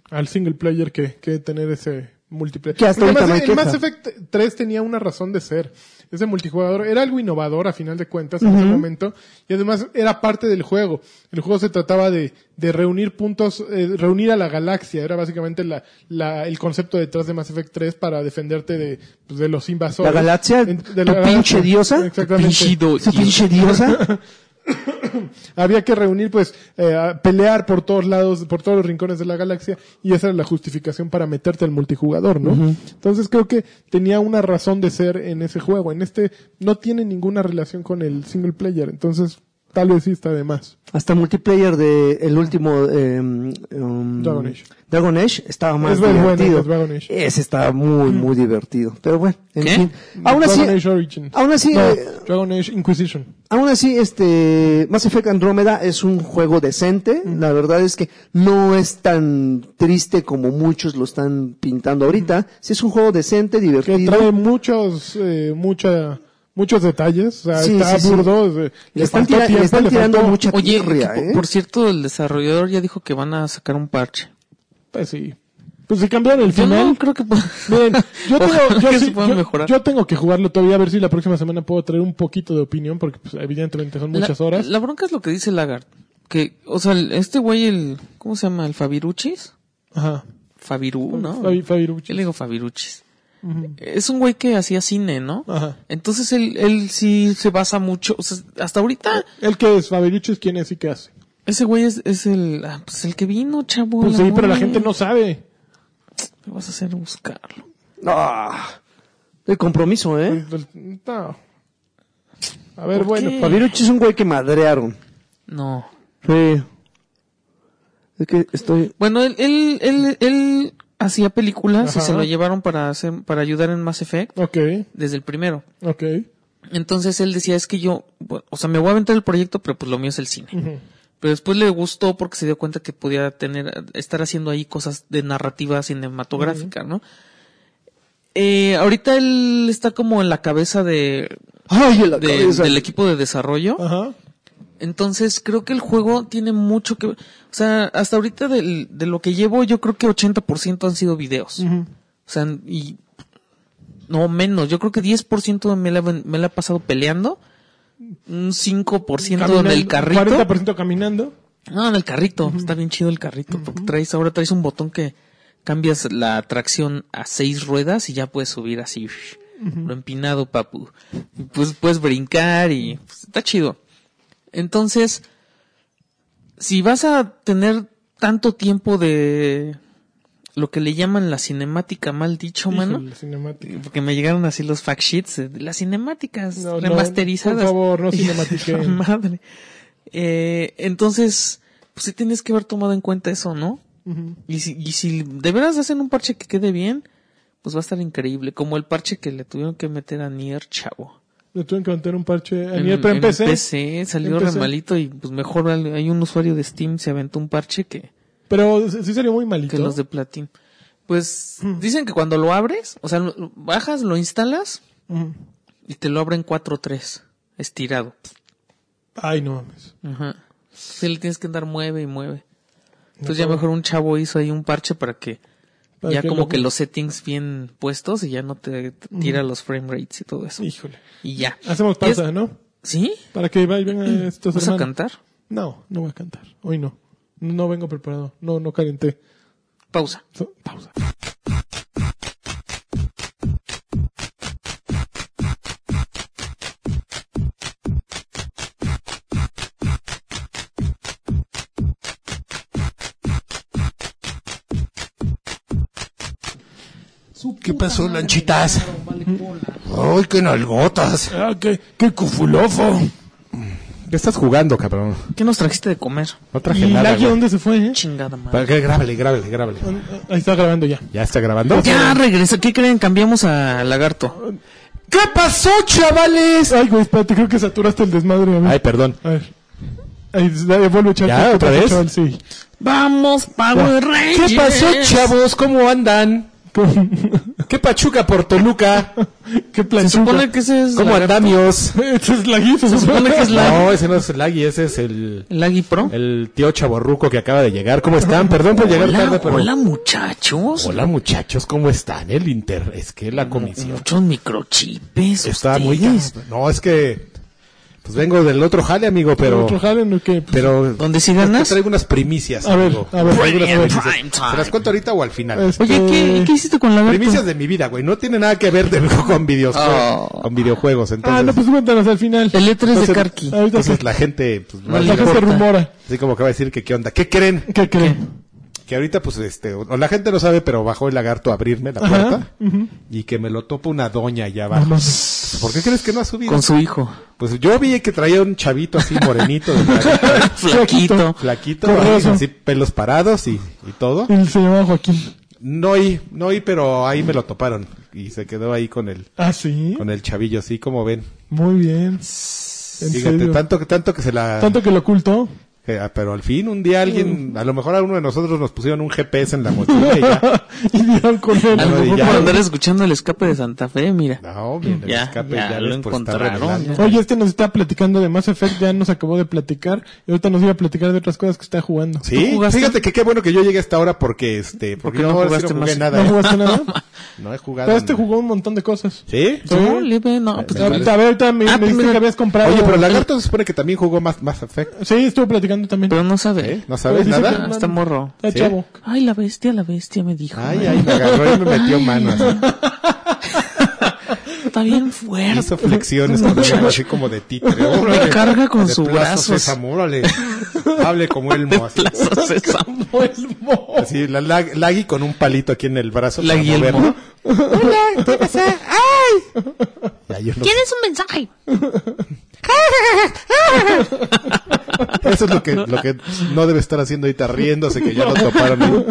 D: al single player que, que tener ese multiplayer.
B: Que hasta
D: Porque
B: ahorita
D: además,
B: no hay
D: el Mass
B: queja.
D: Effect 3 tenía una razón de ser. Ese multijugador era algo innovador a final de cuentas en ese momento y además era parte del juego. El juego se trataba de, de reunir puntos, eh, reunir a la galaxia. Era básicamente la, la, el concepto detrás de Mass Effect 3 para defenderte de, pues, de los invasores.
B: La galaxia,
D: En- de
B: tu
D: la
B: pinche
D: galaxia.
B: diosa, tu
D: Exactamente
B: tu pinche diosa.
D: había que reunir, pues, eh, a pelear por todos lados, por todos los rincones de la galaxia, y esa era la justificación para meterte al multijugador, ¿no? Entonces creo que tenía una razón de ser en ese juego. En este no tiene ninguna relación con el single player, entonces tal vez sí está de más.
B: Hasta multiplayer de el último eh, um,
D: Dragon Age.
B: Dragon Age estaba más
D: Es muy bueno,
B: divertido.
D: el Dragon Age.
B: Ese estaba muy muy divertido. Pero bueno, en
E: Mm. ¿Qué?
B: fin. Aún así,
D: Dragon Age Origin.
B: aún así,
D: No,
B: eh,
D: Dragon Age Inquisition.
B: aún así, este Mass Effect Andromeda es un juego decente.
D: Mm.
B: La verdad es que no es tan triste como muchos lo están pintando ahorita. Sí es un juego decente,
D: Mm. que
B: divertido.
D: trae muchos eh, mucha muchos detalles o sea,
B: Sí,
D: está
B: sí, sí.
D: burdo eh,
B: Le están,
D: faltó
B: tira- le
D: tiempo,
B: están
D: le
B: tirando
D: faltó-
B: mucha
E: Oye,
B: tirria,
E: que por-
B: ¿eh?
E: por cierto, el desarrollador ya dijo que van a sacar un parche.
D: pues sí pues si cambiaron el
E: Yo
D: final
E: no creo que...
D: Miren, yo tengo,
E: Ojalá
D: yo,
E: que
D: sí-
E: se pueda
D: yo-
E: mejorar.
D: yo tengo que jugarlo todavía a ver si la próxima semana puedo traer un poquito de opinión porque pues, evidentemente son muchas
E: La-
D: horas.
E: La bronca es lo que dice Lagarde. Que, o sea, el- este güey, el... ¿Cómo se llama? ¿El Fabiruchis?
D: Ajá.
E: Fabiru, ¿no?
D: Fabi- Fabiruchis.
E: Yo le digo Fabiruchis.
D: Ujú.
E: Es un güey que hacía cine, ¿no?
D: Ajá.
E: Entonces él, él sí se basa mucho. O sea, hasta ahorita,
D: El que es Fabirucho es quien es y qué hace.
E: ese güey es, es el, ah, pues el que vino, chavo.
D: Pues
E: la
D: sí, pero la
E: mole.
D: gente no sabe.
E: Me vas a hacer buscarlo.
B: Ah, de compromiso, ¿eh?
D: Pues, No. A ver,
E: ¿Por
D: bueno.
E: qué?
B: Fabirucci es un güey que madrearon.
E: No.
B: Sí. Es que estoy.
E: Bueno, él, él, él, él hacía películas y
D: Ajá.
E: se lo llevaron para hacer, para ayudar en Mass Effect
D: Ok,
E: desde el primero.
D: ok.
E: Entonces él decía, es que yo, bueno, o sea, me voy a aventar el proyecto, pero pues lo mío es el cine.
D: Ujú.
E: Pero después le gustó porque se dio cuenta que podía tener, estar haciendo ahí cosas de narrativa cinematográfica, ¿no? Eh, ahorita él está como en la cabeza de,
B: Ay, en la
E: de-
B: cabeza.
E: del equipo de desarrollo.
D: Ajá.
E: Entonces creo que el juego tiene mucho que ver. O sea, hasta ahorita del- de lo que llevo, yo creo que 80% han sido videos.
D: Ujú.
E: O sea, y no menos, yo creo que 10% me la, me la he pasado peleando, un 5% en
D: Caminando-
E: el carrito.
D: 40% caminando.
E: No, Ah, en el carrito, está bien chido el carrito, porque traes ahora traes un botón que cambias la tracción a seis ruedas y ya puedes subir así, lo empinado, papu. Y pues puedes brincar y pues, está chido. Entonces, si vas a tener tanto tiempo de lo que le llaman la cinemática mal dicho, mano,
D: Híjole, cinemática.
E: porque me llegaron así los fact sheets eh, de las cinemáticas
D: No, no,
E: remasterizadas.
D: por favor, no
E: Y-
D: cinematiquen.
E: Madre. Eh, entonces, pues sí tienes que haber tomado en cuenta eso, ¿no?
D: Ujú.
E: Y si, y si de veras hacen un parche que quede bien, pues va a estar increíble. Como el parche que le tuvieron que meter a Nier, chavo.
D: Le tuvieron que mantener un parche a
E: En-
D: nivel para
E: en
D: empecé.
E: PC, salió
D: En PC.
E: re malito y pues mejor al- hay un usuario de Steam se aventó un parche que,
D: Pero sí salió muy malito.
E: que los de Platin. Pues dicen que cuando lo abres, o sea, lo- lo bajas, lo instalas
D: Ujú.
E: y te lo abren 4.3 estirado.
D: Ay, no mames.
E: Ajá. Sí le tienes que andar mueve y mueve. Entonces ya
D: Acabo-
E: mejor un chavo hizo ahí un parche para que
D: para
E: ya como
D: lo-
E: que los settings bien puestos y ya no te t- tira los frame rates y todo eso.
D: Híjole.
E: Y ya.
D: Hacemos
E: Y es-
D: pausa, ¿no?
E: ¿Sí?
D: Para que vayan estos
E: ¿Vas a
D: hermanos.
E: cantar?
D: No, no voy a cantar. Hoy no. No vengo preparado. No, no calenté.
E: Pausa.
D: So- pausa.
A: ¿Qué pasó, lanchitas? ¡Ay, qué nalgotas!
D: Ah, ok.
A: ¡Qué cufulofo! ¿Qué estás jugando, cabrón?
E: ¿Qué nos trajiste de comer?
A: No traje
D: ¿Y
A: nada.
D: Lagi
A: güey.
D: dónde se fue, eh?
E: Chingada madre.
A: Para que- Grábale, grábale, grábale.
D: Ah, Ahí está grabando ya.
A: ¿Ya está grabando?
E: Ya regresa. ¿Qué creen? Cambiamos a Lagarto.
A: ¿Qué pasó, chavales?
D: Ay, güey, espérate, creo que saturaste el desmadre. A ver.
A: Ay, perdón.
D: A ver. Ahí, dale, vuelve a echar.
A: ¿Ya,
D: tantito,
A: otra vez?
D: chaval, sí.
E: Vamos, Power Rangers.
A: ¿Qué pasó, chavos? ¿Cómo andan? ¿Qué pachuca por Toluca?
D: ¿Qué plan?
E: Se supone que ese es
A: ¿Cómo
E: Lagarto.
A: andamios?
D: Ese es Lagi, se supone
E: supone que es Lagi.
A: No, ese no es Lagui, ese es el,
E: Lagi Pro.
A: el tío chaborruco que acaba de llegar. ¿Cómo están? Perdón por llegar tarde,
E: Hola,
A: pero...
E: hola muchachos.
A: Hola, muchachos, ¿cómo están? El Inter, es que la comisión
E: Muchos microchipes.
A: está muy...
E: ustedes.
A: cabrón. No, es que... Pues vengo del otro jale, amigo, pero...
D: Otro jale en el que... pues,
A: Pero...
E: Donde si
A: es que
E: ganas.
A: Traigo unas primicias,
D: A ver,
A: amigo.
D: a ver.
A: Traigo unas
E: Prime
A: primicias.
E: time.
A: ¿Se las cuento ahorita o al final?
D: este,
E: Oye, ¿qué, qué hiciste con Lagarto?
A: Primicias de mi vida, güey. No tiene nada que ver de- con videojuegos.
E: Oh.
A: Con videojuegos, entonces...
D: Ah, no, pues cuéntanos al final.
E: El E3 de
A: Entonces-
E: Karki.
D: Ahorita se
A: Entonces la gente... Pues,
E: No
A: va a
E: le
D: la
A: llegar-
D: gente
E: importa.
D: rumora.
A: así como que va a decir que qué onda. ¿Qué creen?
D: ¿Qué creen?
A: que ahorita pues este o la gente no sabe pero bajó el lagarto a abrirme la puerta y que me lo topa una doña allá abajo ¿por qué crees que no ha subido?
E: Con su hijo.
A: pues yo vi que traía un chavito así morenito de barbita,
E: Flaquito.
A: flaquito
D: Con
A: así,
D: razón.
A: así, pelos parados y, y todo
D: Él se llamaba Joaquín.
A: no oí no oí pero ahí me lo toparon y se quedó ahí con el
D: Ah, sí.
A: con el chavillo así como ven
D: Muy bien. En
A: fíjate
D: serio.
A: tanto que tanto que se la
D: Tanto que Mm. lo ocultó.
A: que- ah, pero al fin un día alguien a lo mejor a uno de nosotros nos pusieron un GPS en la mochila y ya
D: y dieron con él.
E: A lo
A: Bueno, y
E: mejor
A: ya.
E: por andar escuchando el escape de Santa Fe, mira.
A: No, bien, el
E: Ya,
A: escape
E: ya
A: ya,
E: lo
A: ves por estar
E: encontraron,
A: revelando.
E: ya.
D: Oye, este nos está platicando de Mass Effect, ya nos acabó de platicar. Y ahorita nos iba a platicar de otras cosas que está jugando.
E: ¿Tú
A: Sí,
E: jugaste?
A: fíjate que qué bueno que yo llegué hasta ahora porque este, porque,
E: Porque
A: no,
E: no
A: ahora sí
E: jugaste
A: no jugué
E: más.
A: nada.
D: ¿No
A: eh.
D: jugaste nada?
A: No he jugado.
D: Pero este
A: nada.
D: jugó un montón de cosas.
A: Sí.
E: No, libre, no. pues,
A: Me
D: Ahorita, a ver, ahorita me, me
E: Ah,
D: dijiste
E: primero-
D: que habías comprado.
A: Oye, pero Lagarto se supone que también jugó más Mass Effect,
D: Sí, estuvo platicando también.
E: pero no sabe.
A: ¿eh? ¿No sabes
D: Pero dice
E: Ah,
A: nada?
E: está morro.
D: Está
A: ¿Sí?
D: chavo.
E: Ay, la bestia, la bestia me dijo. ¿eh?
A: Ay, ay, me agarró y me metió mano así.
E: Está bien fuerte.
A: Hizo flexiones con el- así como de títere. Órale.
E: Me carga con
A: De
E: su
A: plazo,
E: brazo.
A: Sésamo, órale. Hable como el mo. Así,
E: Plazo Sésamo.
A: Así, la, lag- lagui con un palito aquí en el brazo.
E: La
A: para moverlo.
E: Guillermo.
A: Hola, ¿qué pasa? ¡Ay! Ya, yo no
F: ¿Tienes un mensaje?
A: Eso es lo que, lo que no debe estar haciendo ahorita riéndose que ya lo toparon. ¿no?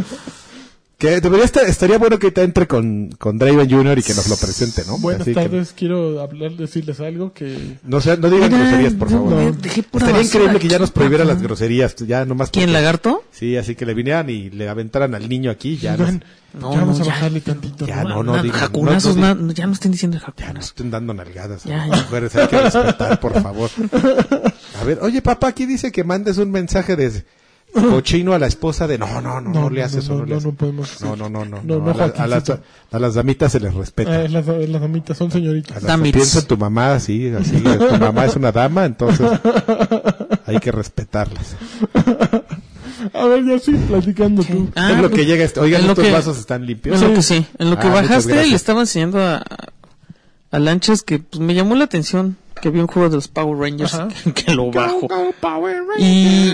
A: Que debería estar- estaría bueno que ahorita entre con, con Draven Jr. y que nos lo presente, ¿no?
D: Buenas
A: Así que-
D: tardes, quiero hablar, decirles algo que...
A: no, sea- no digan
E: Mira,
A: groserías, por favor.
E: no, dejé pura
A: Estaría
E: basura
A: increíble que ya
E: aquí,
A: nos prohibiera
E: papá.
A: las groserías, ya nomás.
E: ¿Quién,
A: porque-
E: lagarto?
A: Sí, así que le vinieran y le aventaran al niño aquí, ya. nos-
D: Iván,
E: No,
D: ya vamos
E: no,
D: a
E: ya.
D: bajarle tantito.
A: Ya,
D: ¿no?
A: no, no,
E: Na-
A: digan,
E: jacunazos,
A: no, no,
E: na- ya no estén diciendo
A: Ya no
E: jacunas.
A: estén dando nalgadas a
E: Ya,
A: las
E: ya.
A: mujeres, hay que respetar, por favor. A ver, oye papá, aquí dice que mandes un mensaje de cochino a la esposa de... No, no, no, no, le haces eso, no,
D: no,
A: le
D: no,
A: haces.
D: no podemos.
A: No, no, no, no.
D: No,
A: no,
D: no,
A: a, la- a las,
D: Joaquincito.
A: a las damitas se les
D: Ah,
E: Eh,
A: respeta.
D: es las, es las amitas, son
A: A
D: señoritas.
A: las-
E: Damitz.
A: pienso en tu mamá, así, así. Tu mamá es una dama, entonces hay que respetarlas.
D: A ver, ya sí, platicando tú.
E: Ah,
A: es lo que
E: pues,
A: llega. Este, oigan,
E: en lo
A: estos
E: que-
A: vasos están limpios.
E: En lo que sí, en lo que
A: Ah, muchas
E: bajaste
A: gracias.
E: le estaba enseñando a, a Lanchas que pues, me llamó la atención que había un juego de los Power Rangers
D: Ajá.
E: que, que lo bajo. Y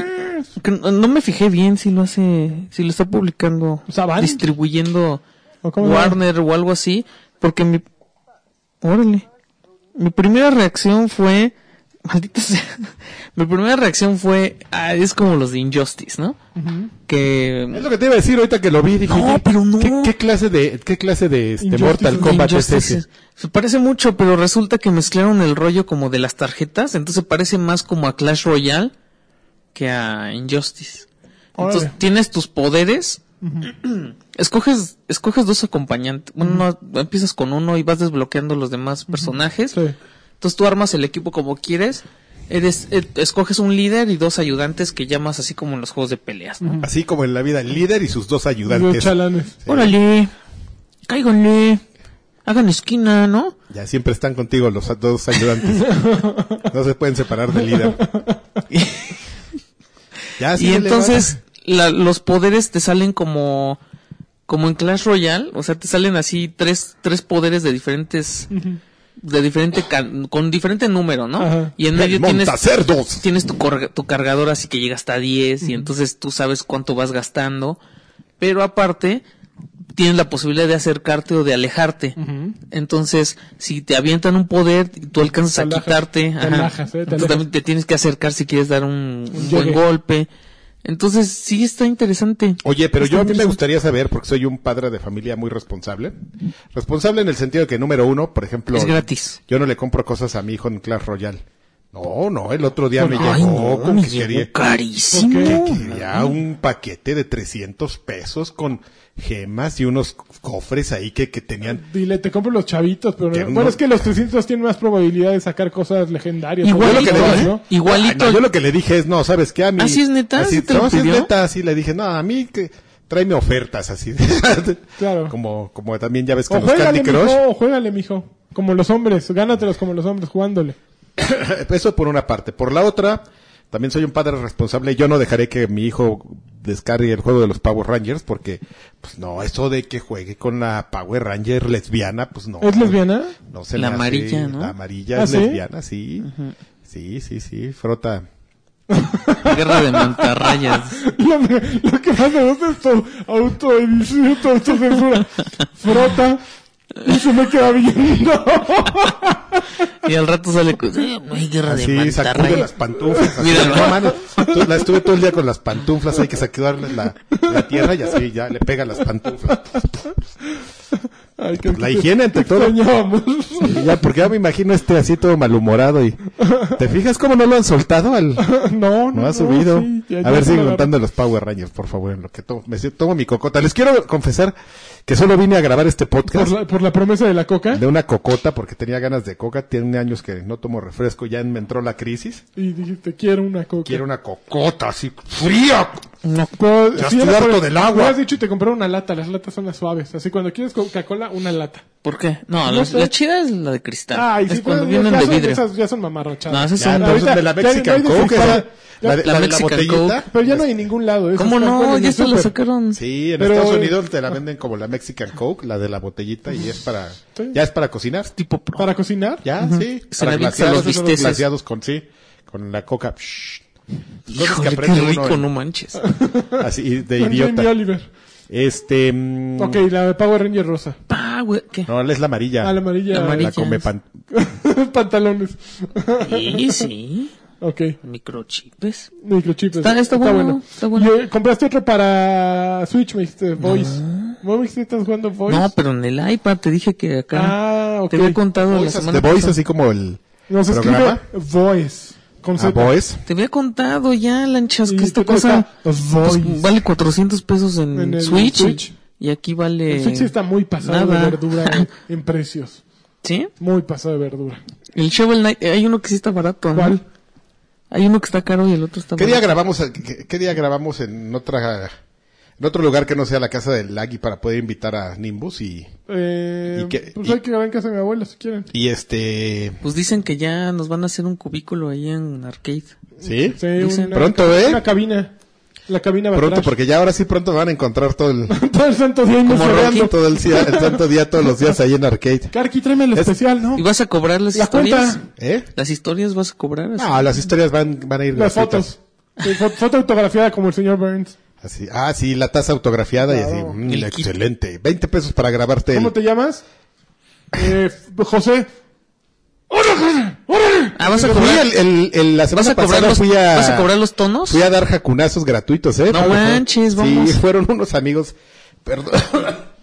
E: que no, no me fijé bien si lo hace, si lo está publicando,
D: ¿Saban?
E: distribuyendo
D: ¿O cómo se llama?
E: Warner o algo así, porque mi, órale, mi primera reacción fue maldita sea. Mi primera reacción fue, ah, es como los de Injustice, ¿no?
A: Es
E: Que...
A: lo que te iba a decir ahorita que lo vi. Dije,
E: No,
A: ¿qué-
E: pero no.
A: ¿Qué, qué clase de, qué clase de este,
D: Injustice
A: Mortal
D: es
A: Kombat es
E: Injustice
A: ese?
E: Se parece mucho, pero resulta que mezclaron el rollo como de las tarjetas, entonces parece más como a Clash Royale que a Injustice. Entonces
D: Órale.
E: tienes tus poderes, escoges, escoges dos acompañantes, uno empiezas con uno y vas desbloqueando los demás personajes.
D: Sí.
E: Entonces tú armas el equipo como quieres. Eres, eh, escoges un líder y dos ayudantes que llamas así como en los juegos de peleas. ¿no?
A: Así como en la vida, el líder y sus dos
D: Los
A: ayudantes.
D: chalanes.
E: Órale, cáiganle, hagan esquina, ¿no?
A: Ya siempre están contigo los a- dos ayudantes. no se pueden separar del líder. Ya, sí,
E: y
A: le
E: entonces la- los poderes te salen como, como en Clash Royale, o sea, te salen así tres, tres poderes de diferentes, de diferente, can- con diferente número, ¿no?
D: Ajá.
E: Y en
A: van.
E: medio tienes,
A: ¡Montacerdos!
E: tienes tu, corga- tu cargador así que llega hasta 10 y entonces tú sabes cuánto vas gastando. Pero aparte, tienes la posibilidad de acercarte o de alejarte. Entonces, si te avientan un poder, tú alcanzas
D: Te
E: a
D: alajas,
E: quitarte.
D: te
E: ajá.
D: alajas, eh, te
E: Entonces
D: alajas.
E: también te tienes que acercar si quieres dar un, un buen
D: llegue.
E: golpe. Entonces, sí está interesante.
A: Oye, pero yo a mí me gustaría saber, porque soy un padre de familia muy responsable. Responsable en el sentido de que, número uno, por ejemplo,
E: Es gratis.
A: yo no le compro cosas a mi hijo en Clash Royale. No, no, el otro día me
E: Ay,
A: llegó
E: no,
A: con
E: me
A: que
E: llegó
A: quería,
E: carísimo.
A: que quería un paquete de 300 pesos con gemas y unos cofres ahí que, que tenían.
D: Dile, te compro los chavitos, pero
A: Que
D: bueno,
A: no-
D: es que los 300 tienen más probabilidad de sacar cosas legendarias. Yo
E: Igualito,
D: lo que le digo,
E: ¿eh?
D: ¿no?
E: Igualito.
A: Ay, no, yo lo que le dije es, no, ¿sabes qué? A mí,
E: ¿Así es neta?
A: así-
E: ¿Sí te lo
A: no, sí es
E: pidió?
A: neta, así le dije, no, a mí que tráeme ofertas así.
D: Claro.
A: Como, como también ya ves
D: O
A: con los Candy
D: juégale,
A: Crush.
D: mijo, o juégale, mijo. Como los hombres, gánatelos como los hombres jugándole.
A: Eso por una parte. Por la otra, también soy un padre responsable. Yo no dejaré que mi hijo descargue el juego de los Power Rangers porque, pues no, eso de que juegue con la Power Ranger lesbiana, pues no.
D: ¿Es lesbiana?
A: No se
E: La
A: me hace.
E: amarilla, ¿no?
A: La amarilla
D: ¿Ah,
A: es
D: sí?
A: lesbiana, sí. Sí, sí, sí, frota.
E: Guerra de mantarrayas.
D: Lo, me- lo que más me gusta es tu autoedición, autocensura. Frota. Y se me queda viendo.
E: Y al rato sale. con- "Eh, no hay guerra de
A: Así, sacude las
E: mantarrayas.
A: pantuflas. así,
E: Míralo.
A: no, mano, tú- la estuve todo el día con las pantuflas, hay que sacudarle la, la tierra y así ya le pega las pantuflas. Pues,
D: Ay, que-
A: La higiene ante todo.
D: Extrañamos.
A: Sí, ya, porque ya me imagino este así todo malhumorado y... ¿Te fijas cómo no lo han soltado al...?
D: No, no.
A: No ha subido.
D: sí, ya-
A: a
D: ya
A: ver,
D: se
A: sigue
D: lo
A: contando los Power Rangers, por favor, en lo que tomo, me siento- tomo mi cocota. Les quiero confesar que solo vine a grabar este
D: agarró.
A: podcast
D: Por la, por la promesa de la coca.
A: de una cocota porque tenía ganas de coca. Tiene años que no tomo refresco, ya me entró la crisis.
D: Y dijiste, quiero una coca.
A: Quiero una cocota así fría.
E: No,
D: Pero,
A: Ya estoy
D: era por
A: harto
D: el-
A: del agua.
D: me has dicho y te compré una lata. Las latas son las suaves. Así cuando quieres Coca-Cola, una lata.
E: ¿Por qué? No,
D: No
E: la,
D: sé.
E: la chida es la de cristal.
D: Ay,
E: es
D: sí,
E: cuando
D: pues,
E: vienen
D: ya
E: de
D: son,
E: vidrio.
D: Esas ya son
E: No,
D: mamarrachadas.
E: esas
A: Ya,
E: son-
A: no,
D: ahorita
A: es de la
D: ya-
A: Mexican
D: ya hay de
A: Coke, esa- la,
D: frijoles.
A: de-
E: La
A: la de la
E: Mexican
A: botellita.
E: Coke.
D: Pero ya no hay en ningún lado. ¿eh? esas
E: Pues, ¿Cómo
D: están
E: no?
D: fuera en
E: Ya
D: el
E: esta la
D: súper.
E: sacaron.
A: Sí, en
D: Pero-
A: Estados Unidos te la venden como la Mexican Coke, la de la botellita y es para,
D: Sí.
A: ya es para cocinar.
E: Tipo pro.
D: ¿Para cocinar?
A: Ya, sí.
E: Se
A: para
E: le avientan
A: glaseados,
E: los
A: esos
E: bisteces.
A: glaseados con, sí, con la coca. Shh. Cosas
E: Híjole,
A: que
E: qué
A: aprende uno
E: rico,
D: ¿eh?
A: en-
E: no manches.
A: Así, de
D: Con
A: idiota.
D: Jamie Oliver.
A: Este. mm,
D: Ok, la de Power Ranger rosa.
E: Pa, güey, ¿qué?
A: No, es la amarilla.
D: Ah, la amarilla.
E: Amarilla.
A: La come pan.
D: Pantalones.
E: Sí, sí.
D: Ok.
E: Microchips.
D: Microchips.
E: Está- está bueno, está bueno.
D: Y, eh, compraste otro para Switch, me dijiste. Voice. ¿Vos me dijiste estás jugando Voice?
E: Ah. No, pero en el iPad te dije que acá.
D: Ah, ok.
E: Te había contado la
A: The
E: semana
A: Voice,
E: pasada.
A: así como el.
D: Nos
A: programa.
D: escribe Voice. Con
A: A
D: Z.
A: Voice.
E: Te había contado ya, lanchas,
D: ¿Y
E: que esta
D: qué cuesta?
E: cosa pues,
D: Voice.
E: vale 400 pesos en,
D: En el
E: Switch,
D: Switch.
E: Y aquí vale.
D: El Switch sí está muy pasado
E: Eh, nada.
D: de verdura en, en precios.
E: ¿Sí?
D: Muy pasado de verdura.
E: El Shovel Knight. eh, Hay uno que sí está barato. ¿no?
D: ¿Cuál?
E: Hay uno que está caro y el otro está
A: ¿Qué día
E: barato.
A: grabamos, eh, qué, qué día grabamos en otra. En otro lugar que no sea la casa del Lagui para poder invitar a Nimbus y.
D: Eh,
A: ¿Y qué-
D: pues
A: y-
D: hay que grabar en casa de mi abuela si quieren.
A: Y este.
E: Pues dicen que ya nos van a hacer un cubículo ahí en Arcade.
A: ¿Sí?
D: Sí,
E: Dicen-
D: una-
A: Pronto, ¿eh?
D: Una cabina. La cabina va
A: Pronto,
D: atrás.
A: porque ya ahora sí pronto van a encontrar todo el.
D: Todo el santo día
E: Como
D: investigando.
E: Rocky.
A: todo el, día- el santo día, todos los días ahí en arcade.
D: Carqui, tráeme el
A: Es-
D: especial, ¿no?
E: ¿Y vas a cobrar las
D: La
E: historias?
D: cuenta.
A: ¿Eh?
E: ¿Las historias vas a cobrar? así?
A: No, las historias van, van a ir
D: Las
A: gratuitas.
D: fotos. Sí, fo- foto autografiada como el señor Burns.
A: Así, ah, sí, la taza autografiada y así, mm,
E: El kit.
A: excelente. 20 pesos para grabarte el-
D: ¿Cómo te llamas? Eh, José.
E: Ah, vas a
A: Fui
E: cobrar.
A: el- el- el- la
E: ¿Vas
A: semana
E: a cobrar
A: pasada
E: los,
A: fui a...
E: vas a cobrar los tonos?
A: Fui a dar jacunazos gratuitos, ¿eh?
E: No manches, vamos.
A: Sí, fueron unos amigos. Perdón.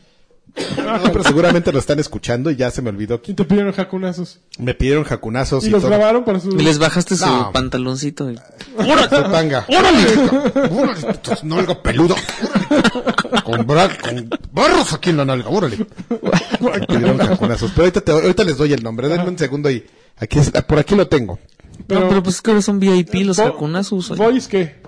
A: Perdón, pero seguramente lo están escuchando y ya se me olvidó.
D: Ah, ¿Quién te pidieron jacunazos?
A: Me pidieron jacunazos
D: ¿Y
A: y,
D: los
A: todo.
D: grabaron para su...
E: Y les bajaste su
A: No.
E: pantaloncito. y-
A: Su tanga. ¡Órale! ¡Órale! tus nalga peluda! ¡Órale! Con, bra- con barros aquí en la nalga, órale. Me pidieron jacunazos. Pero ahorita, te- ahorita les doy el nombre. Denme un segundo y aquí está, por aquí lo tengo.
E: no, pero pues es que ahora son VIP los
D: Bo-
E: jacunazos. oye.
D: ¿Boys qué?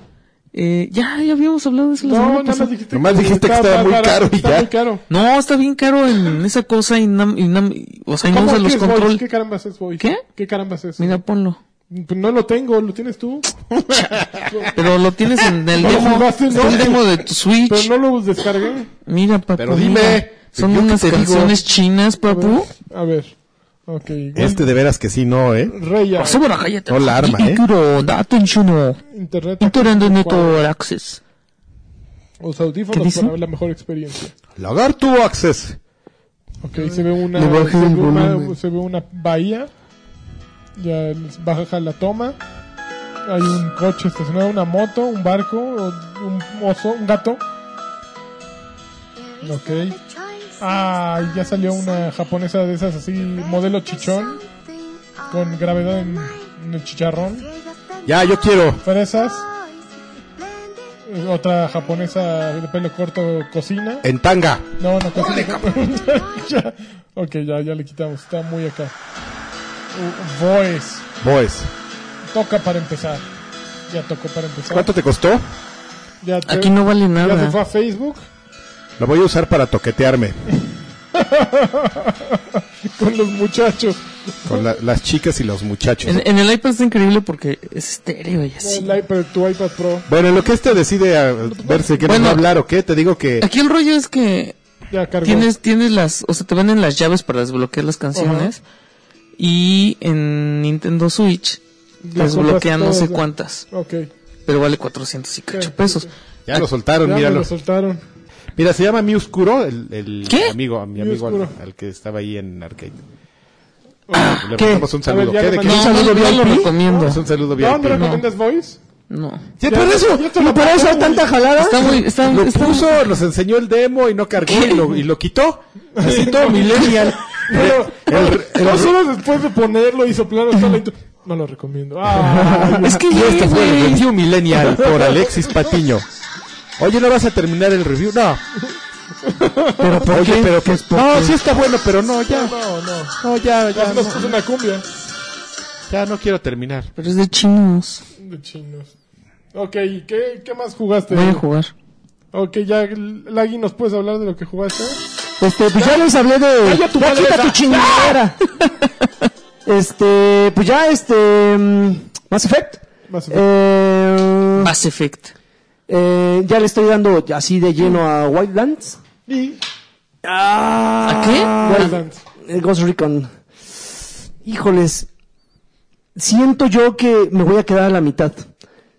E: Eh, ya, ya habíamos hablado de eso la
D: No,
E: semana
D: nada
E: pasada.
D: más dijiste
A: Nomás dijiste que
D: está
A: estaba
D: más
A: muy
D: barato,
A: caro y
D: está
A: ya.
D: muy caro.
E: No, está bien caro en esa cosa y, nam- y nam- y- o sea, y no
D: ¿Cómo
E: usa
D: que
E: los
D: es Boys?
E: control.
D: ¿Qué carambas es Boys?
E: ¿Qué?
D: ¿Qué carambas es?
E: Mira, ponlo.
D: Pues no lo tengo, lo tienes tú.
E: Pero lo tienes en el
D: No lo
E: demo,
D: jugaste,
E: está
D: ¿no?
E: el demo de tu
D: Pero
E: Switch.
D: no lo descargué.
E: Mira, papu.
A: Pero dime,
E: mira. Son
A: yo qué
E: unas
A: te digo.
E: canciones chinas, papu.
D: A ver. Ok. igual-
A: Este de veras que sí, no, ¿eh?
D: Reya.
E: Súbela, cállate.
A: No la arma, ¿eh?
E: Kikuro, datenshino.
D: Internet.
E: Internet Network Access.
D: Los
E: ¿Qué
D: audífonos
E: dice?
D: para ver la mejor experiencia.
A: Lagarto Access.
D: Ok, se ve una,
B: Le bajé
D: se
B: el
D: ve una,
B: volumen.
D: se ve una bahía. Ya les baja la toma. Hay un coche estacionado, una moto, un barco, o- un oso, un gato. Ok. Ah, y ya salió una japonesa de esas así, modelo chichón, con gravedad en, en el chicharrón.
A: Ya, yo quiero.
D: Fresas. eh, Otra japonesa de pelo corto cocina.
A: En tanga.
D: No, no, cocina. Ya. ok, ya, ya le quitamos. Está muy acá. Uh, Voice.
A: Boys.
D: Toca para empezar. Ya tocó para empezar.
A: ¿Cuánto te costó?
D: Ya te-
E: Aquí no vale
D: Ya se fue
E: nada.
D: a Facebook
A: Lo voy a usar para toquetearme
D: con los muchachos.
A: con la- las chicas y los muchachos.
E: En, en el iPad está increíble porque es estéreo y así.
D: El iPad, tu iPad Pro.
A: Bueno, en lo que este decide a ver si quieren
E: Bueno.
A: hablar o qué, te digo que
E: Aquí el rollo es que
D: Ya cargó.
E: tienes, tienes las, o sea, te venden las llaves para desbloquear las canciones. Y en Nintendo Switch
D: Las
E: desbloquean no
D: compras
E: sé
D: todas, ya.
E: cuántas,
D: Ok.
E: pero vale 400 y
D: Sí,
E: cacho
D: sí,
E: pesos.
A: ya lo soltaron,
D: Ya me
A: míralo.
D: lo soltaron.
A: Mira, se llama Miuscuro, el, el
E: ¿Qué?
A: amigo, mi amigo al,
D: Miuscuro.
A: al que estaba ahí en Arcade. Le
E: Ah, ¿qué?
A: mandamos un
D: A ver,
A: saludo.
D: ya
A: ¿Qué?
D: le
A: ¿De qué?
D: mandé-
E: No, no, no lo recomiendo.
A: Es un saludo
D: ¿No,
A: bien.
D: no recomiendas Voice?
E: No.
A: Sí, por eso,
D: ya te
B: ¿Y
D: lo
B: por eso
D: pasé,
B: hay tanta jalada?
E: Está muy, está,
A: lo
E: está-
A: puso, nos enseñó el demo y no cargó y lo, y lo quitó. Así todo millennial.
D: Pero,
A: El- el-
D: dos horas después de ponerlo y soplar hasta la intro- No lo recomiendo. Ah,
E: Es que
A: Y
E: ya,
A: este fue el
E: güey.
A: review millennial por Alexis Patiño. Oye, ¿no vas a terminar el review? No.
B: Pero ¿por
A: Oye,
B: qué?
A: pero que...
B: Pues, ¿por
A: No,
B: qué?
A: sí está bueno, pero no, ya.
D: no, no.
A: No, ya,
D: Ya
A: ya.
D: nos
A: No,
D: puso una cumbia
A: ya no quiero terminar.
E: Pero es de chinos.
D: de chinos. Ok, ¿y ¿qué, qué más jugaste?
E: Voy a jugar.
D: Ok, ya, Lagui, ¿nos puedes hablar de lo que jugaste?
B: Este, pues ya les hablé de.
D: Calla tu
B: Ya
D: madre, ¡Ah!
B: quita
D: esa.
B: tu chingadera. este, pues ya este. mm, Mass Effect.
D: Mass Effect.
B: Eh,
E: Mass Effect.
B: eh, ya le estoy dando así de lleno a Wildlands.
D: Y
E: ¿A qué?
D: Ah, Wildlands.
B: Eh, Ghost Recon. Híjoles. Siento yo que me voy a quedar a la mitad.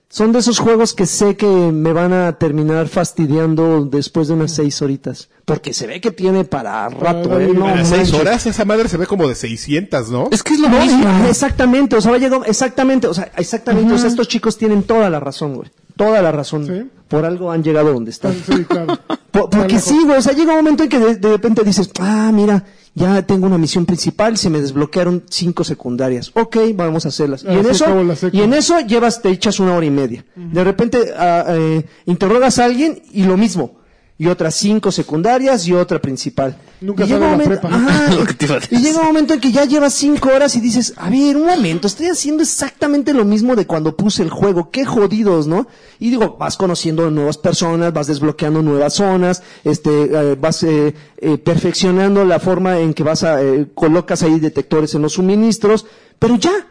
B: Son de esos juegos que sé que me van a terminar fastidiando después de unas seis horitas. Porque se ve que tiene para rato, ¿eh? No
D: Para
A: Las seis
B: manches.
A: horas, esa madre se ve como de 600, ¿no?
E: Es que es lo
B: No,
E: mismo.
B: y- exactamente, o sea, va llegando, exactamente, o sea, exactamente, o sea, estos chicos tienen toda la razón, güey. Toda la razón.
D: Sí.
B: Por algo han llegado donde están.
D: Sí, claro.
B: Po- porque sí, güey, o sea, llega un momento en que de, de repente dices, ah, mira, ya tengo una misión principal, se me desbloquearon cinco secundarias. Ok, vamos a hacerlas.
D: Ah,
B: y en
D: sí,
B: eso,
D: acabo la secu.
B: y en eso llevas, te echas una hora y media. De repente, ah, eh, interrogas a alguien y lo mismo. Y otras cinco secundarias y otra principal.
D: Nunca
B: y llega
D: sale
B: un
D: la
B: momento-
D: prepa.
B: ajá,
E: Lo que te iba a decir.
B: y llega un momento en que ya llevas cinco horas y dices, a ver, un momento, estoy haciendo exactamente lo mismo de cuando puse el juego, qué jodidos, ¿no? Y digo, vas conociendo nuevas personas, vas desbloqueando nuevas zonas, este, eh, vas eh, eh, perfeccionando la forma en que vas a, eh, colocas ahí detectores en los suministros, pero ya.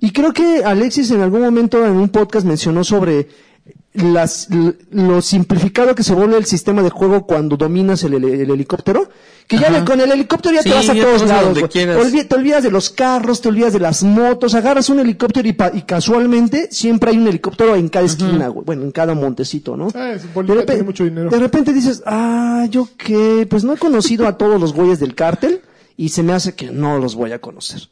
B: Y creo que Alexis en algún momento en un podcast mencionó sobre las, l- lo simplificado que se vuelve el sistema de juego cuando dominas el, hel- el helicóptero, que ya
E: Ajá.
B: le- con el helicóptero ya
E: Sí,
B: te vas a
E: ya te
B: todos
E: vas a
B: lados.
E: donde
B: güey.
E: quieras.
B: Olvi- te olvidas de los carros, te olvidas de las motos, agarras un helicóptero y, pa- y casualmente siempre hay un helicóptero en cada esquina, güey. Bueno, en cada montecito, ¿no?
D: Ah, es- Bolivia
B: repen-
D: tiene mucho dinero.
B: de repente dices, ah, yo qué, pues no he conocido a todos los güeyes del cártel y se me hace que no los voy a conocer.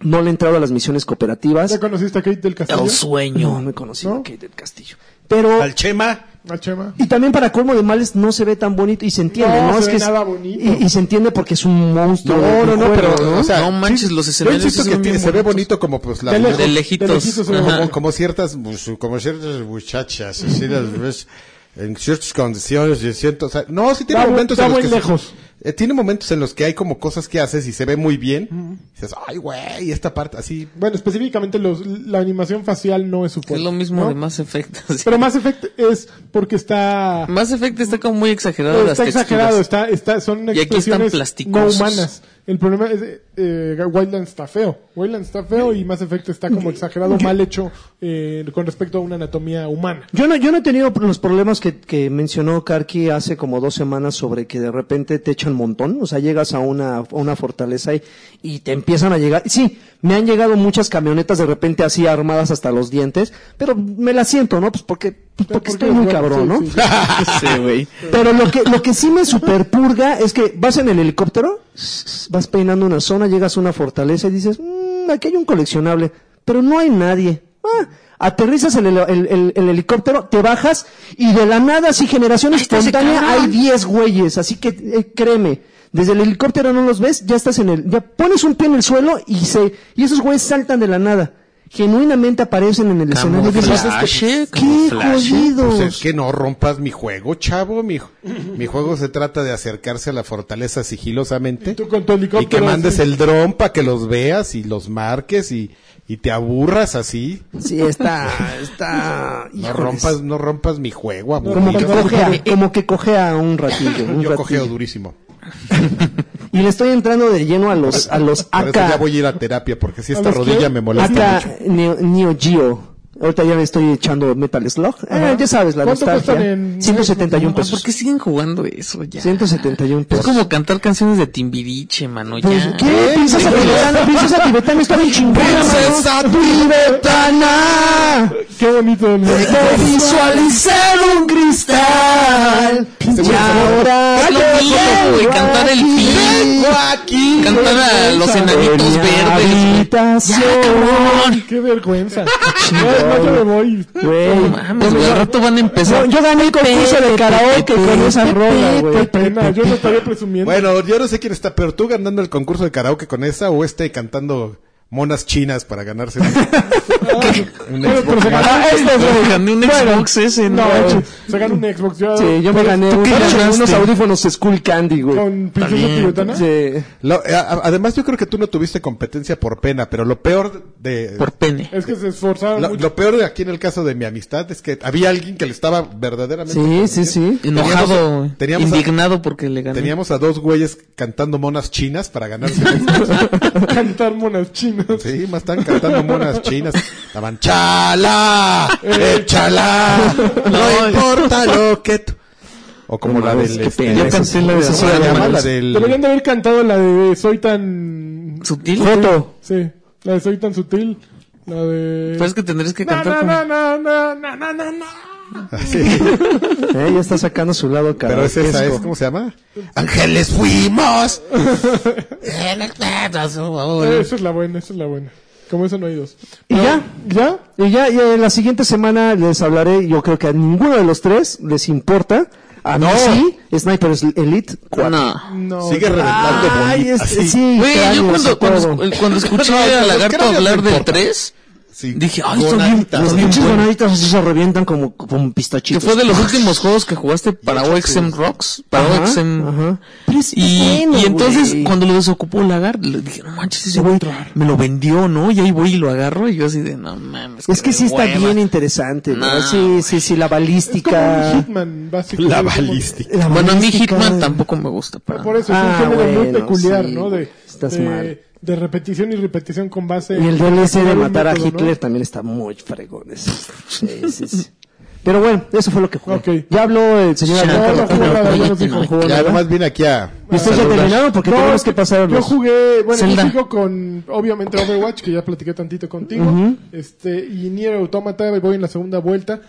B: No le he entrado a las misiones cooperativas.
D: ¿Ya conociste a Kate del Castillo?
E: El sueño.
B: No, no he conocido
D: ¿No?
B: a Kate del Castillo. Pero...
A: Al Chema.
D: ¿A Chema?
B: Y también para colmo de males no se ve tan bonito y se entiende,
D: No,
B: ¿no?
D: se
B: es
D: ve
B: que es-
D: nada bonito.
B: Y, y se entiende porque es un monstruo.
A: No,
B: del
A: no, no,
B: juego,
A: pero, o sea,
E: No manches, los
A: yo
E: escenarios
A: insisto
E: sí
A: que
E: son
A: tiene-
E: bien
A: se ve
E: bonitos.
A: bonito como pues la-
D: De lejos.
E: De lejitos.
D: De lejitos,
E: Ajá.
A: como, como ciertas pues, como ciertas muchachas, así las ves en ciertas condiciones y en ciertos- o sea, no, sí tiene
D: Está muy-
A: momentos
D: está
A: en los
D: muy
A: que
D: lejos.
A: eh, tiene momentos en los que hay como cosas que haces y se ve muy bien. Y dices, "Ay, güey, esta parte así
D: Bueno, específicamente los, la animación facial no es su fuerte.
E: Es lo mismo
D: pues. ¿no?
E: de Mass Effect. sí.
D: Pero Mass Effect es porque está...
E: Mass Effect está como muy exagerado las
D: está
E: texturas.
D: exagerado, está, está, son
E: aquí están
D: expresiones no
E: plasticosos.
D: humanas. El problema es, eh, eh, Wildlands está feo. Wildlands está feo y Mass Effect está como exagerado, mal hecho eh, con respecto a una anatomía humana.
B: Yo no, yo no he tenido los problemas que, que mencionó Karki hace como dos semanas sobre que de repente te echan montón, o sea, llegas a una, a una fortaleza y, y te empiezan a llegar. Sí, me han llegado muchas camionetas de repente así armadas hasta los dientes, pero me las siento, ¿no? Pues porque, pues porque
D: porque
B: estoy muy
D: bueno, sí,
B: cabrón, ¿no?
D: sí, sí.
E: Sí, güey.
B: Pero lo que, lo que sí me superpurga es que vas en el helicóptero, vas peinando una zona, llegas a una fortaleza y dices, "Mm, aquí hay un coleccionable, pero no hay nadie. Ah, aterrizas el, heli- el- el- el helicóptero, te bajas y de la nada, así generación espontánea, hay 10 güeyes. Así que eh, créeme, desde el helicóptero no los ves, ya estás en el, ya pones un pie en el suelo y se, y esos güeyes saltan de la nada. Genuinamente aparecen en el escenario y dices,
E: Camuflaje,
B: qué
E: camuflaje.
B: jodidos.
A: Pues es que no rompas mi juego, chavo. Mi, mi juego se trata de acercarse a la fortaleza sigilosamente.
D: Y tú con tu
A: Y que
D: helicóptero,
A: mandes
D: así.
A: el dron para que los veas y los marques y, y te aburras así.
B: Sí, está, está.
A: No
B: híjoles.
A: rompas, no rompas mi juego,
B: Como que,
A: aburrido.
D: no,
B: cojea, como que cojea un ratillo. un
A: Yo cogeo
B: ratillo.
A: durísimo.
B: Y le estoy entrando de lleno a los, a los
A: Por eso ya
B: AK,
A: voy a ir a terapia, porque si esta
D: ¿A los qué?
A: rodilla me molesta mucho.
B: AK Neo, Neo Geo. Ahorita ya me estoy echando Metal Slug. Ah,
D: Ajá.
B: ya sabes, la
D: ¿Cuánto
B: nostalgia.
D: cuestan en-
B: 171
E: Ah, ¿Por
B: pesos.
E: qué siguen jugando eso ya?
B: 171
E: Es
B: pesos.
E: como cantar canciones de Timbiriche, mano, ya.
B: Pues, ¿Qué? Princesa tibetana, princesa tibetana está bien chingona. mano.
A: ¿Eh? Princesa
B: tibetana!
D: Qué bonito. ¿no?
B: De visualizar un cristal.
A: Este güey se
B: Y ahora
E: Es lo
B: que
E: mismo, güey,
B: vengo
E: cantar el
B: aquí,
E: fin.
A: Vengo aquí.
E: Cantar a los enanitos
B: en mi
E: verdes.
B: habitación.
D: Qué vergüenza. no, no, yo me voy.
B: Güey.
E: No mames, güey, al rato van a
B: No,
E: empezar.
B: yo gané el concurso de karaoke con esa rola,
D: Qué
B: güey.
D: pena. Yo no estaría presumiendo.
A: Bueno, yo no sé quién está, pero tú ganando el concurso de karaoke con esa o este cantando monas chinas para ganarse un, un
D: Bueno,
A: Xbox
D: pero se
A: One.
D: ganó-
B: Ah, este, güey.
E: Gané un
B: Bueno,
E: Xbox ese,
D: No,
E: no.
D: se gana un Xbox. Yo,
B: Sí, yo me gané
E: qué
B: unos-
E: ganaste?
B: unos audífonos Skull Candy, güey.
D: Con princesa
E: También.
D: tibetana.
B: Sí.
A: Lo- a- a- además, yo creo que tú no tuviste competencia por pena, pero lo peor de...
E: Por pene.
D: Es que se esforzaron
A: Lo,
D: mucho.
A: lo peor de aquí en el caso de mi amistad es que había alguien que le estaba verdaderamente.
B: Sí, sí, sí.
E: Enojado, güey.
A: teníamos a-
E: indignado porque le gané.
A: Teníamos a dos güeyes cantando monas chinas para ganarse.
D: cantar monas chinas.
A: sí, más están cantando monas chinas. Estaban chala, échala, no importa lo que tú. O como
B: No
A: la
B: mames,
A: del.
B: qué
A: este,
B: pena.
E: Yo canté la de
A: ¿Cómo se
E: Azul
A: llama?
E: Animal.
A: La del.
D: Deberían de haber cantado la de Soy tan.
E: Sutil.
B: Foto.
D: Sí, la de Soy tan sutil. La de.
E: Pero Pues es que tendrías que
D: Na,
E: cantar
D: na,
E: como...
D: na, na, na, na, na, na.
A: Ah, Sí,
B: Eh, ya está sacando su lado
A: pero es esa, es,
B: karaokesco.
A: ¿cómo se llama? Ángeles fuimos.
E: eh,
D: Esa es la buena, esa es la buena. Como eso no hay dos.
B: Y ya,
D: ¿Ya?
B: Y ya, y en la siguiente semana les hablaré, yo creo que a ninguno de los tres les importa. A mí
A: No.
B: sí, Sniper Elite 4.
E: No.
D: No.
A: Sigue reventando
B: Ay,
A: bolitas.
B: es-
A: Sí.
B: sí,
E: Güey, yo
B: cráneos y
E: cuando,
B: todo.
E: cuando, cuando escuché
A: No,
E: a
A: los
E: Lagarto
A: cráneos
E: hablar
A: no
E: del
A: importa.
E: 3,
A: Sí.
E: dije, ay, son bien-
A: Gonaditas.
B: Los
E: Los
B: pinches ganaditas así se revientan como, como
E: que
B: pistachitos.
E: fue de los últimos juegos que jugaste para OXM Rocks, para
B: Ajá,
E: OXM...
B: ajá. Pero es- es
E: Y,
B: bueno,
E: y entonces,
B: güey.
E: cuando lo desocupó Lagar, le dije, no manches, ese
B: Güey,
E: güey me lo vendió, ¿no? Y ahí voy y lo agarro, y yo así de, no mames.
B: Es que
E: de
B: sí está
E: hueva".
B: bien interesante, ¿verdad?
E: No,
B: Sí, sí, sí, la
D: Es como un
B: balística.
D: Hitman, básicamente.
A: La
D: Es como-
A: balística.
B: la
E: Bueno, a mí
B: balística.
E: Hitman tampoco me gusta. Para
D: Por eso,
B: Ah,
D: es un género muy
B: bueno,
D: peculiar,
B: sí,
D: ¿no? De,
B: estás
D: de,
B: mal.
D: de repetición y repetición con base.
B: Y el DLC de
D: en un
B: matar a
D: método, ¿no?
B: Hitler también está muy fregón. eso. Sí, sí, sí. Pero bueno, eso fue lo que jugué.
D: Ok.
B: Ya habló el señor
E: Ya,
B: Alberto
D: No, no
E: Pero
B: Martínez.
D: jugó nada, ya
E: oye,
D: nos dijo,
E: no.
D: jugó
A: Ya
D: nada.
A: nomás vine aquí a.
B: ¿Y ustedes ya
A: saludar.
B: terminaron? Porque
D: No,
B: tenemos
D: es
B: que pasar a
D: Yo
B: los...
D: jugué, bueno,
E: Zelda.
D: yo sigo con, obviamente, Overwatch, que ya platiqué tantito contigo. Este, y Nier Automata, voy en la segunda vuelta.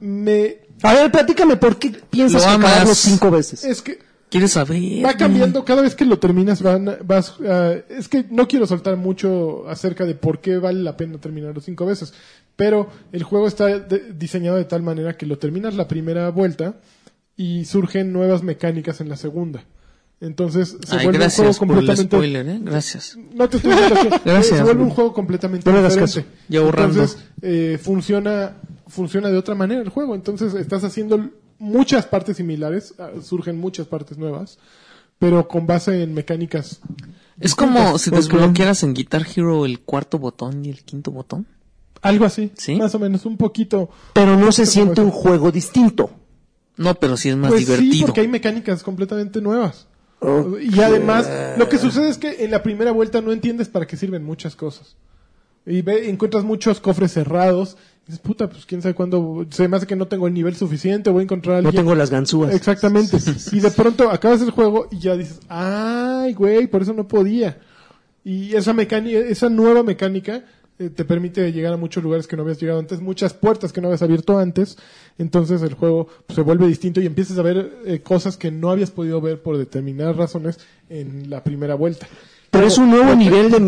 D: Me,
B: A ver, platícame por qué piensas
E: Lo
B: que acabarlo
E: amas.
B: cinco veces.
D: es que,
E: ¿Quieres saber?
D: Va cambiando, cada vez que lo terminas van, vas... ah, es que no quiero soltar mucho acerca de por qué vale la pena terminarlo cinco veces, pero el juego está de- diseñado de tal manera que lo terminas la primera vuelta y surgen nuevas mecánicas en la segunda. Entonces se
E: Ay,
D: vuelve un juego
E: gracias por el
D: completamente...
E: spoiler, ¿eh? Gracias.
D: No te estoy diciendo que-
E: Gracias,
D: se vuelve un
E: güey.
D: juego completamente
B: No le hagas
D: diferente.
B: caso.
E: Ya borrando.
D: Entonces, eh, funciona, funciona de otra manera el juego. Entonces, estás haciendo muchas partes similares, ah, surgen muchas partes nuevas, pero con base en mecánicas.
E: Es como si
D: Ok.
E: desbloquearas en Guitar Hero el cuarto botón y el quinto botón.
D: Algo así,
E: Sí.
D: más o menos, un poquito.
B: Pero no se siente un juego distinto.
E: No, pero sí es más
D: pues sí,
E: divertido.
D: porque hay mecánicas completamente nuevas.
B: Oh,
D: Y además, lo que sucede es que en la primera vuelta no entiendes para qué sirven muchas cosas. Y ve, encuentras muchos cofres cerrados. Y dices, puta, pues quién sabe cuándo. Se me hace que no tengo el nivel suficiente. Voy a encontrar a
B: No
D: alguien.
B: tengo las ganzúas.
D: Exactamente. Y de pronto acabas el juego y ya dices, ay, güey, por eso no podía. Y esa mecánica, esa nueva mecánica eh, te permite llegar a muchos lugares que no habías llegado antes, muchas puertas que no habías abierto antes. Entonces el juego pues, se vuelve distinto y empiezas a ver eh, cosas que no habías podido ver por determinadas razones en la primera vuelta.
B: Pero es un nuevo nivel de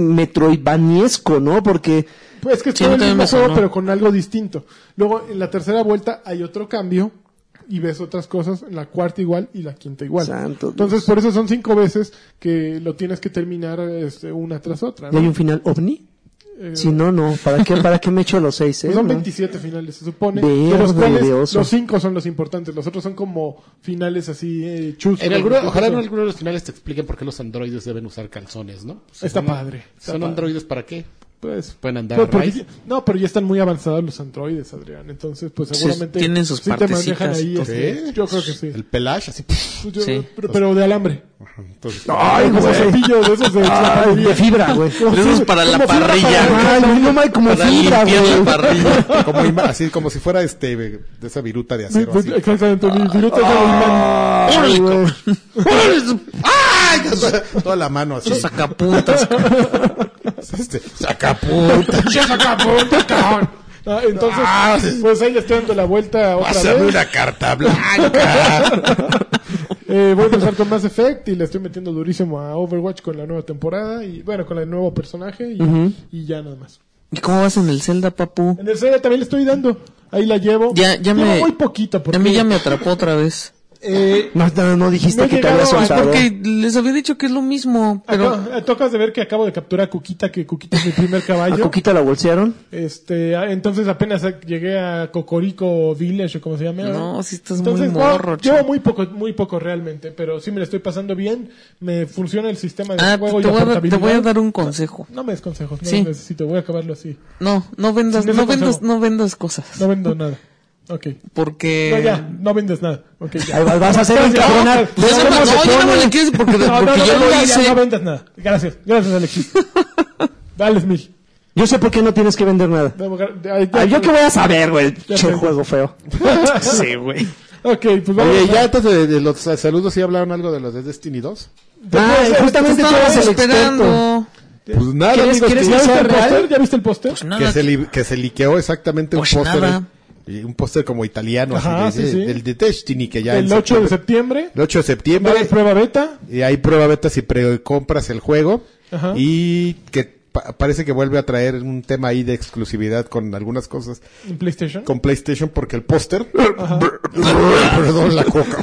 B: metroidvaniesco, ¿no? Porque
D: Pues es que es
E: Sí,
D: todo
E: a
D: el
E: mí también
D: mismo
E: me
D: juego,
E: sonó.
D: pero con algo distinto. Luego, en la tercera vuelta hay otro cambio y ves otras cosas, en la cuarta igual y la quinta igual.
B: Santo
D: Entonces,
B: Dios.
D: por eso son cinco veces que lo tienes que terminar este, una tras otra.
B: ¿y
D: ¿no?
B: hay un final ovni.
D: Eh,
B: Si no, no. ¿Para qué, para qué me echo los seis, eh?
D: Pues son
B: ¿No?
D: 27 finales, se supone.
B: Verde,
D: de los cuales
B: videoso.
D: los cinco son los importantes. Los otros son como finales así eh, chuscos.
F: En alguno-
D: Entonces,
F: ojalá en
D: son-
F: alguno de los finales te expliquen por qué los androides deben usar calzones, ¿no? Si
D: Está
F: son-
D: padre, está
F: ¿Son
D: padre.
F: androides para qué?
D: pues,
F: Pueden andar
D: no, porque
F: raíz.
D: ya- no, pero ya están muy avanzados los androides, Adrián. Entonces, pues
E: Sí,
D: seguramente.
E: tienen sus
D: sí te manejan
E: partecitas y
D: ahí,
E: todo.
D: este,
A: ¿Sí?
D: Yo creo que sí.
A: El pelage, así.
D: Pues Yo-
E: Sí.
D: pero, pero de alambre.
A: Entonces,
B: Ay,
D: Como
B: güey.
D: cepillo de esos de
B: Ay,
D: chapanería.
B: de fibra, güey.
E: Pero eso es para la
D: Como fibra
E: parrilla.
B: Ay, no, no, no, como
E: Para
B: fibra,
E: limpiar la
B: güey.
E: parrilla.
A: como ima- así como si fuera este de esa viruta de acero así.
D: Pues, Exactamente, mi viruta es algo imán.
E: Órale, cabrón. Órale, su-
A: ¡Ay! Toda la mano así.
E: Esos sacapuntas.
A: Este, sacapunta.
D: ¡Ya saca, puta, cabrón! Ah, entonces,
A: Ah, sí.
D: pues ahí le estoy dando la vuelta otra
A: Pásame
D: vez.
A: una carta blanca.
D: Eh, voy a empezar con Mass Effect y le estoy metiendo durísimo a Overwatch con la nueva temporada y bueno, con el nuevo personaje y, y ya nada más.
E: ¿Y cómo vas en el Zelda, papu?
D: En el Zelda también le estoy dando. Ahí la llevo.
E: Ya, ya
D: Llevo
E: me.
D: muy poquito porque
E: A mí ya me atrapó otra vez.
D: eh,
B: No, no, no dijiste
D: No he
B: que te había
D: llegado a-
B: soltado.
E: Porque les había dicho que es lo mismo, pero.
D: acabo- tocas de ver que acabo de capturar a Cuquita, que Cuquita es mi primer caballo.
B: ¿A Coquita la bolsearon?
D: Este, a- entonces apenas llegué a Cocorico Village o como se llama.
E: No, sí estás
D: Ah. entonces,
E: muy
D: no,
E: morro,
D: llevo
E: chavo.
D: muy poco, muy poco realmente, pero sí me lo estoy pasando bien. Me funciona el sistema de
E: Ah,
D: juego
E: te
D: y la
E: voy, a, dar- te
D: portabilidad.
E: voy a dar un consejo.
D: No me des consejos, no
E: Sí.
D: los necesito, voy a acabarlo así.
E: No, no vendas,
D: Sin ese
E: no vendas,
D: consejo.
E: no vendas cosas.
D: No vendo nada. Ok.
E: Porque.
D: No, ya, no vendes nada. Ok, ya.
B: Ahí vas- vas a hacer un cabronal.
E: Pues ya
B: Ya
E: se
B: veremos
E: pasó,
B: de
E: ya no me
B: pone.
E: le quieres porque,
D: No, no,
E: porque
D: no,
E: yo
D: no,
E: lo
D: ya,
E: hice.
D: ya, no vendas nada. Gracias, gracias Alexis. Dale, Smil.
B: Yo sé por qué no tienes que vender nada.
D: Dame- ay, ya-
B: Ay, yo qué voy a saber, güey.
D: Ya
B: Che
D: sé.
B: juego feo.
E: sí, güey.
D: Ok, pues vamos.
A: Oye, ya antes de, de los saludos sí hablaron algo de los de Destiny 2.
B: Ah, justamente tú eras el experto.
E: esperando.
A: Pues nada,
B: ¿Quieres-
A: amigos,
B: quieres
A: que-
D: ¿Ya viste el
B: ¿Es real?
D: póster? ¿Ya viste el póster?
E: Pues nada.
A: que se, li- que se liqueó exactamente
E: Pues
A: un póster.
E: nada.
A: eh, Un póster como italiano,
D: Ajá,
A: así de,
D: sí, sí.
A: del de Destiny, que ya en
D: El 8 de
A: septiembre-
D: septiembre.
A: el 8 de
D: Va a
A: septiembre.
D: haber prueba beta.
A: Y hay prueba beta si compras el juego.
D: Ajá.
A: Y que pa- parece que vuelve a traer un tema ahí de exclusividad con algunas cosas.
D: En PlayStation.
A: Con PlayStation porque el póster... Perdón, la coca.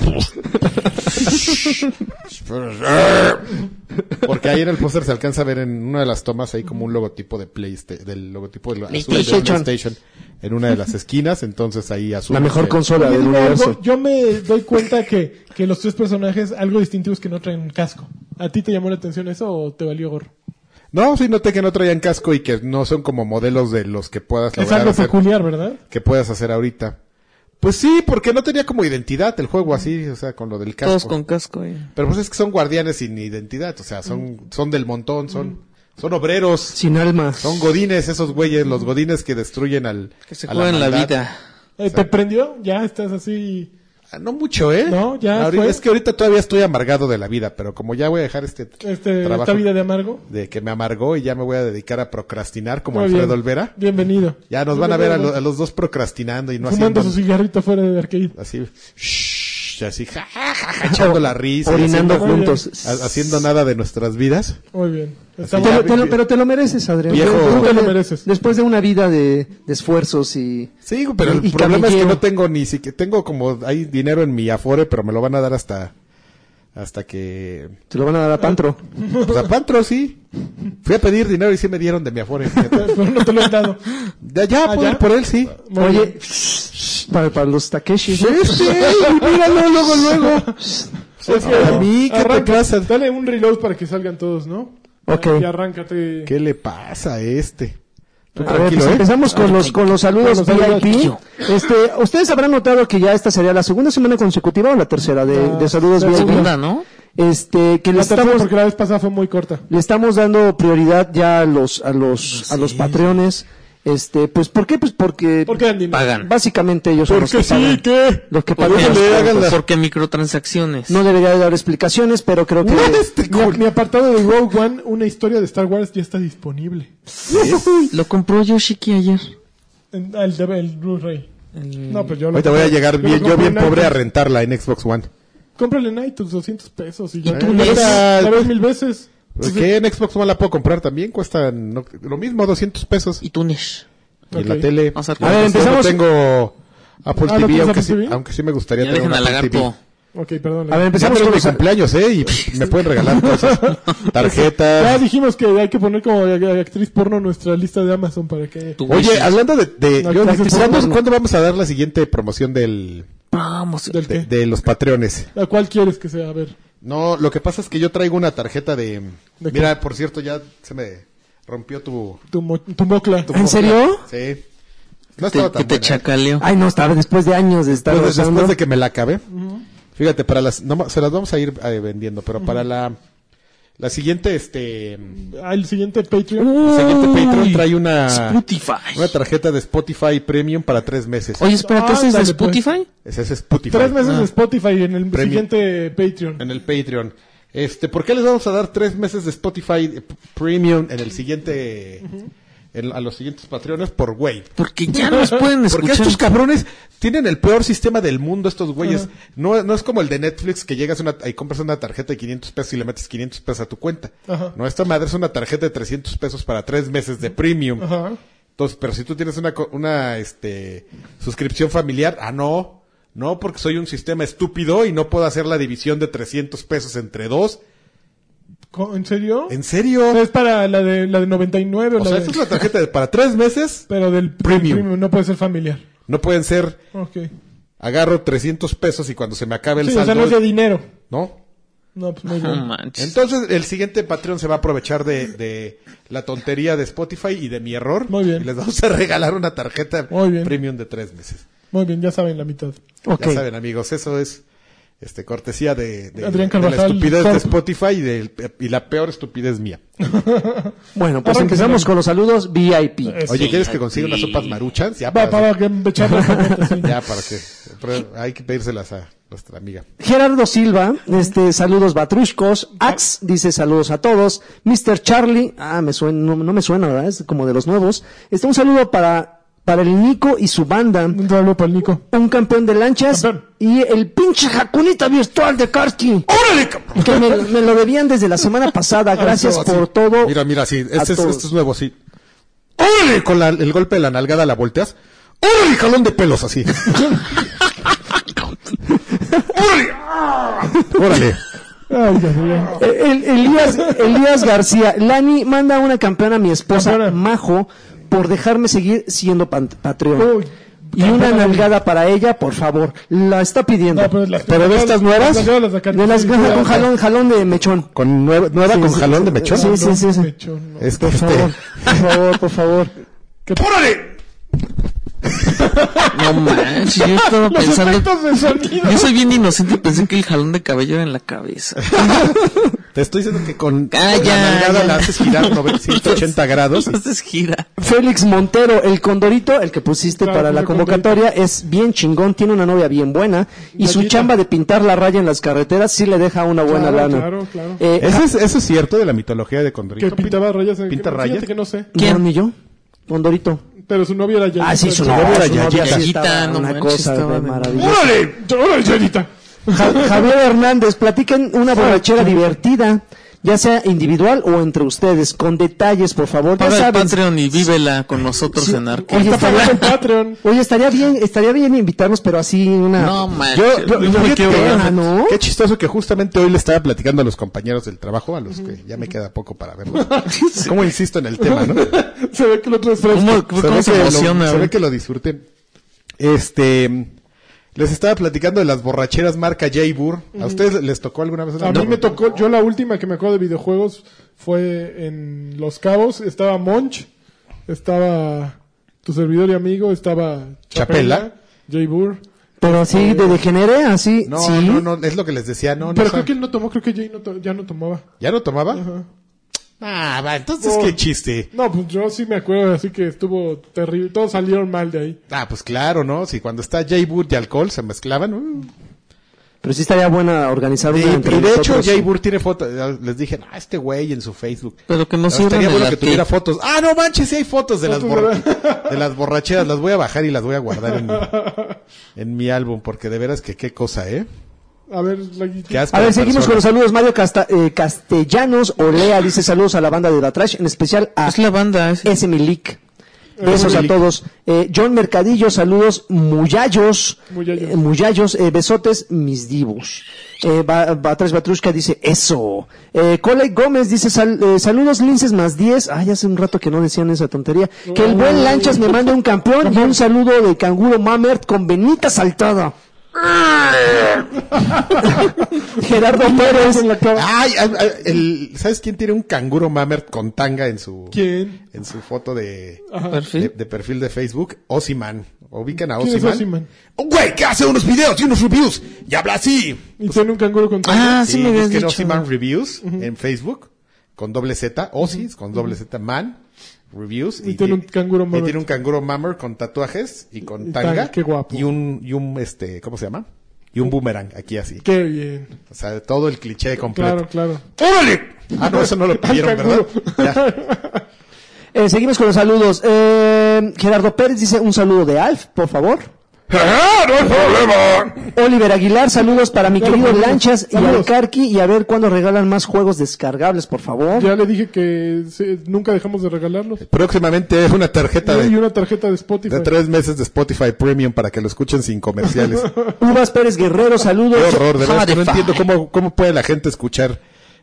A: porque ahí en el póster se alcanza a ver en una de las tomas ahí como un logotipo de PlayStation. Del logotipo del azul de
B: PlayStation.
A: PlayStation En una de las esquinas. Entonces ahí azul. eh,
B: La mejor
A: que-
B: consola
D: Oye,
B: del
D: dime
B: universo.
D: algo, yo me doy cuenta que, que los tres personajes, algo distintivo es que no traen casco. ¿A ti te llamó la atención eso o te valió gorro?
A: No, sí noté que no traían casco y que no son como modelos de los que puedas
D: Es
A: lograr
D: algo
A: hacer,
D: peculiar, ¿verdad? Eh,
A: que puedas hacer ahorita. Pues sí, porque no tenía como identidad el juego así, o sea, con lo del casco.
E: Todos con casco, eh.
A: Pero pues es que son guardianes sin identidad, o sea, son
E: Mm.
A: son del montón, son son obreros,
B: Sin alma.
A: son godines esos güeyes, los godines que destruyen al
E: Que se
A: a
E: juegan la,
A: maldad.
E: vida.
D: Eh, ¿Te prendió? Ya estás así.
A: Ah, No mucho, ¿eh?
D: No, ya
A: Ahorita-
D: fue.
A: es que ahorita todavía estoy amargado de la vida, pero como ya voy a dejar este,
D: Este,
A: trabajo
D: esta vida de amargo.
A: de que me amargó y ya me voy a dedicar a procrastinar como
D: Muy
A: Alfredo
D: bien.
A: Olvera.
D: Bienvenido.
A: Ya nos van a ver a, lo- a los dos procrastinando y no
D: Fumando
A: haciendo
D: su cigarrito fuera de arcade.
A: así. Shh, Switch, así, ja, ja, ja, ja, echando la risa. y
B: Orinando
A: haciendo-
B: juntos.
A: ha- haciendo nada de nuestras vidas.
D: Muy bien.
B: Te
D: Estamos-
B: lo- te lo- pero te lo mereces, Adrián.
A: Viejo.
B: Después de-
D: Te lo mereces.
B: Después de una vida de, de esfuerzos y...
A: Sí, pero el
B: Y
A: problema es que
B: camillero.
A: no tengo ni siquiera, tengo como, hay dinero en mi afore, pero me lo van a dar hasta, hasta que,
B: Te lo van a dar a Pantro.
A: pues a Pantro sí. Fui a pedir dinero y sí me dieron de mi afore. fíjate.
D: Pero no te lo he dado.
A: De allá,
D: ¿Ah,
A: por,
D: ya?
A: por él sí.
D: Muy bien.
B: Oye, shh, para, para los Takeshi.
A: Sí, sí, míralo luego, luego.
D: Es que-
A: A mí, ¿qué te
D: Arranca,
A: pasa?
D: Dale un reload para que salgan todos, ¿no?
B: Ok.
D: Y arráncate.
A: ¿Qué le pasa a este? Tú
B: A ver,
A: tranquilo,
B: pues
A: ¿eh?
B: empezamos con los, con los saludos
D: Con los saludos.
B: VIP. Este, ustedes habrán notado que ya esta sería la segunda semana consecutiva o la tercera de, de saludos
D: La
B: VIP.
E: Segunda, ¿no?
B: Este, que le
D: La tercera,
B: estamos,
D: porque la vez pasada fue muy corta.
B: le estamos dando prioridad ya a los, a los, a los patreones. Este, pues, ¿por qué? Pues porque,
D: ¿Por qué, Andy?
E: Pagan.
B: básicamente ellos son los que
D: Porque sí,
B: pagan.
D: ¿qué?
B: Los que pagan
E: Porque,
B: los
A: le hagan
B: cuentos.
A: la-
E: porque microtransacciones.
B: No debería de dar explicaciones, pero creo que...
D: Mi, mi apartado de Rogue One, una historia de Star Wars, ya está disponible.
E: Lo compró Yoshiki ayer.
D: En- ah, El, de- el Blu-ray. No, pero yo lo
A: Ahorita voy a llegar
D: lo
A: bien, yo
D: compré
A: bien
D: en
A: pobre a
D: iTunes.
A: rentarla en Xbox One.
D: Cómprale en iTunes 200 pesos. Y yo
A: Ah,
D: tú la
A: esa-
D: la ves mil veces.
A: Pues que en Xbox One la puedo comprar también, cuesta no- lo mismo, 200 pesos.
E: Y Tunes.
A: Y la
D: Ok.
A: tele.
E: O sea,
A: Yo no
B: empezamos-
A: tengo Apple
D: Ah,
A: TV,
D: ¿no tienes
A: aunque
D: Apple
A: sí,
D: TV?
A: aunque sí me gustaría
E: Ya
A: tener
E: dejen
A: una
E: al
A: Apple TV.
E: lagarto.
D: Ok, perdón. eh.
B: A ver,
A: Ya
B: empezamos
A: pero
B: con
A: es mi
B: los...
A: cumpleaños, ¿eh? Y pff, me pueden regalar cosas.
D: Ya
A: Tarjetas.
D: dijimos que hay que poner como actriz porno nuestra lista de Amazon para que...
E: Tu
A: Oye,
E: wishlist.
A: hablando de... de-
D: No,
A: yo-
D: claro que sí.
A: ¿cuándo, cuándo vamos a dar la siguiente promoción del,
E: Vamos.
D: ¿Del
A: de,
D: qué?
A: de los patreones?
D: ¿La cual quieres que sea? A ver.
A: No, lo que pasa es que yo traigo una tarjeta de...
D: ¿De
A: mira, por cierto, ya se me rompió tu...
D: Tu, mo- tu mocla.
A: tu
B: ¿En serio?
A: Sí. No
E: Te-
A: estaba tan
E: que te
A: buena, ¿eh?
E: chacaleo.
B: Ay, no, estaba después de años de estar...
A: Entonces,
B: gozando.
A: Pues, después de que me la acabé. Fíjate, para las no, ma- se las vamos a ir eh, vendiendo, pero para la la siguiente este
D: Ah, el siguiente Patreon.
A: el siguiente Patreon trae una
E: Spotify.
A: una tarjeta de Spotify Premium para tres meses.
E: Oye, Ah. espérate, ¿ese es de
D: Ándale, pues.
E: Spotify?
A: Ese es Spotify. Ah.
D: Tres meses de Spotify en el
A: Premium.
D: siguiente Patreon.
A: en el Patreon. Este, ¿por qué les vamos a dar tres meses de Spotify eh, p- Premium en el siguiente en- a los siguientes Patreones por güey?
E: Porque ya nos pueden
A: Porque
E: escuchar.
A: estos cabrones tienen el peor sistema del mundo, estos güeyes. No, no es como el de Netflix que llegas una, y compras una tarjeta de 500 pesos y le metes 500 pesos a tu cuenta.
D: Ajá.
A: No, esta madre es una tarjeta de 300 pesos para tres meses de premium.
D: Ajá.
A: Entonces, pero si tú tienes una, co- una este, suscripción familiar, ah, no. No, porque soy un sistema estúpido y no puedo hacer la división de 300 pesos entre dos.
D: Co- ¿En serio?
A: ¿En serio?
D: O sea, es para la de, la de 99 o
A: O
D: la
A: sea,
D: de-
A: esta es la tarjeta de- para tres meses.
D: Pero del
A: Premium.
D: No puede ser familiar.
A: No pueden ser,
D: Ok.
A: agarro 300 pesos y cuando se me acabe el
D: Sí, o
A: saldo.
D: sea, no es de dinero.
A: ¿No?
D: No, pues muy
E: No
D: bien.
E: manches.
A: Entonces, el siguiente Patreon se va a aprovechar de, de la tontería de Spotify y de mi error.
D: Muy bien.
A: Y les vamos a regalar una tarjeta
D: Muy bien.
A: premium de tres meses.
D: Muy bien, ya saben la mitad.
B: Ok.
A: Ya saben, amigos, eso es este cortesía de, de-
D: Adrián
A: de la
D: Carvajal,
A: estupidez
D: Thor.
A: de Spotify y, del- y la peor estupidez mía.
B: Bueno, pues
D: Arranca,
B: empezamos
D: señor.
B: con los saludos VIP.
D: Eso.
A: Oye, ¿quieres que
E: sí.
A: consiga unas sopas maruchans? Ya,
D: Va,
A: para,
D: para que echar la pelota, sí.
A: ya para que. pero hay que pedírselas a nuestra amiga.
B: Gerardo Silva, este, saludos batrushcos. Ax dice saludos a todos. Mr. Charlie, ah, me suena, no, no me suena, ¿verdad? Es como de los nuevos. Este, un saludo para, para el Nico y su banda.
D: Un saludo para el Nico.
B: Un campeón de lanchas.
D: Campeón.
B: Y el pinche jacunita virtual de Karki.
A: ¡Órale, cabrón!
B: Que me, me lo debían desde la semana pasada. Gracias
A: No,
B: por
A: sí.
B: todo.
A: Mira, mira, sí. Este,
B: a
A: es,
B: todos.
A: este es nuevo, sí. ¡Órale! Con la- el golpe de la nalgada la volteas. ¡Órale, jalón de pelos! Así. ¡Órale! ¡Ah! ¡Órale!
D: Ay, ya, ya.
B: El, Elías, Elías García, Lani manda una campeona a mi esposa
D: Campeona.
B: Majo por dejarme seguir siendo pan- Patreon.
D: Uy,
B: y una
D: campeona.
B: nalgada para ella, por favor. La está pidiendo.
D: No, pero
B: pero,
D: las-
B: de estas nuevas,
D: las nuevas las sacan.
B: de las
D: Sí,
B: nuevas
D: sí,
B: con
D: sí.
B: jalón, jalón de mechón.
A: Con nueva, nueva
B: Sí,
A: con
B: sí,
A: jalón
B: sí.
A: de mechón.
B: Sí, sí, sí. sí.
D: Mechón, no.
A: Es que
B: Por
A: este-
B: favor, por favor, por favor.
A: ¡Órale!
E: No manches, yo estaba
D: Los
E: pensando.
D: efectos de sonido.
E: Yo soy bien inocente, pensé que el jalón de cabello era en la cabeza.
A: Te estoy diciendo que con
E: Ah,
A: con
E: ya,
A: la nalgada
E: ya.
A: la haces girar 980 grados.
E: Entonces gira.
B: Félix Montero, el condorito, el que pusiste
D: Claro,
B: para la
D: el
B: convocatoria, es bien chingón, tiene una novia bien buena y su
D: Galleta.
B: chamba de pintar la raya en las carreteras sí le deja una buena
D: Claro,
B: lana.
D: claro, claro.
B: Eh,
A: ¿Eso es, eso es cierto de la mitología de
D: Que
A: Condorito.
D: pintaba rayas. En...
A: ¿Pinta
D: Fíjate
A: rayas?
D: que no sé.
B: ¿Quién?
E: ¿Quién?
B: ni yo. Condorito.
D: Pero su novia era Yayita.
B: Ah, sí, su
A: novia
B: novia,
A: era
B: su novia
A: Yayita.
B: sí estaba
E: Yayita, no
B: una
E: manches,
B: cosa
E: estaba
B: de
E: bien.
B: maravillosa.
D: ¡Órale! ¡Órale, Yayita!
B: Ja- Javier Hernández, platiquen una borrachera divertida, ya sea individual o entre ustedes, con detalles, por favor. Ya
E: Paga el
B: saben,
E: Patreon y vívela con nosotros
B: Sí.
E: en Arco.
B: Oye,
D: Está
B: estaría-
D: pagando el Patreon.
B: Oye, estaría bien, estaría bien invitarnos, pero así una...
E: No manches.
A: Yo, yo- yo-
E: me
A: qué,
E: quiero ver.
B: Ah, ¿no?
A: qué chistoso que justamente hoy le estaba platicando a los compañeros del trabajo, a los que ya me queda poco para verlo. ¿Cómo insisto en el tema, no?
D: Se ve que el otro es fresco.
E: ¿Cómo, cómo
A: ve
E: se
A: que lo-
E: emociona?
A: se ve
E: güey?
A: que lo disfruten. Este. Les estaba platicando de las borracheras marca Jaybur. ¿A ustedes les tocó alguna vez? una
D: A mí
A: borra-
D: me tocó, yo la última que me acuerdo de videojuegos fue en Los Cabos, estaba Monch, estaba tu servidor y amigo, estaba
A: Chapela.
D: Jay Burr.
B: Pero así de degenere, así...
A: No,
B: sí.
A: no, no, es lo que les decía, no, no.
D: Pero
A: saben.
D: creo que él no tomó, creo que Jay no to- ya no tomaba.
A: ¿Ya no tomaba?
D: Ajá.
A: Ah, va, entonces
D: No.
A: qué chiste.
D: No, pues yo sí me acuerdo, así que estuvo terrible, todos salieron mal de ahí.
A: Ah, pues claro, ¿no? Si cuando está Jaybur y alcohol se mezclaban. uh.
B: Pero sí estaría buena organizar
A: Y,
B: una entre
A: y de hecho,
B: nosotros.
A: Jaybur tiene fotos. Les dije, ah, este güey en su Facebook.
E: Pero que no
A: No,
E: sirva
A: estaría
E: en el
A: bueno que
E: arcade.
A: tuviera fotos. Ah, no manches, sí hay fotos de las,
D: Fotos,
A: borra-
D: ¿verdad?
A: de las borracheras. Las voy a bajar y las voy a guardar en mi, en mi álbum, porque de veras que qué cosa, ¿eh?
D: A ver, la-
A: Qué asco
B: A ver,
A: de
B: seguimos con los
A: persona.
B: saludos. Mario Casta- eh, Castellanos Olea dice saludos a la banda de Da Trash, en especial a
E: Es la banda. es-
B: S. Milik. Besos a
A: Milik.
B: todos. Eh, John Mercadillo, saludos. Muyallos.
D: Muyallos.
B: Eh, muyallos, eh, besotes, mis divos. Eh, Ba- Batres Batrushka dice, eso. Eh, Cole Gómez dice, sal- eh, saludos, linces más 10. Ay, hace un rato que no decían esa tontería. Que el buen Lanchas me mande un campeón y un saludo de canguro Mamert con Benita saltada. Gerardo Pérez.
A: Ay, ay, ay, el- ¿sabes quién tiene un canguro mamert con tanga en su,
D: ¿Quién?
A: en su foto de,
E: Perfil.
A: de, de perfil de Facebook? Ozyman. ¿Ubican a
D: ¿Quién es
A: Ozyman?
D: Ozyman?
A: Un güey que hace unos videos y unos reviews y habla así.
D: Y tiene un canguro con
E: Ah, sí,
A: Sí,
E: me habías
A: busquen
E: dicho.
A: Ozyman Reviews en Facebook con doble Z, Ozzy con doble Z Man Reviews
D: Y tiene un canguro
A: y
D: mamert.
A: tiene un canguro mammer con tatuajes y con
D: Y
A: tanga,
D: tanga, qué guapo.
A: y un y un este, ¿cómo se llama? Y un boomerang aquí así.
D: Qué bien.
A: O sea, todo el cliché completo.
D: Claro, claro.
A: ¡Órale! Ah, no, eso no lo pidieron, ¿verdad? Ya.
B: Eh, seguimos con los saludos. Eh, Gerardo Pérez dice un saludo de Alf, por favor.
A: ¡Ah,
B: Oliver Aguilar, saludos para mi
D: Ya lo
B: querido
D: mandamos.
B: Lanchas y
D: Saludos.
B: al Carqui y a ver cuándo regalan más juegos descargables, por favor.
D: Ya le dije que se- nunca dejamos de regalarlos.
A: Próximamente es una tarjeta
D: Y
A: de,
D: una tarjeta de Spotify.
A: de tres meses de Spotify Premium para que lo escuchen sin comerciales.
B: Uvas Pérez Guerrero, saludos.
A: Qué horror, de verdad es que no
E: Spotify.
A: entiendo cómo, cómo puede la gente escuchar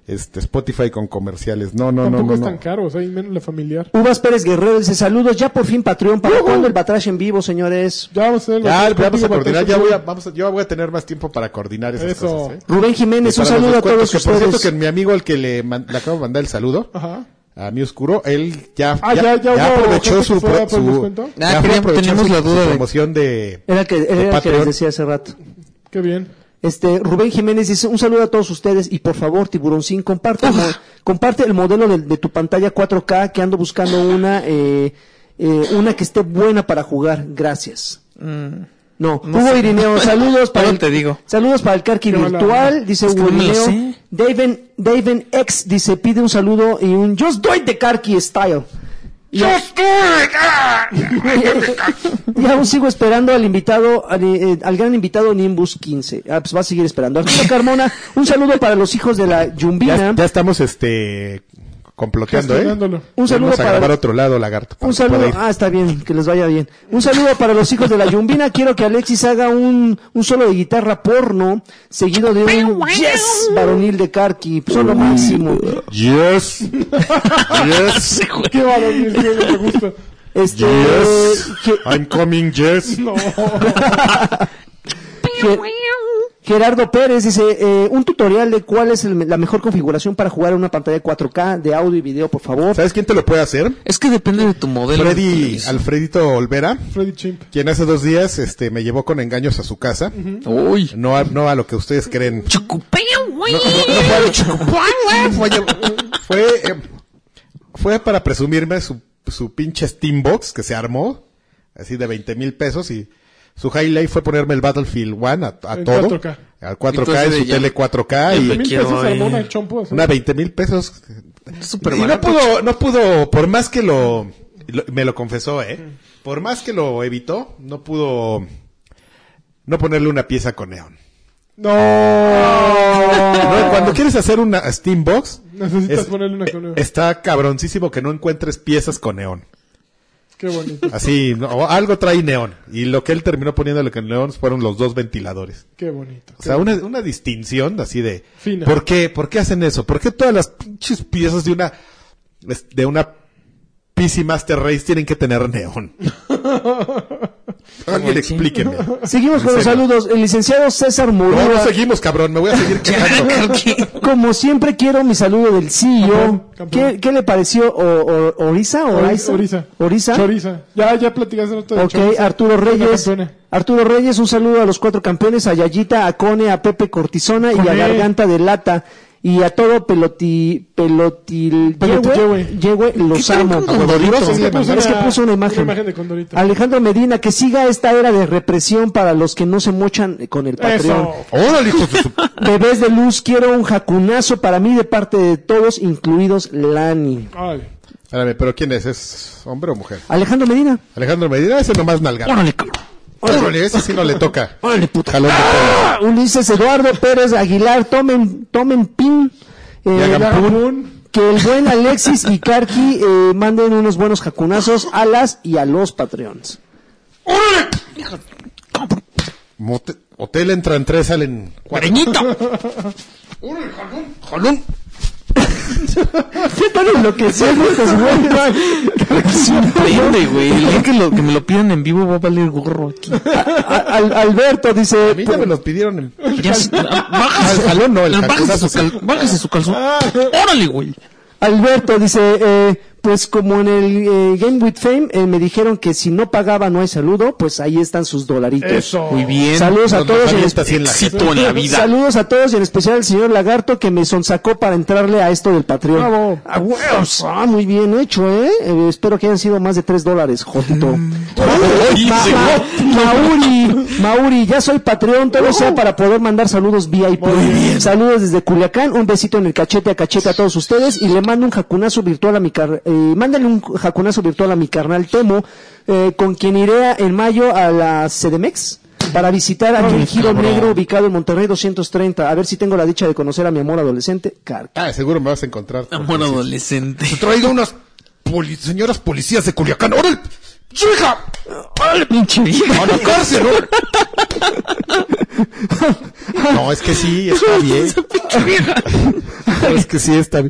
A: este Spotify con comerciales. No, no, no,
D: Tampoco
A: no.
D: es
A: no.
D: tan caro, o sea, y menos la familiar.
B: Uvas Pérez Guerrero dice saludos, ya por fin Patreon, ¿para cuándo el Batrash en vivo, señores?
D: Ya vamos a hacer el
A: Ya,
D: batalla
A: vamos a
D: contigo,
A: coordinar,
D: batalla
A: ya voy a,
D: contigo.
A: vamos a- yo voy a tener más tiempo para coordinar esas
D: Eso.
A: cosas. ¿eh?
B: Rubén Jiménez,
A: Y
B: un
A: para los
B: saludo a
A: descuentos,
B: todos
A: que Por cierto,
B: ustedes.
A: que mi amigo, el que le, man- le acabo de mandar el saludo,
D: Ajá.
A: a mi oscuro, él ya,
D: Ah, ya- ya hubo
A: aprovechó
D: gente
A: su,
D: que fue
A: pro-
D: por
A: su,
D: descuento.
E: Ah, queríamos-
A: aprovechó
E: teníamos
A: su-
E: la duda
A: su
E: de-
A: promoción de...
B: Era el que, era el que
A: Patreon.
B: les decía hace rato.
D: Qué bien.
B: Este, Rubén Jiménez dice, un saludo a todos ustedes y por favor, Tiburoncín, comparte, el mo- comparte el modelo de, de tu pantalla 4K que ando buscando una, eh, eh, una que esté buena para jugar. Gracias.
E: Mm.
B: No,
E: No
B: Hugo
E: sé.
B: Irineo, saludos para
E: Luego
B: el,
E: te digo.
B: saludos para el Carqui
D: Qué mala
B: Virtual,
D: onda.
B: dice
E: Es que
B: Hugo
E: no me lo
B: Irineo.
E: sé.
B: Daven, Daven X dice, pide un saludo y un Just Do It de Carqui Style. Y, a- y aún sigo esperando al invitado, al, eh, al gran invitado Nimbus 15. Ah, pues va a seguir esperando. Arturo Carmona, un saludo para los hijos de la Yumbina.
A: Ya, ya estamos, este, comploteando, ¿eh?
D: Gestionándolo.
B: Un saludo
A: Vamos a
B: para-
A: grabar otro lado, lagarto. para
B: Un
A: que pueda
B: saludo,
A: ir.
B: ah, está bien, que les vaya bien. Un saludo para los hijos de la Yumbina. Quiero que Alexis haga un, un solo de guitarra porno, seguido de un yes varonil de Karki. Son lo máximo.
A: Yes. yes.
D: Qué varón, mi cielo, me gusta.
B: Este,
A: Yes.
B: Ge-
A: I'm coming, yes.
D: No.
B: Ge- Gerardo Pérez dice, eh, un tutorial de cuál es el- la mejor configuración para jugar en una pantalla 4K de audio y video, por favor.
A: ¿Sabes quién te lo puede hacer?
E: Es que depende de tu modelo. Pues,
A: Freddy, Alfredito Olvera,
D: Freddy Chimp.
A: quien hace dos días este, me llevó con engaños a su casa.
E: Uy.
A: No a, no a lo que ustedes creen.
E: No, eh.
A: Fue, fue, eh, fue para presumirme su, su pinche Steambox que se armó, así de 20 mil pesos y su highlight fue ponerme el Battlefield One a, a
D: En
A: todo.
D: 4K.
A: Al 4K,
E: Entonces,
A: en su
E: ya-
A: tele 4K
E: ya
A: y
E: me
D: Mil
E: quiero
D: pesos
E: ir.
D: armó una chompo. así.
A: una 20 mil pesos.
E: Es súper
A: y no
E: barato.
A: pudo, no pudo, por más que lo, lo- me lo confesó, eh, por más que lo evitó, no pudo no ponerle una pieza con neón.
D: No.
A: No, cuando quieres hacer una Steambox,
D: Necesitas
A: es-
D: ponerle una columna.
A: está cabroncísimo que no encuentres piezas con neón.
D: Qué bonito.
A: Así, no, algo trae neón. Y lo que él terminó poniéndole con neón fueron los dos ventiladores.
D: Qué bonito.
A: O sea, una, una distinción así de...
D: Fina.
A: ¿Por qué? ¿Por qué hacen eso? ¿Por qué todas las pinches piezas de una... De una PC Master Race tienen que tener neón? Alguien
E: el
A: explíqueme.
B: Seguimos con los
A: serio.
B: saludos. El licenciado César
A: No, no
B: Murúa.
A: seguimos, cabrón. Me voy a seguir quejando.
B: Como siempre quiero mi saludo del CEO.
D: Campeón, campeón.
B: ¿Qué, qué le pareció o, o- Orisa? Oraiza?
D: Oriza.
B: Orisa.
D: Choriza. Ya, ya platicaste de
B: Ok,
D: choriza.
B: Arturo
D: Es la
B: Reyes.
D: campeona.
B: Arturo Reyes, un saludo a los cuatro campeones, a Yayita, a Cone, a Pepe Cortisona y a
D: Cone.
B: Garganta de Lata. Y a todo peloti, pelotil,
D: Pelotiyehue.
B: yehue, los amo.
A: Condoritos?
B: Es que puso,
D: Es que
B: una,
D: puso una
B: imagen.
D: imagen de Condorito.
B: Alejandro Medina, que siga esta era de represión para los que no se mochan con el Patreon.
D: Eso.
A: Órale, hijos de su-
B: Bebés de luz, quiero un jacunazo para mí de parte de todos, incluidos Lani.
D: Órale.
A: Espérame, pero ¿quién es? ¿Es hombre o mujer?
B: Alejandro Medina.
A: Alejandro Medina, ese nomás nalgado.
E: Órale, cabrón.
A: Órale, ese sí no le toca.
E: Órale, puta.
A: Jalón de cola.
B: Ah, Ulises Eduardo Pérez Aguilar, tomen, tomen pin. eh,
A: Y hagan pum.
B: que el buen Alexis y Karki eh, manden unos buenos jacunazos a las y a los Patreons.
A: Mote- Hotel entran tres, salen cuatro.
B: Están enloqueciendo estos güeyes.
E: Sorprende, güey. El día que, lo- que me lo pidan en vivo va a valer gorro aquí.
B: A- Al- Alberto dice,
A: A mí ya me los pidieron en...
E: Ya, sí, ah, bájese.
A: Al jalón, no, el
E: Ah, bájese,
A: jacunazo
E: su cal- bájese su calzón. Órale, güey.
B: Alberto dice, eh, pues como en el eh, Game with Fame eh, me dijeron que si no pagaba no hay saludo, pues ahí están sus dolaritos.
D: Eso.
E: Muy bien.
B: Saludos a
A: Nos
B: todos en
A: avienta así en la
E: Éxito en la vida.
B: Saludos a todos y en especial al señor Lagarto que me sonsacó para entrarle a esto del Patreon.
D: Bravo.
B: ¡A huevos! Ah, muy bien hecho, ¿eh? Eh, espero que hayan sido más de tres dólares, Jotito. Ma- ma- Mauri, Mauri, ya soy Patreon, todo sea para poder mandar saludos VIP. Saludos desde Culiacán, un besito en el cachete a cachete a todos ustedes y le mando un jacunazo virtual a mi car eh, mándale un jacunazo virtual a mi carnal Temo, eh, con quien iré a- en mayo a la CDMX para visitar aquel giro negro ubicado en Monterrey 230, a ver si tengo la dicha de conocer a mi amor adolescente, Car.
A: Ah, seguro me vas a encontrar.
E: Amor adolescente.
A: Traigo unas poli- señoras policías de Culiacán. ¡Órale! ¡Hija!
E: Órale, pinche vieja.
A: ¡A la cárcel! órale! No, es que sí, está bien. No, es que sí, está,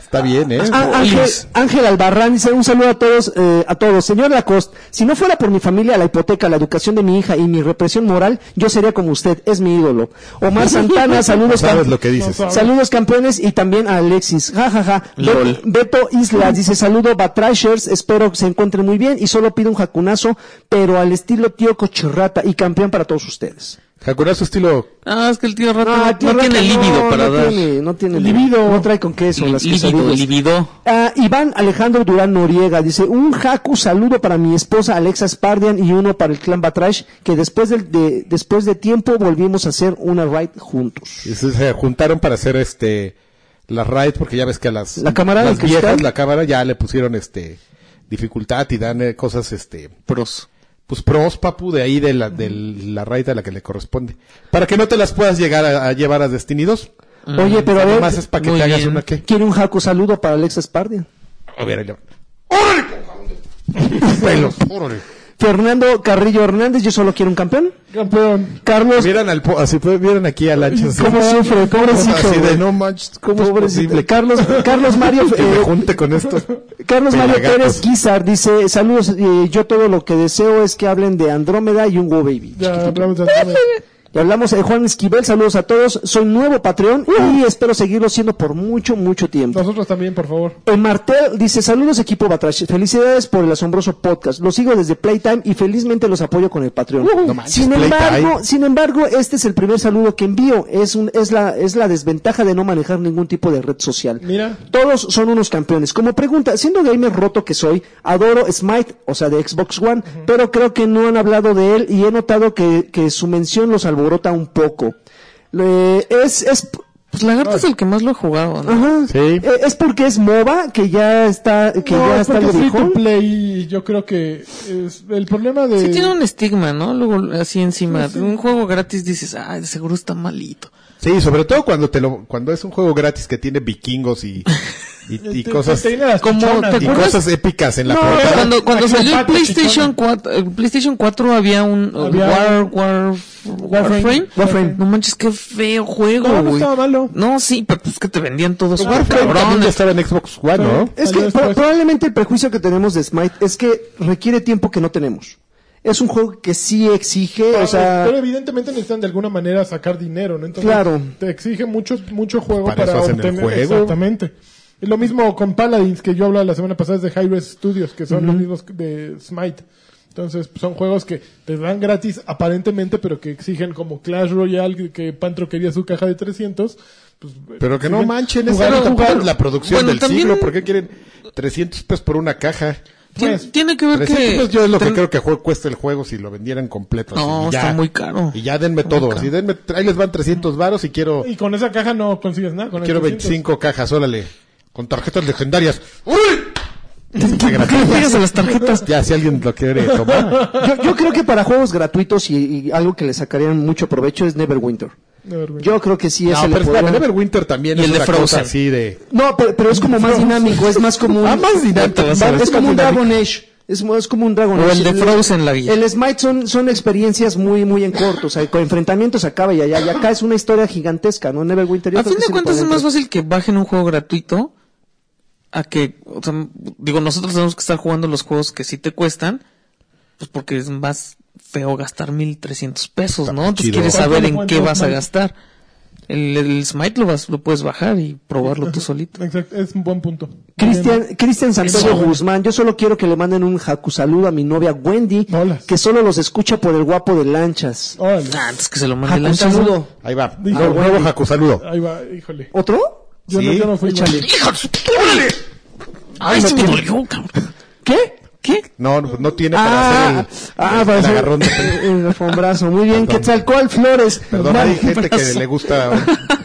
A: está bien, ¿eh?
B: Ah, Ángel, Ángel Albarrán dice un saludo a todos, eh, a todos. Señor Lacoste, si no fuera por mi familia, la hipoteca, la educación de mi hija y mi represión moral, yo sería como usted, es mi ídolo. Omar Ah, Santana, saludos.
A: Sabes
B: cam-
A: lo que dices.
B: Saludos campeones y también a Alexis. Ja, ja, ja. Be-
E: Lol.
B: Beto Islas dice saludo Batrashers, espero que se encuentren muy bien y solo pido un jacunazo, pero al estilo tío Cochirrata y campeón para todos ustedes.
A: Jacunazo estilo...
E: Ah, es que el tío rato no,
B: tío
E: no
B: Rata,
E: tiene líbido
B: no,
E: para
B: no
E: dar.
B: Tiene, no tiene No trae con queso las
E: Líbido,
B: quesadillas.
E: líbido.
B: Ah, Iván Alejandro Durán Noriega dice, un jacu saludo para mi esposa Alexa Spardian y uno para el clan Batrash, que después del- de, después de tiempo volvimos a hacer una ride juntos.
A: y Se se juntaron para hacer este... Las raids, porque ya ves que a las...
B: La cámara
A: Las
B: de cristal.
A: viejas, la cámara ya le pusieron este... Dificultad y dan eh, cosas este...
E: Pros.
A: pues pros, papu, de ahí de la, de la raíz a la que le corresponde. Para que no te las puedas llegar a, a llevar a Destiny 2.
B: Oye, pero a ver,
A: Además Mm, es para que
E: muy
A: te hagas
E: bien.
A: una que.
B: quiere un jacu saludo para Alexa Spardian.
A: A ver, ahí le va. ¡Órale, por favor! Pelos, órale.
B: Fernando Carrillo Hernández, yo solo quiero un campeón.
D: Campeón.
B: Carlos,
A: Vieran al po- así fue, vieran aquí a Lanchas. así.
B: ¿cómo sufre? Pobrecito.
A: Así de
B: güey.
A: no manches, ¿cómo es
B: Pobrecito.
A: posible?
B: Carlos, Carlos Mario,
A: Que me
B: eh,
A: junte con estos.
B: Carlos Mario
A: Pelagatos.
B: Pérez Guizar dice, saludos, eh, yo todo lo que deseo es que hablen de Andrómeda y un Go Baby.
D: Ya hablamos de
B: Y hablamos de Juan Esquivel, saludos a todos, soy nuevo Patreon y espero seguirlo siendo por mucho, mucho tiempo.
D: Nosotros también, por favor.
B: En Martel dice, saludos equipo Batrash, felicidades por el asombroso podcast, los sigo desde Playtime y felizmente los apoyo con el Patreon.
A: Uh, No manches,
B: sin embargo,
A: Playtime.
B: sin embargo, este es el primer saludo que envío, es, un, es, la, es la desventaja de no manejar ningún tipo de red social.
D: Mira.
B: Todos son unos campeones. Como pregunta, siendo gamer roto que soy, adoro Smite, o sea, de Xbox One, pero creo que no han hablado de él y he notado que, que su mención los alborota un poco. Le- es, es,
E: Pues Lagarto es el que más lo ha jugado, ¿no?
B: Ajá.
A: Sí.
B: Eh, es porque es MOBA, que ya está, que
D: No,
B: ya
D: es
B: está
D: porque
B: algo
D: es free
B: viejón.
D: to play y yo creo que es el problema de...
E: Sí tiene un estigma, ¿no? Luego así encima. Un juego gratis dices, ah, de seguro está malito.
A: Sí, sobre todo cuando te lo, cuando es un juego gratis que tiene vikingos y, y, y
D: te-
A: cosas,
D: te- te- las
E: Como-
D: chichonas,
E: ¿te
A: y
D: ¿no?
E: acuerdas?
A: cosas épicas en la
D: No,
A: portada.
E: Cuando, cuando
D: Aquí
E: salió el
D: empate,
E: PlayStation
D: chichón.
E: 4, el PlayStation 4 había un uh,
D: Había
E: War, War, Warframe.
D: Warframe.
E: No manches, qué feo juego,
D: No, no
E: güey.
D: estaba malo.
E: No, sí, pero pues que te vendían todos
A: Warframe también ya
E: cabrones.
A: estaba en Xbox One, ¿no?
B: Es
D: Tal
B: que
D: vez
B: pro-
D: pues-
B: probablemente el prejuicio que tenemos de Smite es que requiere tiempo que no tenemos. Es un juego que sí exige, o sea,
D: pero evidentemente necesitan de alguna manera sacar dinero, ¿no? Entonces,
B: Claro.
D: Te exige mucho, mucho juego
A: Pues Para
D: para,
A: eso hacen el
D: obtener.
A: juego.
D: Exactamente. Es lo mismo con Paladins, que yo hablaba la semana pasada, es de Hi-Res Studios, que son los mismos de Smite. Entonces, pues, son juegos que te dan gratis aparentemente, pero que exigen como Clash Royale, que- que Pantro quería su caja de 300. Pues,
A: Pero que no
D: exigen
A: manchen, es
D: jugar-
A: ahorita
D: jugar-
A: para la producción
E: Bueno,
A: del
E: también-
A: siglo, ¿por qué quieren 300 pesos por una caja?
E: Tien-
D: pues,
E: tiene que ver
A: 300
E: que...
A: pesos yo es lo que
E: ten-
A: creo que jue- cuesta el juego si lo vendieran completo. así,
E: No,
A: y ya.
E: está muy caro.
A: Y ya denme todo, así denme, ahí les van 300 varos y quiero,
D: Y con esa caja no consigues nada. Con el
A: quiero
D: 300.
A: 25 cajas, órale, con tarjetas legendarias. ¡Uy! Está
E: ¿Por qué
A: gratis.
E: le pegas a las tarjetas?
A: Ya, si alguien lo quiere tomar.
B: yo, yo creo que para juegos gratuitos y, y algo que le sacarían mucho provecho es Neverwinter.
D: Neverwinter.
B: Yo creo que sí es
A: No,
B: el
A: pero espera,
B: podrá-
A: Neverwinter también
E: Y
A: es
E: el de
A: una cosa
E: Frozen.
A: así de...
B: No, pero, pero es como más dinámico, es más como un...
A: Ah, más dinámico, vas a ver,
B: es como
A: más
B: un
A: dinámico.
B: Dragon Age. Es, mu- es como un Dragon
E: O
B: Age.
E: el de Frozen, la guía.
B: El Smite son, son experiencias muy, muy en corto. O sea, con enfrentamientos acaba y allá. Y acá es una historia gigantesca, ¿no? Neverwinter. yo
E: A
B: creo
E: fin
B: que
E: de
B: sí le
E: cuentas es más
B: podrían
E: fácil que bajen un juego gratuito a que, o sea, digo, nosotros tenemos que estar jugando los juegos que sí te cuestan, pues porque es más feo gastar 1300 pesos, ¿no? Entonces
A: chido.
E: quieres
D: ¿Cuánto
E: saber
D: le
E: en
D: ponen
E: qué
D: dos
E: vas a
D: manos?
E: gastar. El, el Smite lo, vas, lo puedes bajar y probarlo tú solito.
D: Exacto, es un buen punto.
B: Cristian, Cristian Santiago
E: Eso, güey.
B: Guzmán, yo solo quiero que le manden un jacu saludo a mi novia Wendy,
D: Hola.
B: que solo los escucha por el guapo de lanchas.
D: Órale.
E: Ah, antes que se lo mande
B: Jacu
E: la
B: pues saludo. Ah,
A: Ahí va,
D: Dijo,
A: nuevo, nuevo Jaco, saludo.
D: Ahí va, híjole.
B: ¿Otro?
D: Yo,
A: Sí,
D: no, yo no fui.
B: échale.
D: güey.
E: Ay, se me dolió, cabrón.
B: ¿Qué?
E: ¿Qué?
A: No, no no tiene para hacer
B: Ah,
A: el,
B: ah,
A: el
B: para hacer
A: agarrón de
B: el alfombrazo. Muy bien,
A: Perdón.
B: Quetzalcoatl Flores.
A: Perdón,
B: Ma-
A: hay gente que le gusta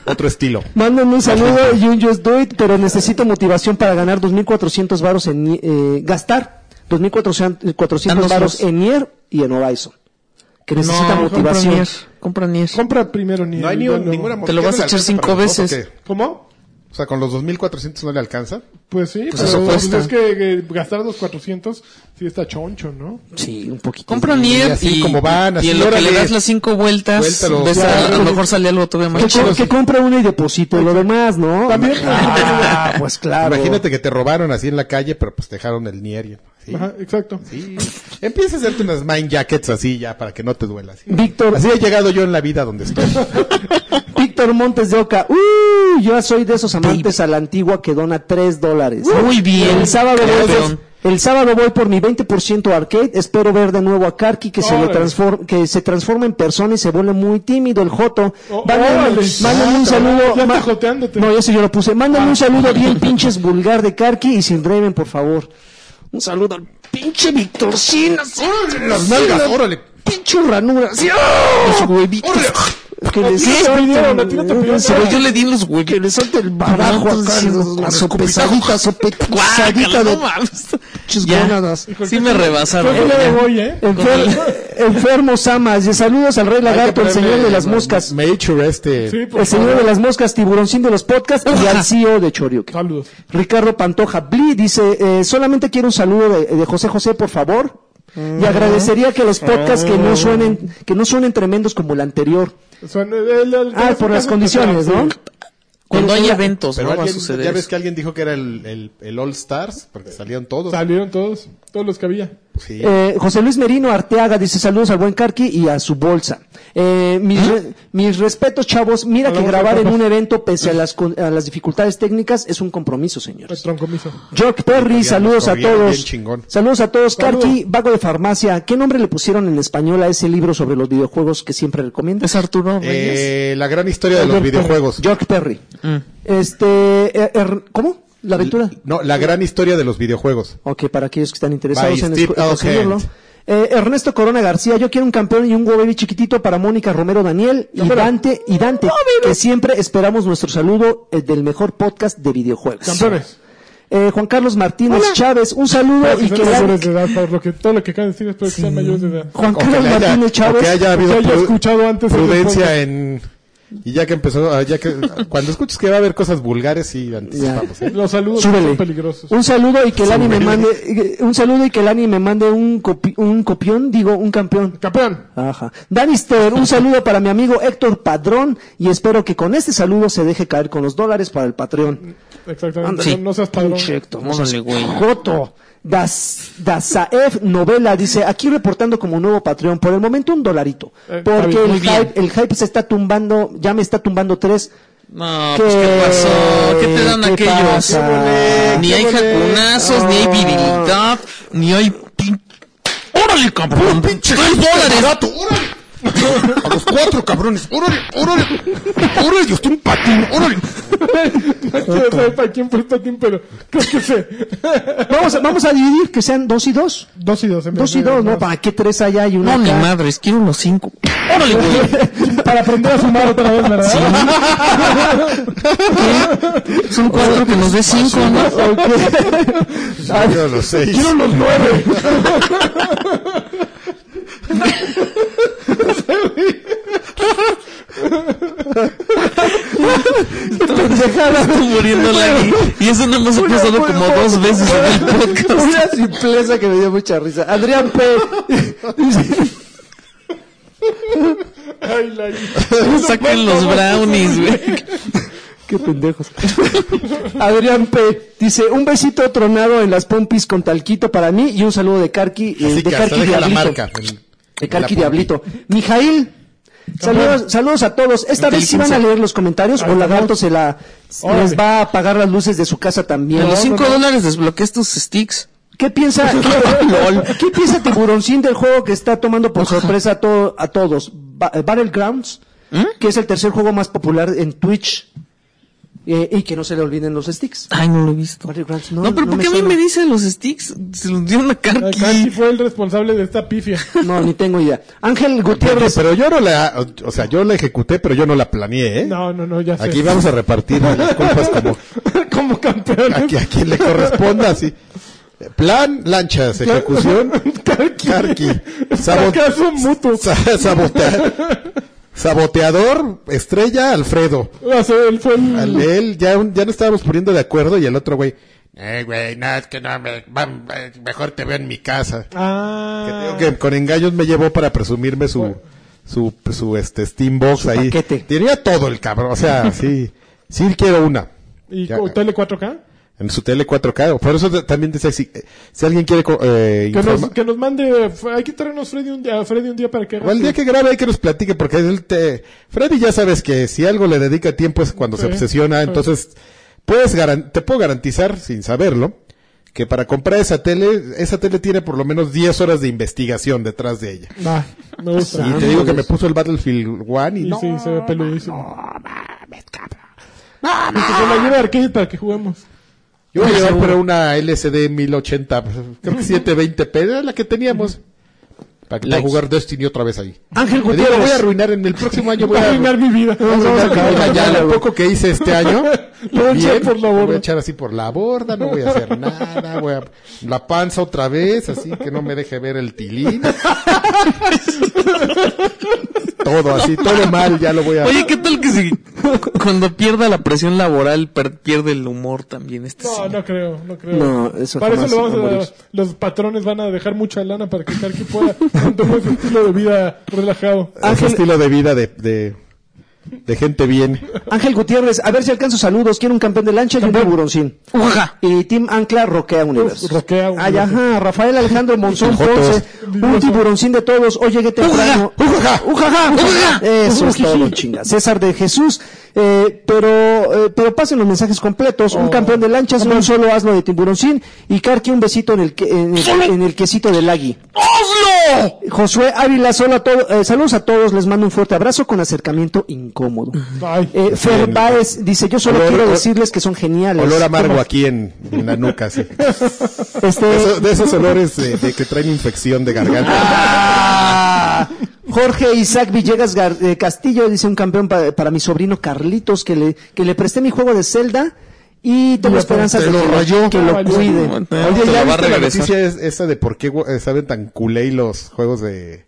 A: otro estilo.
B: Mándenme un saludo y un just do it, pero necesito motivación para ganar 2.400 varos en... eh, gastar 2.400 varos
E: Dándoselos.
B: en Nier y en Horizon. Que necesita
E: no, compra
B: motivación.
E: Nier. Compra Nier.
D: Compra primero ni
A: No hay
D: el-
A: ni un- ninguna
E: Te lo vas a
A: ¿le
E: echar
A: alcanza
E: cinco
A: para los dos
E: veces.
A: o qué?
D: ¿Cómo?
A: O sea, con los 2400 no le alcanza.
D: Pues sí,
E: Pues eso
D: pero pues
E: cuesta.
D: es que, que gastar los 400 sí está choncho, ¿no?
B: Sí, un poquito.
E: Compra
A: Y
E: Nier
A: así
E: y,
A: como van, así,
E: y en lo que le
A: órale.
E: das las cinco vueltas,
A: Vuéltalo.
E: ves
A: Ya,
E: a, a lo mejor sale algo todavía más
B: Que,
E: chido.
B: co- que compre uno y deposite lo demás, ¿no?
D: También.
B: Ah, pues claro.
A: Imagínate que te robaron así en la calle, pero pues te dejaron el Nier. y- ¿sí?
D: Ajá, exacto.
A: Sí. Empieza a hacerte unas mind jackets así ya para que no te duela. así.
B: Víctor,
A: Así he llegado yo en la vida donde estoy.
B: Víctor Montes de Oca. Uh, yo soy de esos amantes a la antigua que dona 3 dólares.
E: Muy bien.
B: El sábado, voy,
E: Campeón.
B: el sábado voy por mi 20% arcade. Espero ver de nuevo a Karki que se, le
D: Órale.
B: transform- que se transforma en persona y se vuelve muy tímido el Joto.
D: O-
B: Mándale,
D: órale. Ah,
B: mándale un
D: Ya
B: saludo.
D: está
B: ma-
D: joteándote. Ah.
B: No, ese yo lo puse. Mándale un saludo bien pinches vulgar de Karki y sin Draven, por favor. Un saludo al pinche Víctor Sinas.
A: Las nalgas, órale.
B: Pinche ranura. Sí, ¡ah! Los huevitos. Que
D: A
B: le
D: ti te
B: salte
D: pidieron,
B: el-
D: a ti no te pidieron
B: se-
E: Pero yo le di en los
B: Que
E: huevos.
B: le salte el barajo
E: Entonces,
B: acá,
E: sí,
B: los- la
E: la
B: sopetadita, sopetadita
E: Guácala,
B: de
E: no mames.
B: pinches
E: Ya.
B: gónadas.
E: Sí me rebasaron.
D: Yo ya
E: ya.
D: me voy, ¿eh?
B: Enfer- enfermos amas. Y saludos al rey lagarto, el señor de las moscas.
A: Mature este.
D: Sí, por
B: El señor
D: favor.
B: de las moscas, tiburoncín de los podcasts y al CEO de Choriuque.
D: Saludos.
B: Ricardo Pantoja Bli dice, eh, solamente quiero un saludo de, de José José, por favor. Y
D: Mm.
B: agradecería que los podcasts que
D: Ah.
B: no suenen, que no suenen tremendos como el anterior.
D: Suena- el- el-
B: Ah,
D: el-
B: por las
D: el-
B: condiciones, ¿no?
E: Cuando hay
B: Pero-
E: eventos,
A: Pero
E: Pues, ¿no? Va a
A: alguien- ya
E: suceder.
A: ves que alguien dijo que era el, el, el All Stars, porque salían todos.
D: Salieron todos, todos los que había.
A: Sí.
B: Eh, José Luis Merino Arteaga dice saludos al buen Carqui y a su bolsa. Eh, mis,
D: ¿Ah?
B: re- mis respetos, chavos. Mira que
D: Hablamos de
B: grabar en
D: papas.
B: un evento pese a las, con- a las dificultades técnicas es un compromiso,
D: El
B: señores.
D: troncomiso.
B: George Perry,
A: nos
B: saludos a
A: corrieron bien
B: todos.
A: chingón.
B: Saludos a todos.
D: Saludos.
B: Carqui, vago de farmacia. ¿Qué nombre le pusieron en español a ese libro sobre los videojuegos que siempre recomiendas?
E: Es Arturo Reyes.
A: Eh, la gran historia de los
D: Alberto.
A: videojuegos.
B: George Perry.
E: Mm.
B: Este, er- er- ¿cómo? La aventura.
A: No, la gran historia de los videojuegos.
B: Ok, para aquellos que están interesados
A: By
B: en
A: Steve
B: escu- en conseguirlo.
A: Elkent.
B: Eh, Ernesto Corona García, yo quiero un campeón y un Go Baby chiquitito para Mónica Romero Daniel y Dante, y Dante, que siempre esperamos nuestro saludo eh, del mejor podcast de videojuegos.
D: Campeones.
B: Eh, Juan Carlos Martínez Chávez, un saludo
D: Para que
B: y que
D: sean
B: la-
D: mayores de edad, por lo que todo lo que acaban de decir espero que sean mayores de edad.
B: Juan
A: O que
B: Carlos
A: le haya-
B: Martínez
A: o que
B: Chávez.
A: haya habido
D: o que haya
A: pru-
D: escuchado antes el
A: prudencia en y ya que empezó, ah, ya que cuando escuches que va a haber cosas vulgares y anticipamos. ¿eh?
D: Los saludos
B: Súbele.
D: son peligrosos.
B: Un saludo y que el Lani me mande, un saludo y que el Lani me mande un, copi- un copión, digo, un campeón.
D: Campeón.
B: Ajá. Danister, un saludo para mi amigo Héctor Padrón y espero que con este saludo se deje caer con los dólares para el
A: Mm,
B: Patreon.
D: Exactamente.
E: Sí.
D: No, no seas padrón.
B: Pinche Héctor, no
E: Órale,
B: seas
E: güey.
B: joto. Das, Dazaef Novela dice, aquí reportando como nuevo Patreon, por el momento un dolarito,
D: Eh, está
B: porque
D: bien,
B: el
E: muy bien.
B: hype, el hype se está tumbando, ya me está tumbando tres.
E: No, pues ¿qué pasó? ¿Qué te dan
B: ¿Qué
E: aquellos?
B: pasa?
E: Ni hay
B: ¿Qué ole?
E: jacunazos, ni hay
B: Ah.
E: virilidad, ni hay... pin- ¡Órale, campeón! ¡Tres dólares!
A: gato, órale. A los cuatro cabrones, órale, órale, órale, yo estoy un patín, órale.
D: No quiero saber para quién fue el patín, pero creo que sé.
B: Vamos, a- vamos a dividir que sean dos y dos.
D: Dos y dos. en vez
B: Dos y
D: de
B: dos, ¿no? ¿Para qué tres allá y una
E: No, ni
B: acá?
E: madres, quiero los cinco. ¡Órale, güey!
D: Para aprender a fumar otra vez, ¿verdad?
E: Son cuatro que nos dé cinco, ¿no?
A: Yo los seis.
B: Pendejada.
E: Estoy muriendo Lani. Y eso no hemos pasado como dos veces en el podcast.
B: Una simpleza que me dio mucha risa. Adrián P.
D: Ay, la...
E: Saquen los brownies, güey.
B: Qué pendejos. Adrián P. dice, un besito tronado en las pompis con talquito para mí y un saludo de Carqui, eh,
A: Así
B: de
A: que hasta
B: Carqui
A: deja la
B: Diablito.
A: marca. en-
B: De
A: en la
B: Carqui
A: pompi.
B: Diablito. Mijail, saludos, saludos a todos. Esta vez sí van a leer los comentarios o Lagarto se la,
D: Órale.
B: les va a apagar las luces de su casa también.
E: Con los cinco dólares desbloqueas tus sticks.
B: ¿Qué piensa, qué, ¿qué piensa Tiburoncín del juego que está tomando por sorpresa a, to- a todos? Ba- eh, Battlegrounds,
E: ¿Mm?
B: que es el tercer juego más popular en Twitch. eh, y que no se le olviden los sticks.
E: Ay, no lo he visto.
B: Battlegrounds, no,
E: No, pero
B: no
E: ¿por
B: me
E: qué a mí me
B: suena.
E: dicen los sticks? Se los dio una carta.
D: Candy fue el responsable de esta pifia.
B: No, ni tengo idea. Ángel
A: Oye,
B: Gutiérrez.
A: Pero yo no la, o sea, yo la ejecuté, pero yo no la planeé, ¿eh?
D: No, no, no, ya sé.
A: Aquí vamos a repartir las culpas como
D: como campeones.
A: a, qui- a quien le corresponda, así. Plan, lanchas, ejecución,
D: Carqui.
A: carqui, sabo-
D: Fracaso mutuo.
A: sa- sabotea- saboteador, estrella, Alfredo.
D: O sea, él fue el...
A: Al- él, ya, un- ya no estábamos poniendo de acuerdo y el otro güey, eh, güey, no, es que no, me- vam- eh, mejor te veo en mi casa. Que te
D: Ah.
A: digo que con engaños me llevó para presumirme su, su, su este Steambox ahí.
B: paquete.
A: Tenía todo el cabrón, o sea, sí, sí quiero una.
D: ¿Y
A: Ya,
D: con tele 4K?
A: en su tele 4K. Por eso te- también decía, si, si alguien quiere co- eh,
D: Que
A: informa-
D: nos, que nos mande... Hay que traernos Freddy un día, a Freddy un día para que... haga
A: o el día
D: su-
A: que grabe hay que nos platique, porque él te... Freddy ya sabes que si algo le dedica tiempo es cuando se
D: Sí,
A: obsesiona,
D: sí.
A: entonces puedes garan- te puedo garantizar, sin saberlo, que para comprar esa tele, esa tele tiene por lo menos 10 horas de investigación detrás de ella.
D: Va, me gusta.
A: Y te digo que me puso el Battlefield One y,
D: Y
A: no,
D: sí, se ve peludísimo. No, mames, cabrón. No, Que se la lleve a Arcade para que juguemos.
A: yo voy a llevar pero una LCD 1080, creo que 720p, era la que teníamos. Para que pueda
E: Likes.
A: jugar Destiny otra vez ahí.
B: Ángel
A: Te digo, voy a
B: Gutiérrez.
A: arruinar en el próximo año.
D: Voy
A: Voy
D: a arruinar mi vida.
A: Vamos a acabar ya
B: Dale,
A: lo
B: güey.
A: poco que hice este año.
D: Lo voy a echar
A: bien,
D: por la
A: lo
D: borda.
A: Voy a echar así por la borda, no voy a hacer nada, voy a la panza otra vez, así que no me deje ver el tilín. todo así, todo mal, ya lo voy a
E: Oye, ¿qué tal que si cuando pierda la presión laboral per- pierde el humor también este
D: No,
E: sí?
D: no creo, no creo.
B: No, eso
D: Para eso
B: jamás
D: lo vamos
B: va a
D: a-
B: morir.
D: los patrones van a dejar mucha lana para que Karki pueda tomar su estilo de vida relajado.
A: ese
B: Ángel-
A: estilo de vida de, de, de gente bien.
B: Ángel Gutiérrez, a ver si alcanzo saludos. Quiero un campeón de lancha y un tiburoncín.
E: Ujaja.
B: Y Team Ancla roquea universo.
D: Uf, roquea universo.
B: Ay, ajá. Rafael Alejandro Monzón
A: Jotos.
B: Ponce. Un tiburoncín de todos. Hoy llegué temprano.
E: Ujaja, ujaja,
B: Ujaja.
E: ujaja.
B: Eso es todo, chinga. César de Jesús. Eh, pero, eh, pero pasen los mensajes completos.
D: Oh.
B: Un campeón de lanchas, un solo asno de tiburoncín. Y Carqui un besito en el, que- en el, en el quesito del Agui. Josué Ávila, hola a todo- eh, saludos a todos. Les mando un fuerte abrazo con acercamiento incómodo.
D: Ay,
B: Eh, Fer Báez dice, yo solo
A: Olor-
B: quiero
A: olor-
B: decirles que son geniales.
A: Olor amargo aquí en, en la nuca, sí.
B: Este,
A: Eso- de esos olores de, de que traen infección de garganta.
B: Jorge Isaac Villegas Gar- eh, Castillo dice un campeón pa- para mi sobrino Carlitos que le, que le presté mi juego de Zelda y tengo
D: Ya,
B: esperanzas
D: te
B: de
D: lo
B: que,
D: rayó.
B: que lo
D: Ay,
B: cuide.
E: no, no.
A: Oye,
E: Te
A: ¿ya
E: lo va a
A: viste la
E: regresar.
A: noticia es- esa de por qué eh, saben tan culé los juegos de,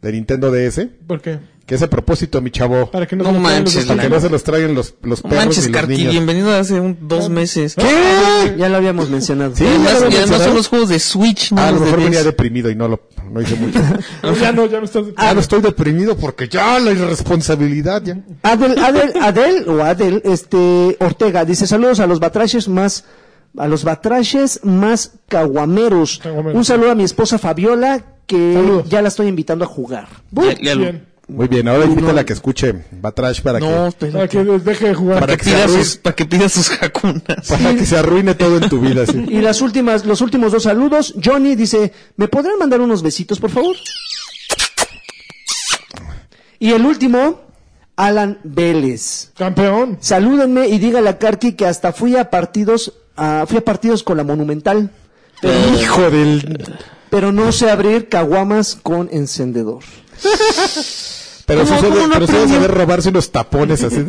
A: de Nintendo DS?
D: ¿Por qué?
A: Que es a propósito, mi chavo.
D: Para que no,
E: No
D: se me caigan
E: manches,
D: los-
A: Para que no se los traigan los, los
E: No
A: perros
E: manches,
A: y los
E: Carqui,
A: niños.
E: bienvenido hace un, dos meses.
B: Ya lo habíamos mencionado.
A: Sí,
E: Además,
A: ya lo
E: y además
A: mencionaron.
E: son los juegos de Switch, no
A: Ah, a lo
E: los de E
A: mejor
E: PS.
A: venía deprimido y no lo no hice mucho.
D: No, ya no, ya no estás.
A: ah, no estoy deprimido porque ya la irresponsabilidad ya.
B: Adel, Adel, Adel o Adel, este Ortega dice saludos a los batraches más a los batraches más caguameros.
D: Caguameros.
B: Un saludo a mi esposa Fabiola que
D: Saludos.
B: ya la estoy invitando a jugar.
E: Ya- ya lo-
D: Bien.
A: Muy bien, ahora invítala a que escuche Batrash para
E: No,
A: que
D: Para
E: pero
D: que les deje de jugar.
A: Para
E: para
A: que
E: que,
A: se
E: pida
A: arruine.
E: sus, para que pida sus jacunas.
A: para que se arruine todo en tu vida, sí.
B: Y las últimas, los últimos dos saludos. Johnny dice, ¿me podrán mandar unos besitos, por favor? Y el último, Alan Vélez.
D: Campeón.
B: Salúdenme y dígale a Karki que hasta fui a partidos, ah, fui a partidos con la Monumental,
A: Hijo del
B: pero no sé abrir caguamas con encendedor.
A: Pero
E: ¿Cómo-
A: sí se
E: cómo
A: debe-
E: no
A: pero sí debe
E: aprendió?
A: saber robarse unos tapones así.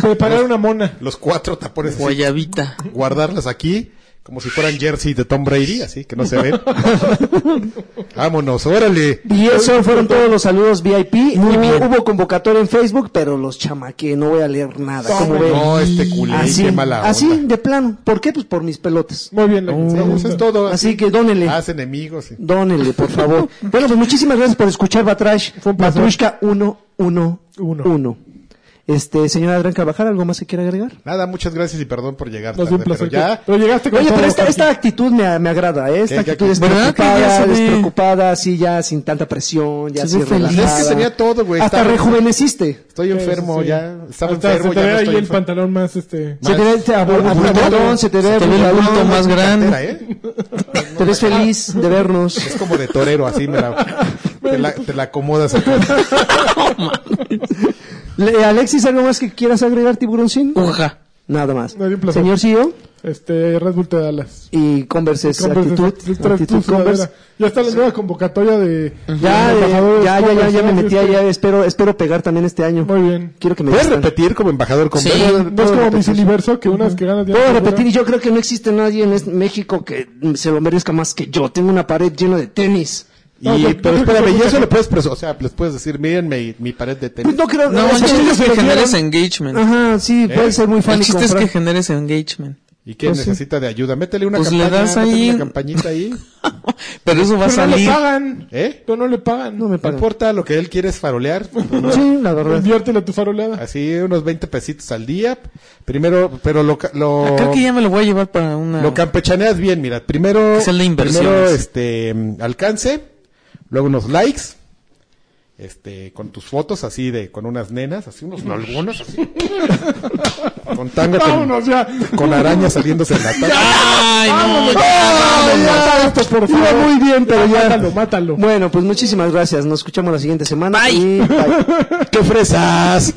D: Preparar una mona.
A: Los cuatro tapones así,
E: Guayabita.
A: guardarlas aquí como si fueran jersey de Tom Brady, así que no se ven. Vámonos, órale.
B: Y eso fueron todos los saludos VIP.
D: Muy
B: hubo,
D: bien.
B: hubo convocatoria en Facebook, pero los chamaqué, no voy a leer nada. ¿Cómo ven?
A: No, este culé,
B: así,
A: qué mala onda.
B: así, de plano. ¿Por qué? Pues por mis pelotes.
D: Muy bien, la
A: Sí, eso pues es todo.
B: Así que dónenle.
A: Haz enemigos. Ah, sí.
B: Dónenle, por favor. bueno, pues muchísimas gracias por escuchar Batrash.
D: Fue un placer.
B: Matrushka 1111.
D: Uno.
B: Este, señora Adrián Carvajal, ¿algo más se quiere agregar?
A: Nada, muchas gracias y perdón por llegar tarde,
D: Nos dio un
A: pero
D: placer.
A: ya
D: Pero llegaste con
B: Oye,
D: todo,
B: pero esta,
D: Jorge.
B: esta actitud me, me agrada, ¿eh? Esta
A: Que- que-
B: actitud es
E: ¿Verdad que ya
B: preocupada,
E: se ve?
B: despreocupada, así ya sin tanta presión, ya
E: Se
B: así
E: ve feliz.
B: relajada.
A: Es que tenía todo, güey,
B: Hasta
A: estaba-
B: rejuveneciste.
A: estoy
D: Sí, sí,
A: enfermo,
D: sí.
A: ya estaba
D: Hasta
A: enfermo,
D: se te
A: ya no
D: ve ahí
A: estoy
D: el
A: enfermo.
D: pantalón más este.
B: Se te ve este abor-
A: Más-
B: abultón, se te ve
E: Se te ve el
B: abultón,
E: bulto más
A: Era,
E: grande.
A: ¿eh?
B: te ves feliz de vernos.
A: Es como de torero, así me la, te, la, te la acomodas. acá.
B: Le- Alexis, ¿algo más que quieras agregar, tiburoncín?
E: Uja.
B: Nada más.
D: Me dio un placer.
B: Señor CEO
D: Este, Red Bull te da las.
B: y Converse es actitud, actitud Converse.
D: Ya está la nueva convocatoria de.
B: Ya,
D: de
B: eh,
D: embajadores
B: ya, ya, ya, ya me
D: Converse,
B: metí
D: este,
B: allá, espero, espero pegar también este año.
D: Muy bien.
B: Quiero que me
A: ¿Puedes
B: vistan.
A: repetir como embajador con
E: Sí.
A: Pedro?
D: No es como Miss Universo que unas que ganas ya.
B: Puedo
D: no
B: repetir, y yo creo que no existe nadie en este- México que se lo merezca más que yo. Tengo una pared llena de tenis.
A: Y,
D: No, yo-
A: pero
D: yo-
A: espérame,
D: yo-
A: y eso le puedes, pres- o sea, les puedes decir, miren mi, mi pared de tenis.
B: Pues no creo.
E: No,
B: o
E: el
B: sea,
E: chiste es que
B: perdieron-
E: generes engagement.
B: Ajá, sí, puede ser muy fan
E: El
B: y
E: chiste es que
B: comprar.
E: generes engagement.
A: ¿Y qué
D: Pues sí.
A: necesita de ayuda? Métele una
E: Pues le
A: campaña,
E: das
A: métele
E: ahí-
A: una campañita ahí,
E: Pero eso va a
D: Pero no le
E: salir.
D: pagan.
A: ¿eh?
D: Pero no le pagan.
B: No me
A: No
B: pagan.
A: importa, lo que él quiere es farolear.
B: Sí, la verdad.
D: Inviértele a tu faroleada.
A: Así unos 20 pesitos al día. Primero, pero lo, ca- lo,
E: Ah, Creo que ya me lo voy a llevar para una.
A: lo campechaneas bien, mira. Primero,
E: Es el de inversiones.
A: primero este, mm, alcance, luego unos likes, este, con tus fotos así de, con unas nenas, así unos nalgones, así. con tanga, con,
D: Vámonos ya.
A: con araña saliéndose en la
E: 哎
A: tanga.
E: Ay, no.
D: 哎
B: Ah, Iba muy bien, pero ya.
D: Mátalo, mátalo.
B: Bueno, pues muchísimas gracias. Nos escuchamos la siguiente semana. y bye.
A: ¡Qué fresas!